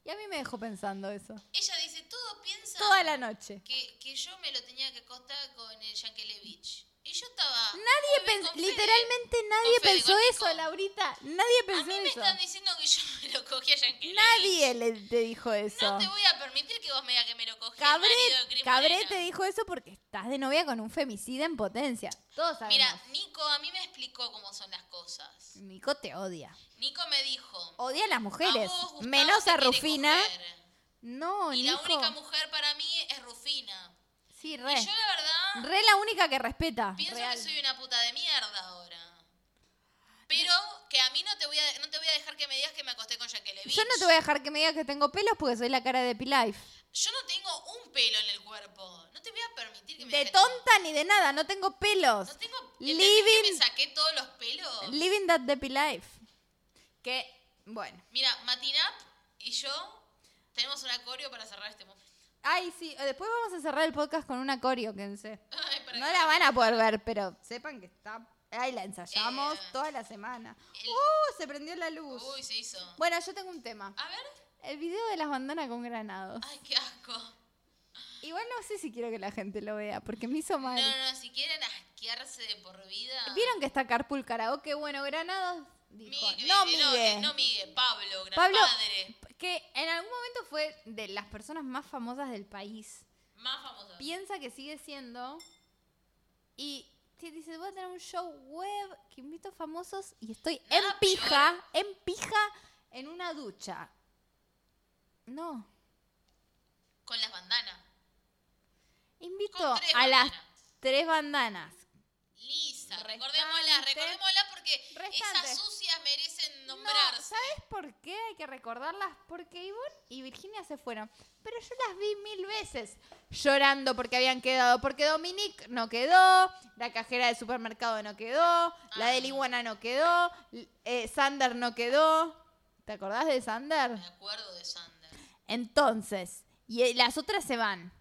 Speaker 2: Y a mí me dejó pensando eso.
Speaker 1: Ella dice, todo piensa
Speaker 2: Toda la noche.
Speaker 1: que, que yo me lo tenía que acostar con el Yankelevich. Y yo estaba...
Speaker 2: Nadie
Speaker 1: muy bien
Speaker 2: pensó,
Speaker 1: con Fede.
Speaker 2: literalmente nadie
Speaker 1: Fede,
Speaker 2: pensó
Speaker 1: con Nico.
Speaker 2: eso, Laurita. Nadie
Speaker 1: A
Speaker 2: pensó
Speaker 1: mí me
Speaker 2: eso.
Speaker 1: están diciendo que yo me lo cogí a Yankelevich.
Speaker 2: Nadie le te dijo eso.
Speaker 1: No te voy a permitir que vos me digas que me lo cogí al
Speaker 2: Cabré,
Speaker 1: marido de Cris
Speaker 2: Cabré
Speaker 1: Morena.
Speaker 2: te dijo eso porque estás de novia con un femicida en potencia. Todos sabemos.
Speaker 1: Mira, Nico a mí me explicó cómo son las cosas.
Speaker 2: Nico te odia.
Speaker 1: Nico me dijo...
Speaker 2: Odia a las mujeres.
Speaker 1: "A vos, Gustavo,
Speaker 2: menos
Speaker 1: te
Speaker 2: a
Speaker 1: quiere
Speaker 2: Rufina.
Speaker 1: coger".
Speaker 2: No,
Speaker 1: Y la
Speaker 2: Nico.
Speaker 1: única mujer para mí es Rufina.
Speaker 2: Sí, re.
Speaker 1: Y yo la verdad...
Speaker 2: Re la única que respeta.
Speaker 1: Pienso
Speaker 2: Real.
Speaker 1: que soy una puta de mierda ahora. Pero que a mí no te voy a, no te voy a dejar que me digas que me acosté con Jacqueline.
Speaker 2: Yo no te voy a dejar que me digas que tengo pelos porque soy la cara de Pilife.
Speaker 1: Yo no tengo un pelo en el cuerpo. No te voy a permitir que me
Speaker 2: De
Speaker 1: digas-
Speaker 2: tonta ni de nada, no tengo pelos.
Speaker 1: No tengo. ¿entendés que
Speaker 2: Living,
Speaker 1: me saqué todos los pelos?
Speaker 2: living that the Pilife. Que, bueno.
Speaker 1: Mira, Matinap y yo tenemos un acorio para cerrar este momento.
Speaker 2: Ay, sí, después vamos a cerrar el podcast con una coreo, quédense.
Speaker 1: (laughs) Ay, para
Speaker 2: No
Speaker 1: que-
Speaker 2: la van a poder ver, pero sepan que está. Ahí la ensayamos
Speaker 1: Eh,
Speaker 2: toda la semana.
Speaker 1: el-
Speaker 2: ¡Uh! Se prendió la luz.
Speaker 1: Uy, se hizo.
Speaker 2: Bueno, yo tengo un tema.
Speaker 1: A ver.
Speaker 2: El video de las bandanas con granados.
Speaker 1: Ay, qué asco.
Speaker 2: Igual no sé si quiero que la gente lo vea, porque me hizo mal.
Speaker 1: No, no, si quieren asquearse de por vida.
Speaker 2: ¿Vieron que está Carpool Karaoke? Bueno, granados dijo.
Speaker 1: Migue-
Speaker 2: no,
Speaker 1: no,
Speaker 2: Migue".
Speaker 1: no, Migue, Pablo, gran
Speaker 2: Pablo-
Speaker 1: padre.
Speaker 2: Que en algún momento fue de las personas más famosas del país.
Speaker 1: Más famoso.
Speaker 2: piensa que sigue siendo y te dice, voy a tener un show web que invito a famosos y estoy en
Speaker 1: Nada
Speaker 2: pija, en pija, en una ducha. No,
Speaker 1: Con las bandanas.
Speaker 2: invito
Speaker 1: Con tres
Speaker 2: a las
Speaker 1: bandanas.
Speaker 2: tres bandanas.
Speaker 1: Lisa,
Speaker 2: Restante.
Speaker 1: recordémosla, recordémosla porque
Speaker 2: Restante.
Speaker 1: esas sucias merecen
Speaker 2: No,
Speaker 1: nombrarse.
Speaker 2: ¿Sabes por qué hay que recordarlas? Porque Ivonne y Virginia se fueron. Pero yo las vi mil veces llorando porque habían quedado. Porque Dominique no quedó, la cajera del supermercado no quedó, la del iguana no quedó, l- eh, Sander no quedó. ¿Te acordás de Sander?
Speaker 1: Me acuerdo de Sander.
Speaker 2: Entonces, y eh, las otras se van.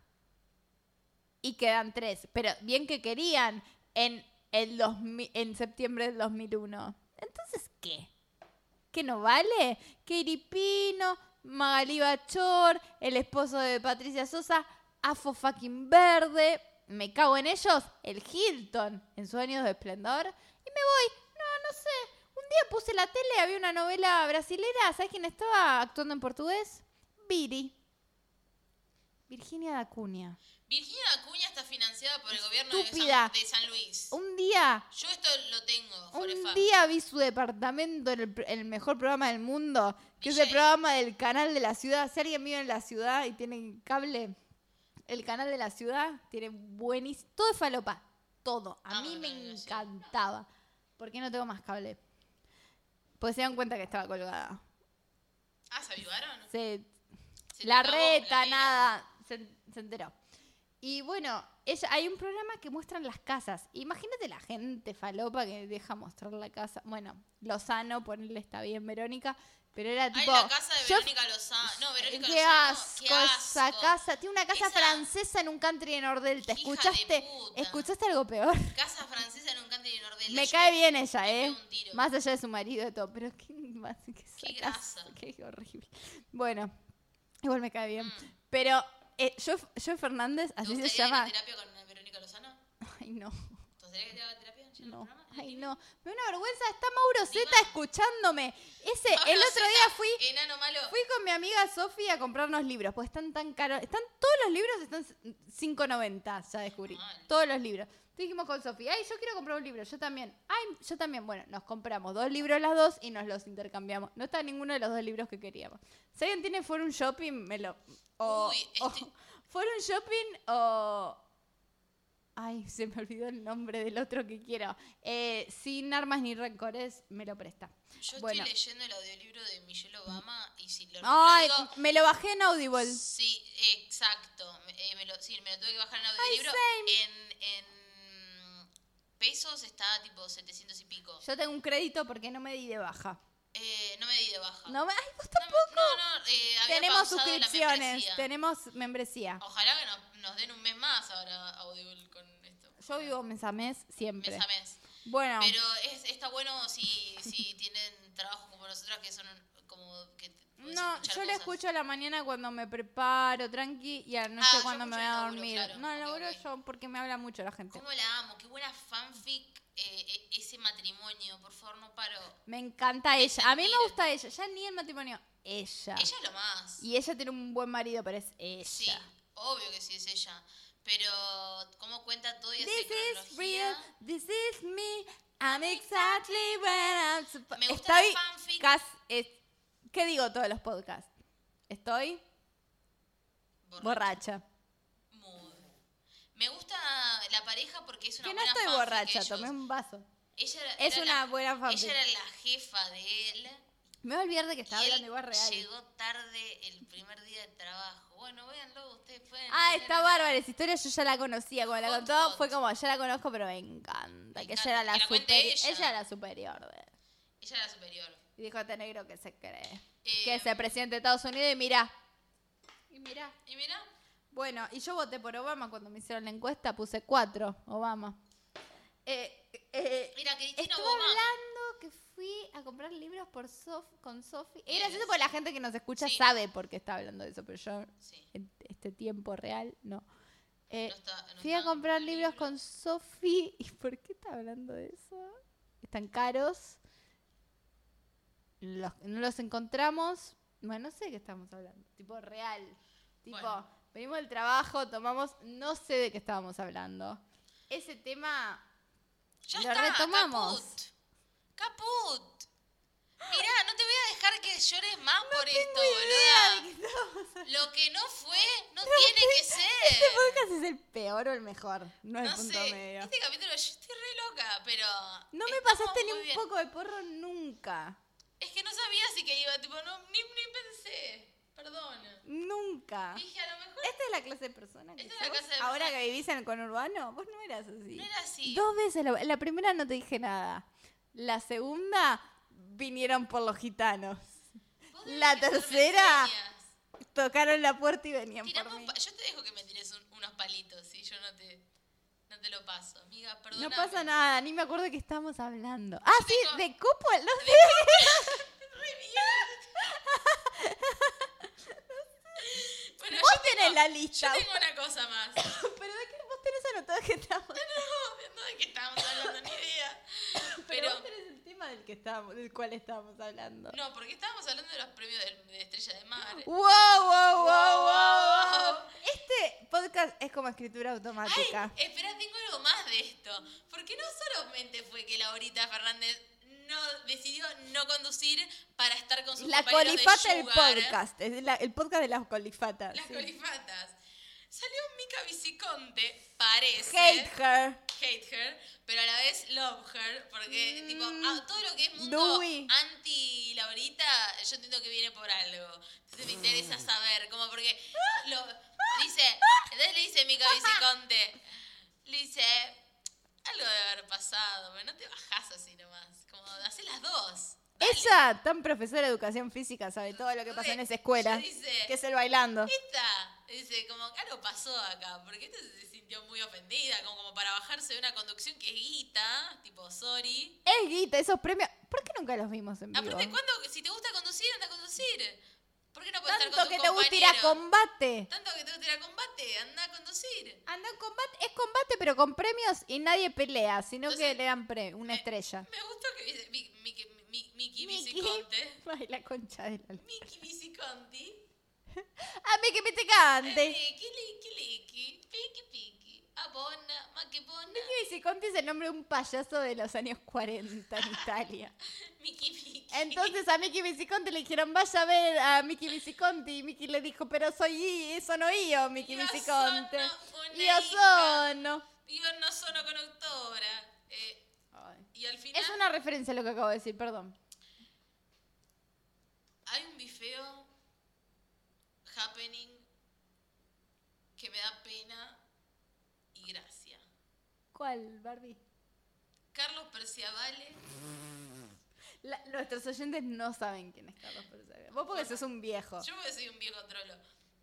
Speaker 2: Y quedan tres. Pero bien que querían en, el 2000 en septiembre del 2001. Entonces, ¿qué? ¿Qué no vale? Katy Pino, Magalí Bachor, el esposo de Patricia Sosa, Afo fucking Verde. Me cago en ellos. El Hilton, en sus años de esplendor. Y me voy. No, no sé. Un día puse la tele, había una novela brasilera. ¿Sabes quién estaba actuando en portugués? Viri. Virginia Dacunia.
Speaker 1: Virginia Acuña está financiada por el gobierno de
Speaker 2: Estúpida.
Speaker 1: San, de San Luis.
Speaker 2: Un día
Speaker 1: Yo esto lo tengo,
Speaker 2: Un
Speaker 1: Forefa.
Speaker 2: día vi su departamento en el, pr- el mejor programa del mundo, que es el
Speaker 1: DJ.
Speaker 2: programa del canal de la ciudad. Si alguien vive en la ciudad y tiene cable, el canal de la ciudad tiene buenísimo. Todo es falopa, todo. A
Speaker 1: Amo
Speaker 2: mí
Speaker 1: el
Speaker 2: me
Speaker 1: canal de la ciudad.
Speaker 2: encantaba. Porque no tengo más cable. Pues se dan cuenta que estaba colgada.
Speaker 1: Ah, ¿se avivaron?
Speaker 2: Se,
Speaker 1: Se
Speaker 2: la
Speaker 1: te acabó
Speaker 2: reta,
Speaker 1: la vida.
Speaker 2: nada. Se, se enteró. Y bueno, ella, hay un programa que muestran las casas. Imagínate la gente falopa que deja mostrar la casa. Bueno, Lozano, ponerle está bien, Verónica. Pero era
Speaker 1: Ay,
Speaker 2: tipo.
Speaker 1: la casa de
Speaker 2: yo-
Speaker 1: Verónica Lozano. No, Verónica
Speaker 2: qué
Speaker 1: Lozano.
Speaker 2: asco,
Speaker 1: qué
Speaker 2: esa
Speaker 1: asco.
Speaker 2: casa. Tiene una casa
Speaker 1: Esa-
Speaker 2: francesa en un country en Ordel. ¿Te
Speaker 1: Hija de
Speaker 2: escuchaste?
Speaker 1: puta.
Speaker 2: ¿Escuchaste algo peor?
Speaker 1: Casa francesa en un country en Ordela.
Speaker 2: Me
Speaker 1: Yo-
Speaker 2: cae bien ella,
Speaker 1: le
Speaker 2: ¿eh?
Speaker 1: pego un tiro.
Speaker 2: Más allá de su marido y todo. Pero qué, (laughs) más, qué,
Speaker 1: Qué
Speaker 2: sacazo,
Speaker 1: grasa.
Speaker 2: Qué horrible. Bueno, igual me cae bien.
Speaker 1: Mm.
Speaker 2: Pero eh, yo, yo Fernández,
Speaker 1: ¿Te
Speaker 2: así se
Speaker 1: gustaría ir a
Speaker 2: llama.
Speaker 1: terapia con Verónica Lozano?
Speaker 2: Ay, no.
Speaker 1: ¿Te gustaría que te haga terapia? en el
Speaker 2: No,
Speaker 1: programa? ¿En el
Speaker 2: ay
Speaker 1: TV?
Speaker 2: no, me da una vergüenza, está Mauro Zeta
Speaker 1: Diva.
Speaker 2: escuchándome. Ese,
Speaker 1: Pablo (laughs)
Speaker 2: este, el otro
Speaker 1: Zeta,
Speaker 2: día fui,
Speaker 1: Enano malo.
Speaker 2: fui con mi amiga Sofía a comprarnos libros, pues están tan caros, están todos los libros están 5.90, ya descubrí,
Speaker 1: Mal.
Speaker 2: todos los libros. Entonces dijimos con Sofía, ay, yo quiero comprar un libro, yo también, ay, yo también, bueno, nos compramos dos libros las dos y nos los intercambiamos. No está ninguno de los dos libros que queríamos. Si alguien tiene fuera un shopping, me lo... O,
Speaker 1: Uy,
Speaker 2: o-
Speaker 1: este-
Speaker 2: fuera un shopping o... Ay, se me olvidó el nombre del otro que quiero. Eh, sin armas ni rencores, me lo presta.
Speaker 1: Yo
Speaker 2: bueno.
Speaker 1: estoy leyendo el audiolibro de Michelle Obama y si lo, lo
Speaker 2: Ay,
Speaker 1: digo-
Speaker 2: me lo bajé en Audible.
Speaker 1: Sí, exacto. Me- eh, me lo, sí, me lo tuve que bajar en audiolibro. En, en pesos está tipo 700 y pico.
Speaker 2: Yo tengo un crédito porque no me di de baja.
Speaker 1: Eh, no me di de baja.
Speaker 2: No me, ay,
Speaker 1: No
Speaker 2: vos
Speaker 1: me-
Speaker 2: tampoco.
Speaker 1: No, no, eh, había
Speaker 2: tenemos
Speaker 1: pausado la
Speaker 2: suscripciones,
Speaker 1: membresía.
Speaker 2: tenemos membresía.
Speaker 1: Ojalá que nos, nos den un mes más ahora Audible con esto.
Speaker 2: Yo vivo mes a mes siempre.
Speaker 1: mes a mes.
Speaker 2: Bueno,
Speaker 1: Pero es, está bueno si,
Speaker 2: (laughs)
Speaker 1: si tienen trabajos como nosotras que son un- como que te- podés
Speaker 2: no,
Speaker 1: escuchar
Speaker 2: yo lo
Speaker 1: cosas.
Speaker 2: escucho a la mañana cuando me preparo, tranqui, y a la noche
Speaker 1: Ah, yo
Speaker 2: cuando me
Speaker 1: escucho en
Speaker 2: voy a
Speaker 1: laburo,
Speaker 2: dormir.
Speaker 1: claro.
Speaker 2: No,
Speaker 1: Ok,
Speaker 2: laburo
Speaker 1: ok.
Speaker 2: yo porque me habla mucho la gente.
Speaker 1: ¿Cómo la amo? Qué buena fanfic eh, e- ese matrimonio. Por favor, no paro.
Speaker 2: Me encanta ella. A mí me
Speaker 1: Miren.
Speaker 2: gusta ella. Ya ni el matrimonio. Ella.
Speaker 1: Ella es lo más.
Speaker 2: Ah. Y ella tiene un buen marido, pero es ella.
Speaker 1: Sí, obvio que sí es ella. Pero, ¿cómo cuenta todo y hace
Speaker 2: This is real,
Speaker 1: cronología?
Speaker 2: this is me, I'm exactly where I'm supposed
Speaker 1: Me gusta
Speaker 2: Estoy
Speaker 1: la fanfic.
Speaker 2: cas- es- ¿Qué digo todos los podcasts? Estoy borracha.
Speaker 1: Mood. Me gusta la pareja porque es una
Speaker 2: que no
Speaker 1: buena
Speaker 2: estoy
Speaker 1: fanfic
Speaker 2: borracha,
Speaker 1: ellos.
Speaker 2: tomé un vaso.
Speaker 1: Ella era-
Speaker 2: Es
Speaker 1: era
Speaker 2: una
Speaker 1: la-
Speaker 2: buena fanfic.
Speaker 1: Ella era la jefa de él.
Speaker 2: Me voy a olvidar de que estaba
Speaker 1: y él
Speaker 2: hablando igual real.
Speaker 1: llegó tarde el primer día de trabajo. Bueno, véanlo, ustedes pueden.
Speaker 2: Ah,
Speaker 1: ver
Speaker 2: está
Speaker 1: el-
Speaker 2: bárbara esa historia, yo ya la conocía. Cuando la
Speaker 1: Hot,
Speaker 2: contó
Speaker 1: hot.
Speaker 2: fue como, ya la conozco, pero me encanta.
Speaker 1: Me
Speaker 2: que
Speaker 1: encanta,
Speaker 2: ella era la,
Speaker 1: que la cuente
Speaker 2: superior.
Speaker 1: ella.
Speaker 2: Ella era la superior. de-
Speaker 1: Ella era superior.
Speaker 2: Y dijo este negro que se cree.
Speaker 1: Eh,
Speaker 2: que es el presidente de Estados Unidos y mira. Y mira.
Speaker 1: Y mira,
Speaker 2: Bueno, y yo voté por Obama cuando me hicieron la encuesta, puse cuatro, Obama. Eh, eh,
Speaker 1: mira, Cristina
Speaker 2: estuve
Speaker 1: Obama.
Speaker 2: hablando que fui a comprar libros por Sof, con Sofi. Era
Speaker 1: Yes.
Speaker 2: eso porque la gente que nos escucha
Speaker 1: Sí.
Speaker 2: sabe por qué está hablando de eso, pero yo
Speaker 1: Sí.
Speaker 2: en este tiempo real no. Eh,
Speaker 1: No está- no
Speaker 2: fui a
Speaker 1: está
Speaker 2: comprar
Speaker 1: el
Speaker 2: libros
Speaker 1: libro.
Speaker 2: con Sofi. (laughs) ¿Y por qué está hablando de eso? Están caros. Los- no los encontramos. Bueno, no sé de qué estamos hablando. Tipo real. Tipo,
Speaker 1: Bueno.
Speaker 2: venimos del trabajo, tomamos. No sé de qué estábamos hablando. Ese tema.
Speaker 1: Ya
Speaker 2: Lo
Speaker 1: está,
Speaker 2: retomamos.
Speaker 1: Caput. Caput. Mirá, no te voy a dejar que llores más por esto, boluda. Lo que no fue, no tiene
Speaker 2: (laughs)
Speaker 1: que
Speaker 2: Este
Speaker 1: ser.
Speaker 2: podcast es el peor o el mejor. No el
Speaker 1: No
Speaker 2: punto
Speaker 1: sé,
Speaker 2: medio.
Speaker 1: este capítulo yo estoy re loca, pero.
Speaker 2: No me
Speaker 1: estamos
Speaker 2: pasaste ni
Speaker 1: muy
Speaker 2: un
Speaker 1: bien.
Speaker 2: poco de porro nunca.
Speaker 1: Es que no sabía si que iba, tipo, no, ni, ni pensé. Perdón.
Speaker 2: Nunca.
Speaker 1: Dije, a lo mejor
Speaker 2: Esta es la clase de persona que
Speaker 1: Esta es la
Speaker 2: sos.
Speaker 1: clase de
Speaker 2: Ahora
Speaker 1: persona.
Speaker 2: que vivís en el conurbano, vos no eras así.
Speaker 1: no era así.
Speaker 2: Dos veces, la, la primera no te dije nada. La segunda vinieron por los gitanos.
Speaker 1: Vos debes
Speaker 2: la
Speaker 1: que ser
Speaker 2: tercera,
Speaker 1: mesías.
Speaker 2: Tocaron la puerta y venían por
Speaker 1: Tiramos
Speaker 2: mí.
Speaker 1: pa- yo te dejo que me tires un- unos palitos, ¿sí? Yo no te, no te lo paso. Amiga, perdón.
Speaker 2: No pasa nada, ni me acuerdo de qué estábamos hablando. Ah, sí,
Speaker 1: tengo-
Speaker 2: de
Speaker 1: (laughs)
Speaker 2: cúpula, no sé.
Speaker 1: Bueno,
Speaker 2: Vos
Speaker 1: yo
Speaker 2: tenés
Speaker 1: tengo,
Speaker 2: la lista.
Speaker 1: yo tengo una cosa más.
Speaker 2: Pero de qué vos tenés anotado que estábamos.
Speaker 1: No, no de qué estábamos hablando, ni
Speaker 2: (laughs)
Speaker 1: idea.
Speaker 2: Pero,
Speaker 1: Pero,
Speaker 2: vos tenés el tema del que estábamos, del cual estábamos hablando.
Speaker 1: no, porque estábamos hablando de los premios del- de, Estrella de Mar.
Speaker 2: Wow, wow, wow, wow, wow.
Speaker 1: wow.
Speaker 2: Este podcast es como escritura
Speaker 1: Ay,
Speaker 2: automática.
Speaker 1: espera, tengo algo más de esto. Porque no solamente fue que Laurita Fernández no decidió no conducir para estar con sus
Speaker 2: la
Speaker 1: compañeros de
Speaker 2: colifata del
Speaker 1: Sugar.
Speaker 2: podcast. Es la- el podcast de las colifatas.
Speaker 1: Las
Speaker 2: sí.
Speaker 1: colifatas. Salió Mica Viciconte, parece.
Speaker 2: Hate her.
Speaker 1: hate her, pero a la vez love her, porque tipo, a- todo lo que es mundo
Speaker 2: Mm, Dewey.
Speaker 1: anti Laurita, yo entiendo que viene por algo. Entonces me interesa
Speaker 2: Mm.
Speaker 1: saber, como porque
Speaker 2: (laughs)
Speaker 1: lo, dice, entonces le dice Mica Viciconte, le dice, algo debe haber pasado, pero no te bajás así nomás, como hace las dos. Dale.
Speaker 2: Ella, tan profesora de educación física, sabe todo lo que pasa en esa escuela.
Speaker 1: Ya dice.
Speaker 2: Que es el bailando.
Speaker 1: Esta dice, como algo pasó acá, porque esta se sintió muy ofendida, como, como para bajarse de una conducción que es guita, tipo sorry. Ah,
Speaker 2: Es guita, esos premios. ¿Por qué nunca los vimos en vivo?
Speaker 1: Aparte, ¿cuándo, si te gusta conducir, anda a conducir. ¿Por qué no puedes estar
Speaker 2: Tanto
Speaker 1: con tu
Speaker 2: que te gusta ir a
Speaker 1: compañero?
Speaker 2: combate.
Speaker 1: Tanto que te gusta ir a combate, anda a conducir.
Speaker 2: Anda en combate, es combate pero con premios y nadie pelea, sino
Speaker 1: Entonces,
Speaker 2: que le dan pre- una
Speaker 1: eh,
Speaker 2: estrella.
Speaker 1: Me gustó que dice Mi- Mickey Mi- Mickey
Speaker 2: Mickey.
Speaker 1: Viciconte.
Speaker 2: (laughs) Ay, la concha de la...
Speaker 1: Mickey Viciconti.
Speaker 2: A mí que me te
Speaker 1: Eh,
Speaker 2: cante.
Speaker 1: Liqui, liqui, liqui. Piqui, piqui. Abona, maquebona.
Speaker 2: Mickey Visconti es el nombre de un payaso de los años 40 en Italia.
Speaker 1: Mickey, Mickey.
Speaker 2: Entonces a Mickey Visconti le dijeron, vaya a ver a Mickey Visconti. Y Mickey le dijo, pero soy yo, sono yo, Mickey
Speaker 1: Io
Speaker 2: Visconti.
Speaker 1: sono una
Speaker 2: Yo
Speaker 1: hija".
Speaker 2: sono.
Speaker 1: Io no sono conductora. Eh, y al final
Speaker 2: Es una referencia a lo que acabo de decir, perdón.
Speaker 1: hay un bifeo happening que me da pena y gracia.
Speaker 2: ¿Cuál, Barbie?
Speaker 1: Carlos Perciavale.
Speaker 2: La- nuestros oyentes no saben quién es Carlos Perciabale. Vos porque sos un viejo.
Speaker 1: Yo porque soy un viejo trolo.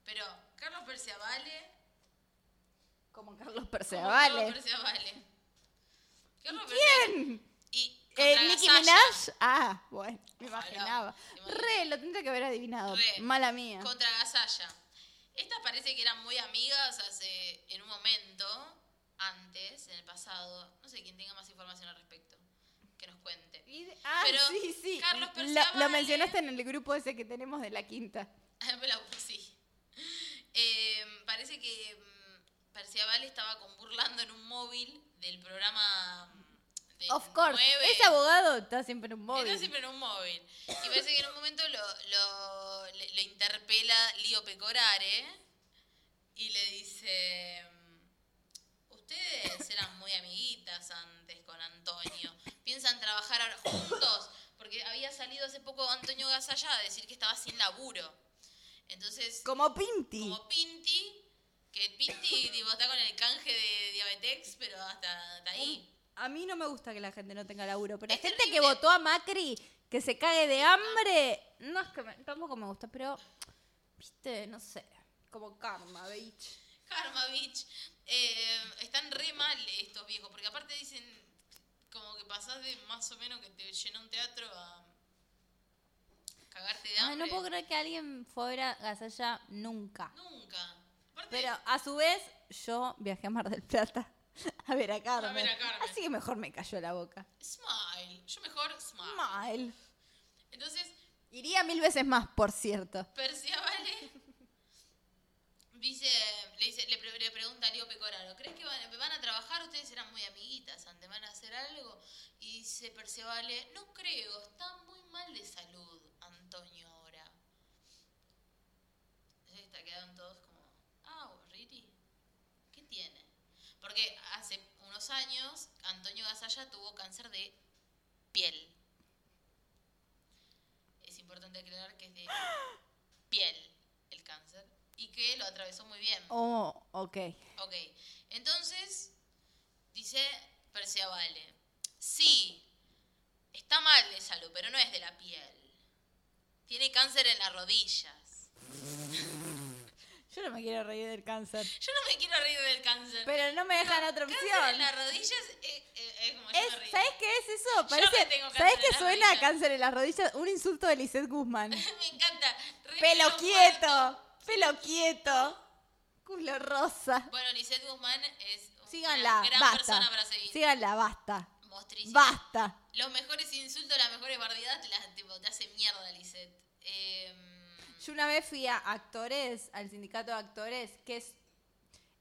Speaker 1: Pero Carlos Perciavale.
Speaker 2: Como Carlos
Speaker 1: como Carlos
Speaker 2: Perciabale.
Speaker 1: Perciavale. Carlos Perciavale.
Speaker 2: ¿Quién?
Speaker 1: Y
Speaker 2: Eh,
Speaker 1: contra
Speaker 2: ¿Nicki
Speaker 1: Gasalla.
Speaker 2: Minaj? Ah, bueno, me imaginaba.
Speaker 1: Ojalá.
Speaker 2: Re, lo tendría que haber adivinado.
Speaker 1: Re.
Speaker 2: Mala mía.
Speaker 1: Contra Gasalla. Estas parece que eran muy amigas hace, en un momento, antes, en el pasado. No sé quién tenga más información al respecto. Que nos cuente.
Speaker 2: Y- ah,
Speaker 1: Pero
Speaker 2: sí, sí.
Speaker 1: Carlos
Speaker 2: Lo- lo,
Speaker 1: Perciabale-
Speaker 2: mencionaste en el grupo ese que tenemos de la quinta.
Speaker 1: (laughs) Me la sí. Eh, parece que mm, Perciabal estaba con- burlando en un móvil del programa mm, de
Speaker 2: Of course.
Speaker 1: nueve.
Speaker 2: Ese abogado está siempre en un móvil.
Speaker 1: Está siempre en un móvil. Y parece que en un momento lo, lo- le- lo interpela Lío Pecorare y le dice, ustedes eran muy amiguitas antes con Antonio, ¿piensan trabajar ahora juntos? Porque había salido hace poco Antonio Gasalla a decir que estaba sin laburo. Entonces,
Speaker 2: Como Pinti.
Speaker 1: como Pinti, que Pinti tipo, está con el canje de Diabetex, pero hasta, hasta ahí.
Speaker 2: A mí no me gusta que la gente no tenga laburo, pero
Speaker 1: Es
Speaker 2: la gente
Speaker 1: terrible.
Speaker 2: que votó a Macri, que se cague de hambre, no es que me- tampoco me gusta, pero, viste, no sé, como karma, bitch.
Speaker 1: Karma Beach. Eh, están re mal estos viejos, porque aparte dicen como que pasás de más o menos que te llena un teatro a cagarte de
Speaker 2: Ay,
Speaker 1: hambre.
Speaker 2: no puedo creer que alguien fuera Gazalla nunca.
Speaker 1: Nunca. Aparte,
Speaker 2: Pero a su vez, yo viajé a Mar del Plata a ver a Carmen.
Speaker 1: ver a Carmen.
Speaker 2: Así que mejor me cayó la boca.
Speaker 1: smile. Yo mejor smile.
Speaker 2: Mal.
Speaker 1: Entonces,
Speaker 2: Iría mil veces más, por cierto.
Speaker 1: Perciabale (laughs) dice, le, dice, le, pre- le pregunta a Lío Pecoraro, ¿crees que van, van a trabajar? Ustedes eran muy amiguitas, antes van a hacer algo. Y dice Perciabale, no creo, está muy mal de salud Antonio ahora. Entonces está, quedaron todos como, ah, Riri, ¿qué tiene? Porque hace unos años Antonio Gasalla tuvo cáncer de piel. Es importante aclarar que es de piel el cáncer y que lo atravesó muy bien.
Speaker 2: Oh, ok.
Speaker 1: Ok, entonces dice Perciabale, sí, está mal de salud, pero no es de la piel. Tiene cáncer en las rodillas.
Speaker 2: Yo no me quiero reír del cáncer.
Speaker 1: Yo no me quiero reír del cáncer.
Speaker 2: Pero no me dejan otra
Speaker 1: Cáncer en
Speaker 2: opción.
Speaker 1: las rodillas es, es- es como yo
Speaker 2: Es-
Speaker 1: me río.
Speaker 2: ¿Sabes qué es eso? Parece,
Speaker 1: no tengo cáncer
Speaker 2: ¿Sabes
Speaker 1: en
Speaker 2: qué
Speaker 1: las
Speaker 2: suena
Speaker 1: rodillas.
Speaker 2: a cáncer en las rodillas? Un insulto de
Speaker 1: (laughs)
Speaker 2: Lisette
Speaker 1: (laughs)
Speaker 2: Guzmán. (laughs)
Speaker 1: me encanta. Re
Speaker 2: pelo
Speaker 1: pelo muerto.
Speaker 2: quieto, pelo quieto, culo rosa.
Speaker 1: Bueno, Lisette Guzmán es una
Speaker 2: Síganla,
Speaker 1: gran
Speaker 2: basta.
Speaker 1: persona para seguir.
Speaker 2: Síganla, basta.
Speaker 1: Mostrísima.
Speaker 2: Basta.
Speaker 1: Los mejores insultos, las mejores barbaridades te, las- tipo, te hace mierda, Lisette. Eh,
Speaker 2: Yo una vez fui a actores, al sindicato de actores, que es,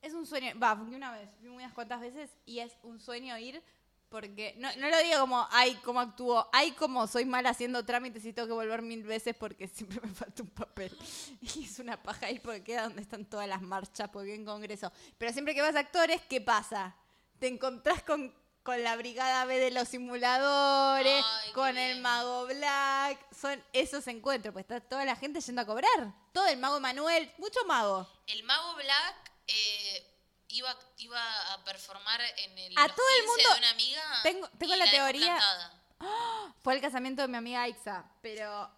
Speaker 2: es un sueño. Va, fui una vez, fui unas cuantas veces y es un sueño ir porque. No, no lo digo como, ay, cómo actúo, ay, cómo soy mal haciendo trámites y tengo que volver mil veces porque (laughs) siempre me falta un papel. (laughs) Y es una paja ir porque queda donde están todas las marchas, porque en congreso. Pero siempre que vas a actores, ¿qué pasa? Te encontrás con. Con la brigada B de los simuladores,
Speaker 1: Ay, qué
Speaker 2: con el
Speaker 1: bien.
Speaker 2: mago. Mago Black, son esos encuentros, pues está toda la gente yendo a cobrar. Todo el mago Manuel, mucho mago.
Speaker 1: el mago Black eh, iba, iba a performar en el,
Speaker 2: A
Speaker 1: los
Speaker 2: todo el
Speaker 1: 15
Speaker 2: mundo-
Speaker 1: de una amiga.
Speaker 2: Tengo- tengo
Speaker 1: y
Speaker 2: la
Speaker 1: dejó
Speaker 2: teoría-
Speaker 1: plantada.
Speaker 2: Fue el casamiento de mi amiga Ixa, pero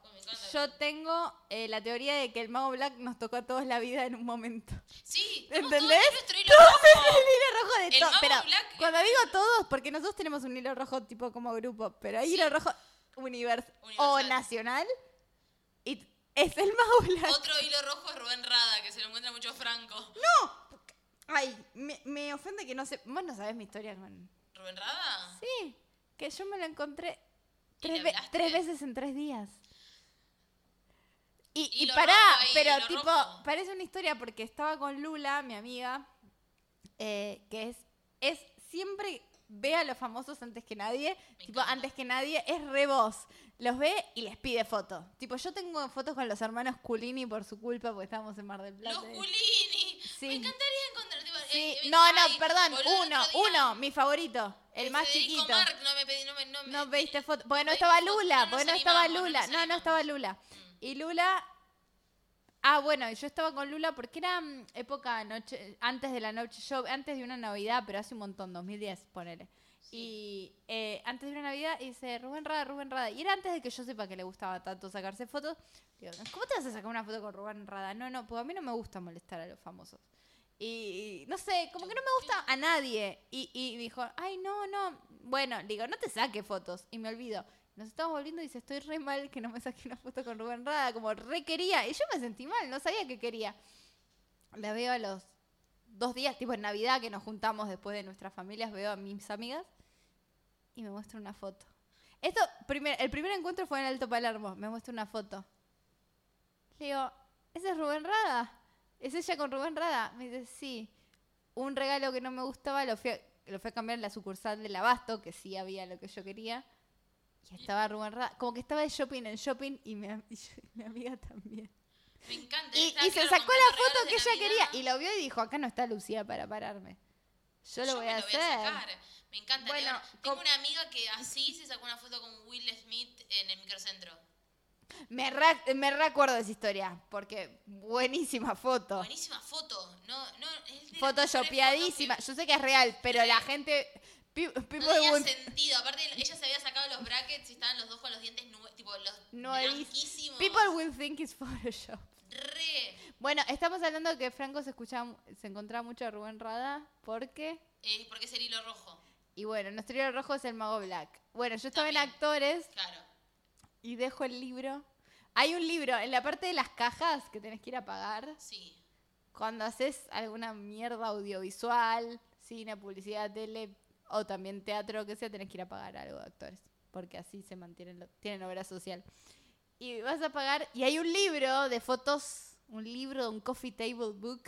Speaker 2: yo tengo eh, la teoría de que el mago Black nos tocó a todos la vida en un (laughs) momento.
Speaker 1: Sí, estamos todos
Speaker 2: ¿Entendés?
Speaker 1: en nuestro hilo
Speaker 2: Todos
Speaker 1: rojo.
Speaker 2: en el hilo rojo de
Speaker 1: El
Speaker 2: todo.
Speaker 1: mago
Speaker 2: Pero
Speaker 1: Black-
Speaker 2: cuando digo todos, porque nosotros tenemos un hilo rojo tipo como grupo, pero hay hilo rojo univers- o
Speaker 1: Universal.
Speaker 2: nacional y es el (laughs) Maula.
Speaker 1: Otro hilo rojo es Rubén Rada, que se lo encuentra mucho Franco.
Speaker 2: Ay, me, me ofende que no sé. Vos no sabés mi historia con.
Speaker 1: ¿Rubén Rada?
Speaker 2: Sí, que yo me lo encontré
Speaker 1: ¿Y
Speaker 2: tres,
Speaker 1: le
Speaker 2: ve-
Speaker 1: hablaste?
Speaker 2: tres veces en tres días. Y,
Speaker 1: Y
Speaker 2: y
Speaker 1: lo
Speaker 2: pará,
Speaker 1: rojo ahí,
Speaker 2: pero
Speaker 1: lo
Speaker 2: tipo,
Speaker 1: rojo.
Speaker 2: parece una historia porque estaba con Lula, mi amiga, eh, que es, es siempre ve a los famosos antes que nadie, tipo,
Speaker 1: encanta.
Speaker 2: antes que nadie, es re vos. Los ve y les pide fotos. Tipo, yo tengo fotos con los hermanos Culini por su culpa porque estábamos en Mar del Plata.
Speaker 1: Los Culini.
Speaker 2: Sí.
Speaker 1: Me encantaría encontrar. tipo,
Speaker 2: Sí,
Speaker 1: eh, eh,
Speaker 2: no, no,
Speaker 1: ay,
Speaker 2: perdón,
Speaker 1: boludo, el
Speaker 2: uno,
Speaker 1: otro día,
Speaker 2: uno, mi favorito, el más
Speaker 1: Federico
Speaker 2: chiquito.
Speaker 1: Marc, no me pedí, no me. No, me-
Speaker 2: No veiste foto. Porque no
Speaker 1: pedí
Speaker 2: estaba
Speaker 1: fotos,
Speaker 2: Lula,
Speaker 1: nos
Speaker 2: porque no Mm. estaba
Speaker 1: animamos,
Speaker 2: Lula.
Speaker 1: nos
Speaker 2: No, no
Speaker 1: animamos.
Speaker 2: estaba Lula. Y Lula. Ah, bueno, y yo estaba con Lula porque era mm, época noche, antes de la noche show, antes de una Navidad, pero hace un montón, 2010, ponele. Y eh, antes de una Navidad y dice Rubén Rada, Rubén Rada. Y era antes de que yo sepa que le gustaba tanto sacarse fotos. Digo, ¿cómo te vas a sacar una foto con Rubén Rada? No, no, porque a mí no me gusta molestar a los famosos. Y, y no sé, como que no me gusta a nadie. Y, y dijo, ay, no, no. Bueno, digo, no te saque fotos. Y me olvido. Nos estamos volviendo y dice, estoy re mal que no me saque una foto con Rubén Rada, como re quería. Y yo me sentí mal, no sabía que quería. La veo a los dos días, tipo en Navidad, que nos juntamos después de nuestras familias, veo a mis amigas y me muestra una foto. Esto, primer, el primer encuentro fue en Alto Palermo, me muestra una foto. Le digo, ¿ese es Rubén Rada? ¿Es ella con Rubén Rada? Me dice, sí. Un regalo que no me gustaba lo fui a, lo fui a cambiar en la sucursal del Abasto, que sí había lo que yo quería. Y estaba Rubén Rada, como que estaba de shopping en shopping y mi, am- (laughs) y yo- mi amiga también.
Speaker 1: Me encanta.
Speaker 2: Y,
Speaker 1: estaba
Speaker 2: y se
Speaker 1: claro,
Speaker 2: sacó
Speaker 1: comprando
Speaker 2: la foto
Speaker 1: regalos
Speaker 2: que
Speaker 1: de
Speaker 2: ella
Speaker 1: Navidad.
Speaker 2: quería y lo vio y dijo, acá no está Lucía para pararme. Yo lo
Speaker 1: Yo
Speaker 2: voy
Speaker 1: me
Speaker 2: a
Speaker 1: lo voy
Speaker 2: hacer.
Speaker 1: a sacar. Me encanta.
Speaker 2: Bueno,
Speaker 1: Leona. tengo
Speaker 2: com-
Speaker 1: una amiga que así se sacó una foto con Will Smith en el microcentro.
Speaker 2: Me, re- me recuerdo esa historia, porque buenísima foto.
Speaker 1: Buenísima foto. No, no, es de las
Speaker 2: Photoshopeadísima.
Speaker 1: mejores fotos
Speaker 2: Yo sé que es real, pero la gente. pi-
Speaker 1: que-
Speaker 2: people
Speaker 1: No tenía
Speaker 2: would-
Speaker 1: sentido. Aparte, ella se había sacado los brackets y estaban los dos con los dientes nue- tipo los
Speaker 2: no es-
Speaker 1: blanquísimos.
Speaker 2: people will think it's Photoshop.
Speaker 1: Re.
Speaker 2: Bueno, estamos hablando de que Franco se escuchaba, se encontraba mucho a Rubén Rada, porque.
Speaker 1: Eh, porque es el hilo rojo.
Speaker 2: Y bueno, nuestro hilo rojo es el mago Black. Bueno, yo estaba en
Speaker 1: También.
Speaker 2: actores
Speaker 1: Claro.
Speaker 2: y dejo el libro. Hay un libro en la parte de las cajas que tenés que ir a pagar.
Speaker 1: Sí.
Speaker 2: cuando haces alguna mierda audiovisual, cine, publicidad, tele o también teatro, que sea, tenés que ir a pagar algo de actores, porque así se mantienen, lo- tienen obra social. Y vas a pagar, y hay un libro de fotos, un libro, un coffee table book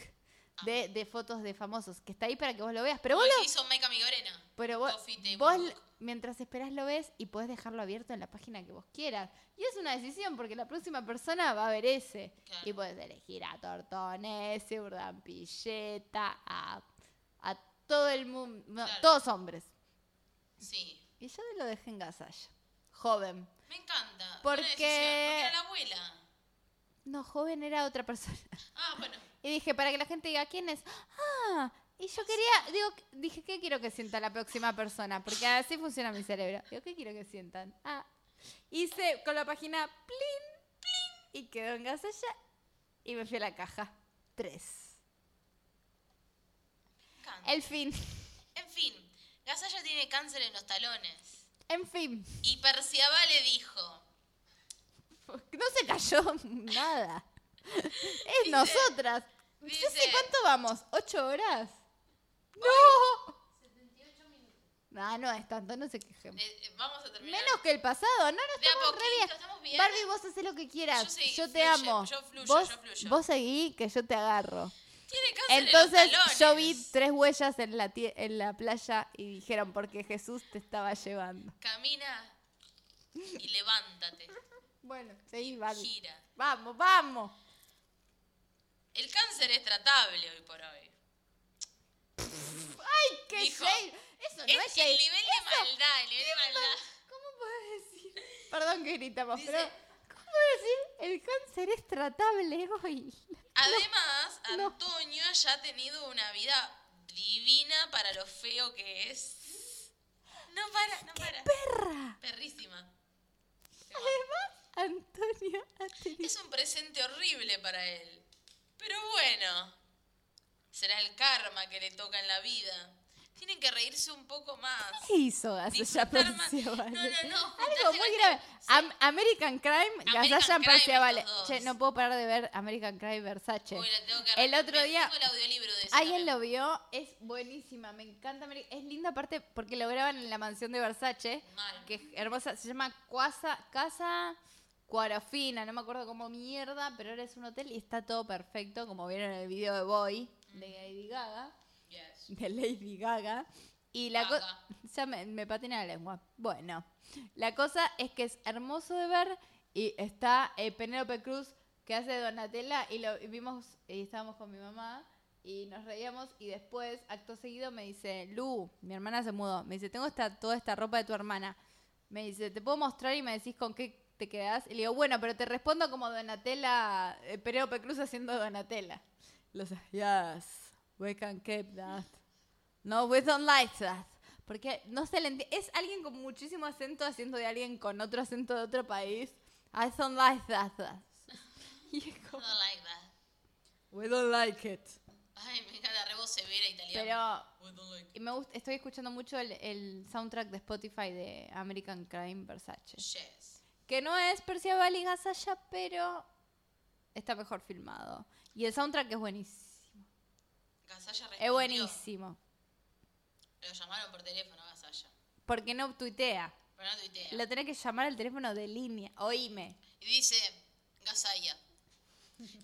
Speaker 2: de, de fotos de famosos, que está ahí para que vos lo veas, pero vos
Speaker 1: Como el
Speaker 2: lo-
Speaker 1: que hizo Maika Migorena.
Speaker 2: pero vos,
Speaker 1: Coffee table
Speaker 2: vos
Speaker 1: book.
Speaker 2: mientras esperás lo ves y podés dejarlo abierto en la página que vos quieras. Y es una decisión porque la próxima persona va a ver ese.
Speaker 1: Claro.
Speaker 2: Y podés elegir a Tortonese, Urdan Pilleta, a, a todo el mundo, no,
Speaker 1: Claro.
Speaker 2: todos hombres.
Speaker 1: Sí.
Speaker 2: Y yo lo dejé en Gasalla, joven.
Speaker 1: Me encanta. Buena
Speaker 2: Porque-
Speaker 1: decisión, Porque era la abuela.
Speaker 2: No, joven era otra persona.
Speaker 1: Ah, bueno.
Speaker 2: Y dije, para que la gente diga, ¿quién es? Ah, y yo quería, digo, dije, ¿qué quiero que sienta la próxima persona? Porque así funciona mi cerebro. Digo, ¿qué quiero que sientan? Ah, hice con la página plin, plin, y quedó en gasalla y me fui a la caja. Tres.
Speaker 1: Me encanta.
Speaker 2: El fin,
Speaker 1: En fin, Gasalla tiene cáncer en los talones.
Speaker 2: en fin.
Speaker 1: Y Perciabá le dijo.
Speaker 2: No se cayó (laughs) nada. Es nosotras.
Speaker 1: dice-
Speaker 2: Ceci, ¿cuánto vamos? ¿Ocho horas? ¡No! 78 minutos. No, no es tanto, no se quejen.
Speaker 1: eh, eh, vamos a terminar.
Speaker 2: Menos que el pasado, no, no
Speaker 1: De a
Speaker 2: estamos re
Speaker 1: poquito,
Speaker 2: bien.
Speaker 1: estamos bien.
Speaker 2: Barbie, vos haces lo que quieras.
Speaker 1: Yo
Speaker 2: Yo,
Speaker 1: sí,
Speaker 2: te
Speaker 1: fluye,
Speaker 2: amo.
Speaker 1: yo fluyo,
Speaker 2: vos,
Speaker 1: yo fluyo.
Speaker 2: vos seguí que yo te agarro.
Speaker 1: Tiene cáncer en
Speaker 2: Entonces
Speaker 1: los talones.
Speaker 2: yo vi tres huellas en la, tie- en la playa y dijeron porque Jesús te estaba llevando.
Speaker 1: Camina y levántate.
Speaker 2: Bueno, seguí, Barbie.
Speaker 1: Gira.
Speaker 2: Vamos, vamos.
Speaker 1: El cáncer es tratable hoy por hoy.
Speaker 2: Ay, qué
Speaker 1: Dijo,
Speaker 2: shade. Eso no es,
Speaker 1: es el
Speaker 2: shade.
Speaker 1: nivel de maldad, el nivel de maldad.
Speaker 2: ¿Cómo podés decir? Perdón que gritamos,
Speaker 1: Dice-
Speaker 2: pero ¿cómo podés decir el cáncer es tratable hoy? (laughs)
Speaker 1: Además,
Speaker 2: no.
Speaker 1: Antonio ya ha tenido una vida divina para lo feo que es. No para, no para.
Speaker 2: Perra.
Speaker 1: Perrísima.
Speaker 2: Además, Antonio ha tenido-
Speaker 1: Es un presente horrible para él. Pero bueno, será el karma que le toca en la vida. Tienen que reírse un poco más.
Speaker 2: ¿Qué hizo Gasalla
Speaker 1: Disfrutar más. No, no,
Speaker 2: Perciabale?
Speaker 1: no.
Speaker 2: Algo
Speaker 1: juntarse
Speaker 2: muy
Speaker 1: con-
Speaker 2: grave. Ah, Am- American Crime,
Speaker 1: American
Speaker 2: Gasalla
Speaker 1: Crime,
Speaker 2: Perciabale.
Speaker 1: estos dos.
Speaker 2: Che, no puedo parar de ver American Crime Versace.
Speaker 1: Uy, la tengo que
Speaker 2: El otro
Speaker 1: me-
Speaker 2: día-
Speaker 1: Tengo el audiolibro de eso también.
Speaker 2: Alguien lo vio, es buenísima, me encanta. Ameri- Es linda aparte porque lo graban en la mansión de Versace,
Speaker 1: Mal.
Speaker 2: que es hermosa, se llama Casa, Casa Cuarofina, no me acuerdo cómo mierda, pero ahora es un hotel y está todo perfecto, como vieron en el video de Boy,
Speaker 1: Mm.
Speaker 2: de Lady Gaga,
Speaker 1: Yes.
Speaker 2: de Lady Gaga. Y la cosa,
Speaker 1: Gaga.
Speaker 2: ya me, me patina la lengua. Bueno, la cosa es que es hermoso de ver y está eh, Penélope Cruz que hace Donatella y lo y vimos y estábamos con mi mamá y nos reíamos y después, acto seguido, me dice, Lu, mi hermana se mudó, me dice, tengo esta, toda esta ropa de tu hermana. Me dice, ¿te puedo mostrar y me decís con qué te quedás? Y le digo, bueno, pero te respondo como Donatella, eh, Penélope Cruz haciendo Donatella. Los, yes, we can keep that. No, we don't like that. Porque no se le entiende. Es alguien con muchísimo acento haciendo de alguien con otro acento de otro país. I don't like that. Y es
Speaker 1: No
Speaker 2: como,
Speaker 1: like that.
Speaker 2: we don't like it.
Speaker 1: Ay, me encanta, re voz severa italiana.
Speaker 2: Pero
Speaker 1: We don't like
Speaker 2: y me gusta, estoy escuchando mucho el, el soundtrack de Spotify de American Crime Versace.
Speaker 1: Yes.
Speaker 2: Que no es Percival y Gasalla, pero está mejor filmado. Y el soundtrack es buenísimo.
Speaker 1: Gasalla respondió.
Speaker 2: Es buenísimo.
Speaker 1: Lo llamaron por teléfono a Gasalla.
Speaker 2: Porque no tuitea.
Speaker 1: Pero no tuitea.
Speaker 2: Lo tenés que llamar al teléfono de línea. Oíme.
Speaker 1: Y dice Gasalla.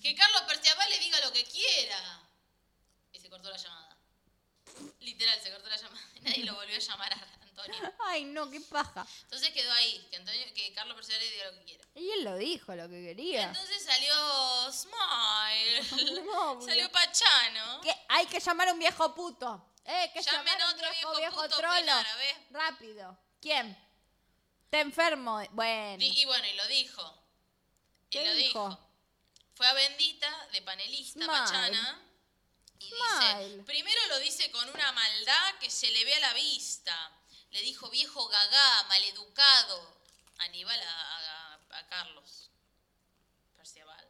Speaker 1: Que Carlos Perciabal le diga lo que quiera. Y se cortó la llamada. Literal, se cortó la llamada. (laughs) Nadie lo volvió a llamar a Antonio.
Speaker 2: Ay, no, qué paja.
Speaker 1: Entonces quedó ahí, que Antonio, que Carlos Perciabal le diga lo que quiera.
Speaker 2: Y él lo dijo, lo que quería.
Speaker 1: Entonces salió Smile.
Speaker 2: (laughs) Obvio.
Speaker 1: salió Pachano.
Speaker 2: Que hay que llamar a un viejo puto. Eh, que
Speaker 1: Llamen
Speaker 2: llamar
Speaker 1: a
Speaker 2: a un
Speaker 1: otro
Speaker 2: viejo,
Speaker 1: viejo
Speaker 2: viejo
Speaker 1: puto,
Speaker 2: trolo.
Speaker 1: Pilar, a ver.
Speaker 2: Rápido. ¿Quién? Te enfermo. Bueno.
Speaker 1: Di- Y bueno, y lo dijo. Y
Speaker 2: ¿Qué
Speaker 1: lo
Speaker 2: dijo?
Speaker 1: dijo? Fue a Bendita, de panelista,
Speaker 2: Smile.
Speaker 1: Pachana. Y
Speaker 2: Smile.
Speaker 1: dice, primero lo dice con una maldad que se le ve a la vista. Le dijo viejo gagá, maleducado. Aníbal a, a- a Carlos. Perciabal.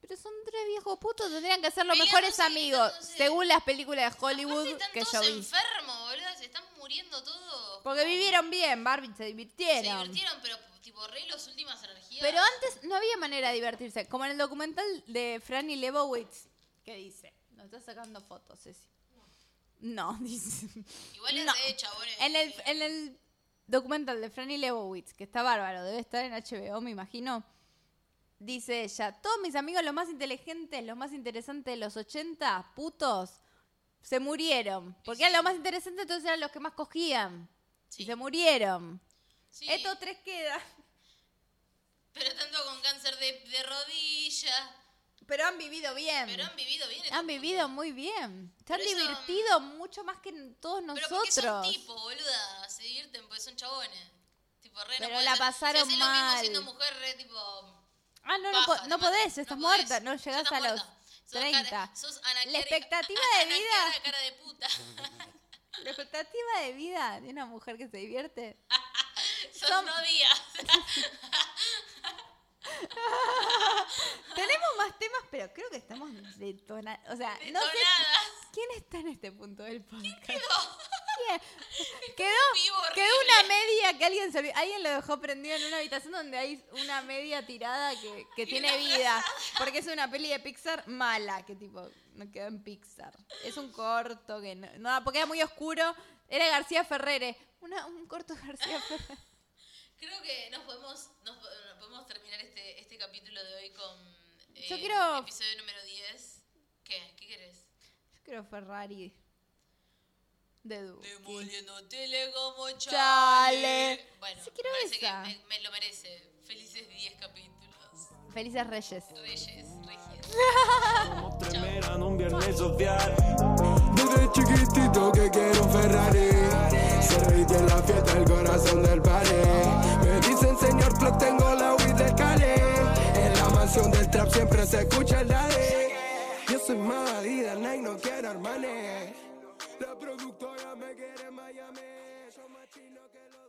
Speaker 2: Pero son tres viejos putos, tendrían que ser los
Speaker 1: Peleándose,
Speaker 2: mejores amigos,
Speaker 1: gritándose.
Speaker 2: según las películas de Hollywood
Speaker 1: Aparte están
Speaker 2: que yo
Speaker 1: todos
Speaker 2: vi.
Speaker 1: enfermos, boludo. Se están muriendo todos.
Speaker 2: Porque vivieron bien, Barbie, se
Speaker 1: Se
Speaker 2: divirtieron.
Speaker 1: divirtieron, pero tipo re las últimas energías.
Speaker 2: Pero antes no había manera de divertirse, como en el documental de Franny Lebowitz, que dice, nos está sacando fotos, Ceci. No, (laughs) dice.
Speaker 1: Igual es
Speaker 2: no.
Speaker 1: de chabones.
Speaker 2: En el, en el documental de Franny Lebowitz, que está bárbaro, debe estar en HBO, me imagino, dice ella, todos mis amigos los más inteligentes, los más interesantes de los 80, putos, se murieron. Porque eran los más interesantes, entonces eran los que más cogían.
Speaker 1: Sí.
Speaker 2: Y se murieron.
Speaker 1: Sí.
Speaker 2: Estos tres quedan.
Speaker 1: Pero tanto con cáncer de, de rodilla.
Speaker 2: (laughs) Pero han vivido bien.
Speaker 1: Pero han vivido bien. estos
Speaker 2: Han vivido
Speaker 1: putos.
Speaker 2: muy bien. Se han
Speaker 1: Pero eso-
Speaker 2: divertido mucho más que n- todos
Speaker 1: Pero porque son
Speaker 2: nosotros.
Speaker 1: tipo, boluda. Se divierten porque son chabones. Tipo, re,
Speaker 2: Pero
Speaker 1: pueden
Speaker 2: la
Speaker 1: ser-
Speaker 2: pasaron
Speaker 1: si hacen lo mismo
Speaker 2: mal.
Speaker 1: siendo mujer, re tipo.
Speaker 2: Ah, no, no,
Speaker 1: paja,
Speaker 2: po-
Speaker 1: te
Speaker 2: no
Speaker 1: matan,
Speaker 2: podés, estás
Speaker 1: no podés,
Speaker 2: muerta, no
Speaker 1: ya
Speaker 2: llegás
Speaker 1: estás
Speaker 2: a los
Speaker 1: muerta. Sos cara-
Speaker 2: 30.
Speaker 1: sos anacárica- (laughs)
Speaker 2: La expectativa
Speaker 1: a-
Speaker 2: de vida-
Speaker 1: anacárica, cara de
Speaker 2: (laughs)
Speaker 1: puta.
Speaker 2: La expectativa de vida de una mujer que se divierte.
Speaker 1: Son,
Speaker 2: Son-
Speaker 1: no días.
Speaker 2: Tenemos más temas, pero creo que estamos detonadas. O sea,
Speaker 1: (laughs)
Speaker 2: no sé
Speaker 1: Detonadas.
Speaker 2: quién está en este punto del podcast.
Speaker 1: Quedó
Speaker 2: ¿Quién? Quedó,
Speaker 1: vivo
Speaker 2: quedó
Speaker 1: horrible.
Speaker 2: una media que alguien se olvidó. Alguien lo dejó prendido en una habitación donde hay una media tirada que, que tiene vida. Porque es una peli de Pixar mala, que tipo, no quedó en Pixar. Es un corto que no. No, porque era muy oscuro. Era García Ferrere. Una, un corto de
Speaker 1: (laughs)
Speaker 2: García Ferrere.
Speaker 1: Creo que nos podemos, nos, po- nos podemos terminar este, este capítulo de hoy con. eh,
Speaker 2: Yo quiero-
Speaker 1: Episodio número 10. ¿Qué? ¿Qué querés?
Speaker 2: Yo creo Ferrari. De Duki.
Speaker 1: Demoliéndotele como
Speaker 2: Chale.
Speaker 1: chale. Bueno,
Speaker 2: Sí, quiero
Speaker 1: parece
Speaker 2: esa.
Speaker 1: que me, me lo merece. Felices 10 capítulos.
Speaker 2: Felices Reyes.
Speaker 1: Reyes, Reyes.
Speaker 6: Como tremera en un viernes social. Desde chiquitito que quiero un Ferrari. Se rey de la fiesta, el corazón del paré. Me dicen señor Plot, tengo la UI del Calé. En la mansión del trap siempre se escucha el daddy. Yo soy más Adidas, Nike, no quiero Armani. La productora me quiere en Miami. Yo más chino que los